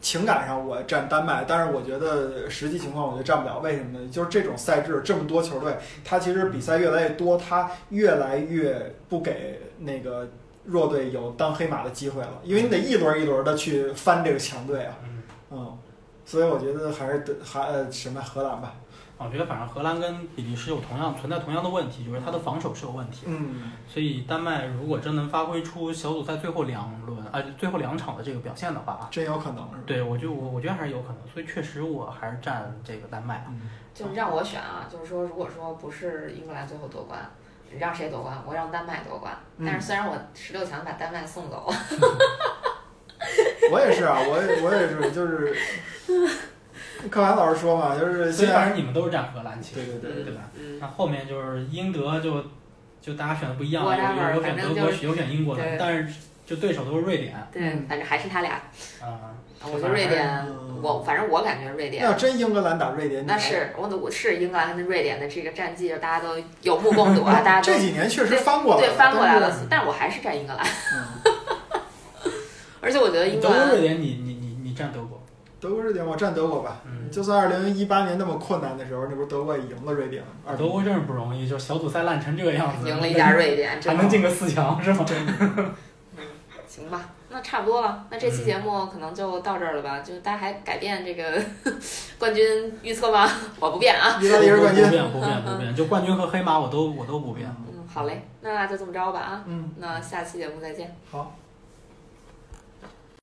S2: 情感上，我站丹麦，但是我觉得实际情况我就站不了。为什么呢？就是这种赛制，这么多球队，它其实比赛越来越多，它越来越不给那个弱队有当黑马的机会了，因为你得一轮一轮的去翻这个强队啊。
S3: 嗯，
S2: 嗯，所以我觉得还是得还呃什么荷兰吧。
S3: 我觉得反正荷兰跟比利时有同样存在同样的问题，就是他的防守是有问题的。
S2: 嗯，
S3: 所以丹麦如果真能发挥出小组赛最后两轮啊、最后两场的这个表现的话啊，
S2: 真有可能是吧？
S3: 对我就我我觉得还是有可能。所以确实我还是站这个丹麦。
S2: 嗯
S1: 就是让我选啊，就是说，如果说不是英格兰最后夺冠，你让谁夺冠？我让丹麦夺冠。
S2: 嗯
S1: 但是虽然我十六强把丹麦送走，
S2: 我也是啊，我也我也是，就是柯凡老师说嘛，就是
S3: 所
S2: 现
S3: 以反
S2: 在
S3: 正你们都是站荷兰，其
S2: 对
S3: 实
S2: 对对，
S3: 对吧？
S1: 嗯，
S3: 那后面就是英德就就大家选的不一样，有
S1: Whatever，
S3: 有有选
S1: 反正
S3: 德
S1: 就
S3: 国，
S1: 是
S3: 有选英国
S1: 对
S3: 的，但是就对手都是瑞典啊、
S1: 对，反正还是他俩。我觉得
S3: 反
S1: 瑞
S3: 正
S1: 典，
S2: 嗯
S1: 我反正我感觉瑞典
S2: 那要真英格兰打瑞典，你
S1: 那是我的，我是英格兰跟瑞典的这个战绩，大家都有目共睹啊，大家都
S2: 这几年确实翻过来
S1: 对翻过来
S2: 但
S1: 了
S2: 是。
S1: 但我还是站英格兰，
S2: 嗯
S1: 而且我觉得英
S3: 德
S1: 格
S3: 国瑞
S1: 兰
S3: 典你你你你站德国，
S2: 德国瑞典，我站德国吧。
S3: 嗯，
S2: 就算二零一八年那么困难的时候，那不是德国也赢了瑞典吗？二比
S3: 德国真是不容易，就小组赛烂成这个样子，
S1: 赢了一家瑞典，
S3: 嗯还
S1: 真
S3: 能
S1: 的
S3: 进个四强是吗？
S1: 行吧？那差不多了，那这期节目可能就到这儿了吧？就大家还改变这个 冠军预测吗？ 我不变啊。
S2: 意大利是冠军嗯
S3: 不。变不变不变，就冠军和黑马我都我都不变。
S1: 嗯，好嘞，那就这么着吧啊，
S2: 嗯，
S1: 那下期节目再见。
S2: 好，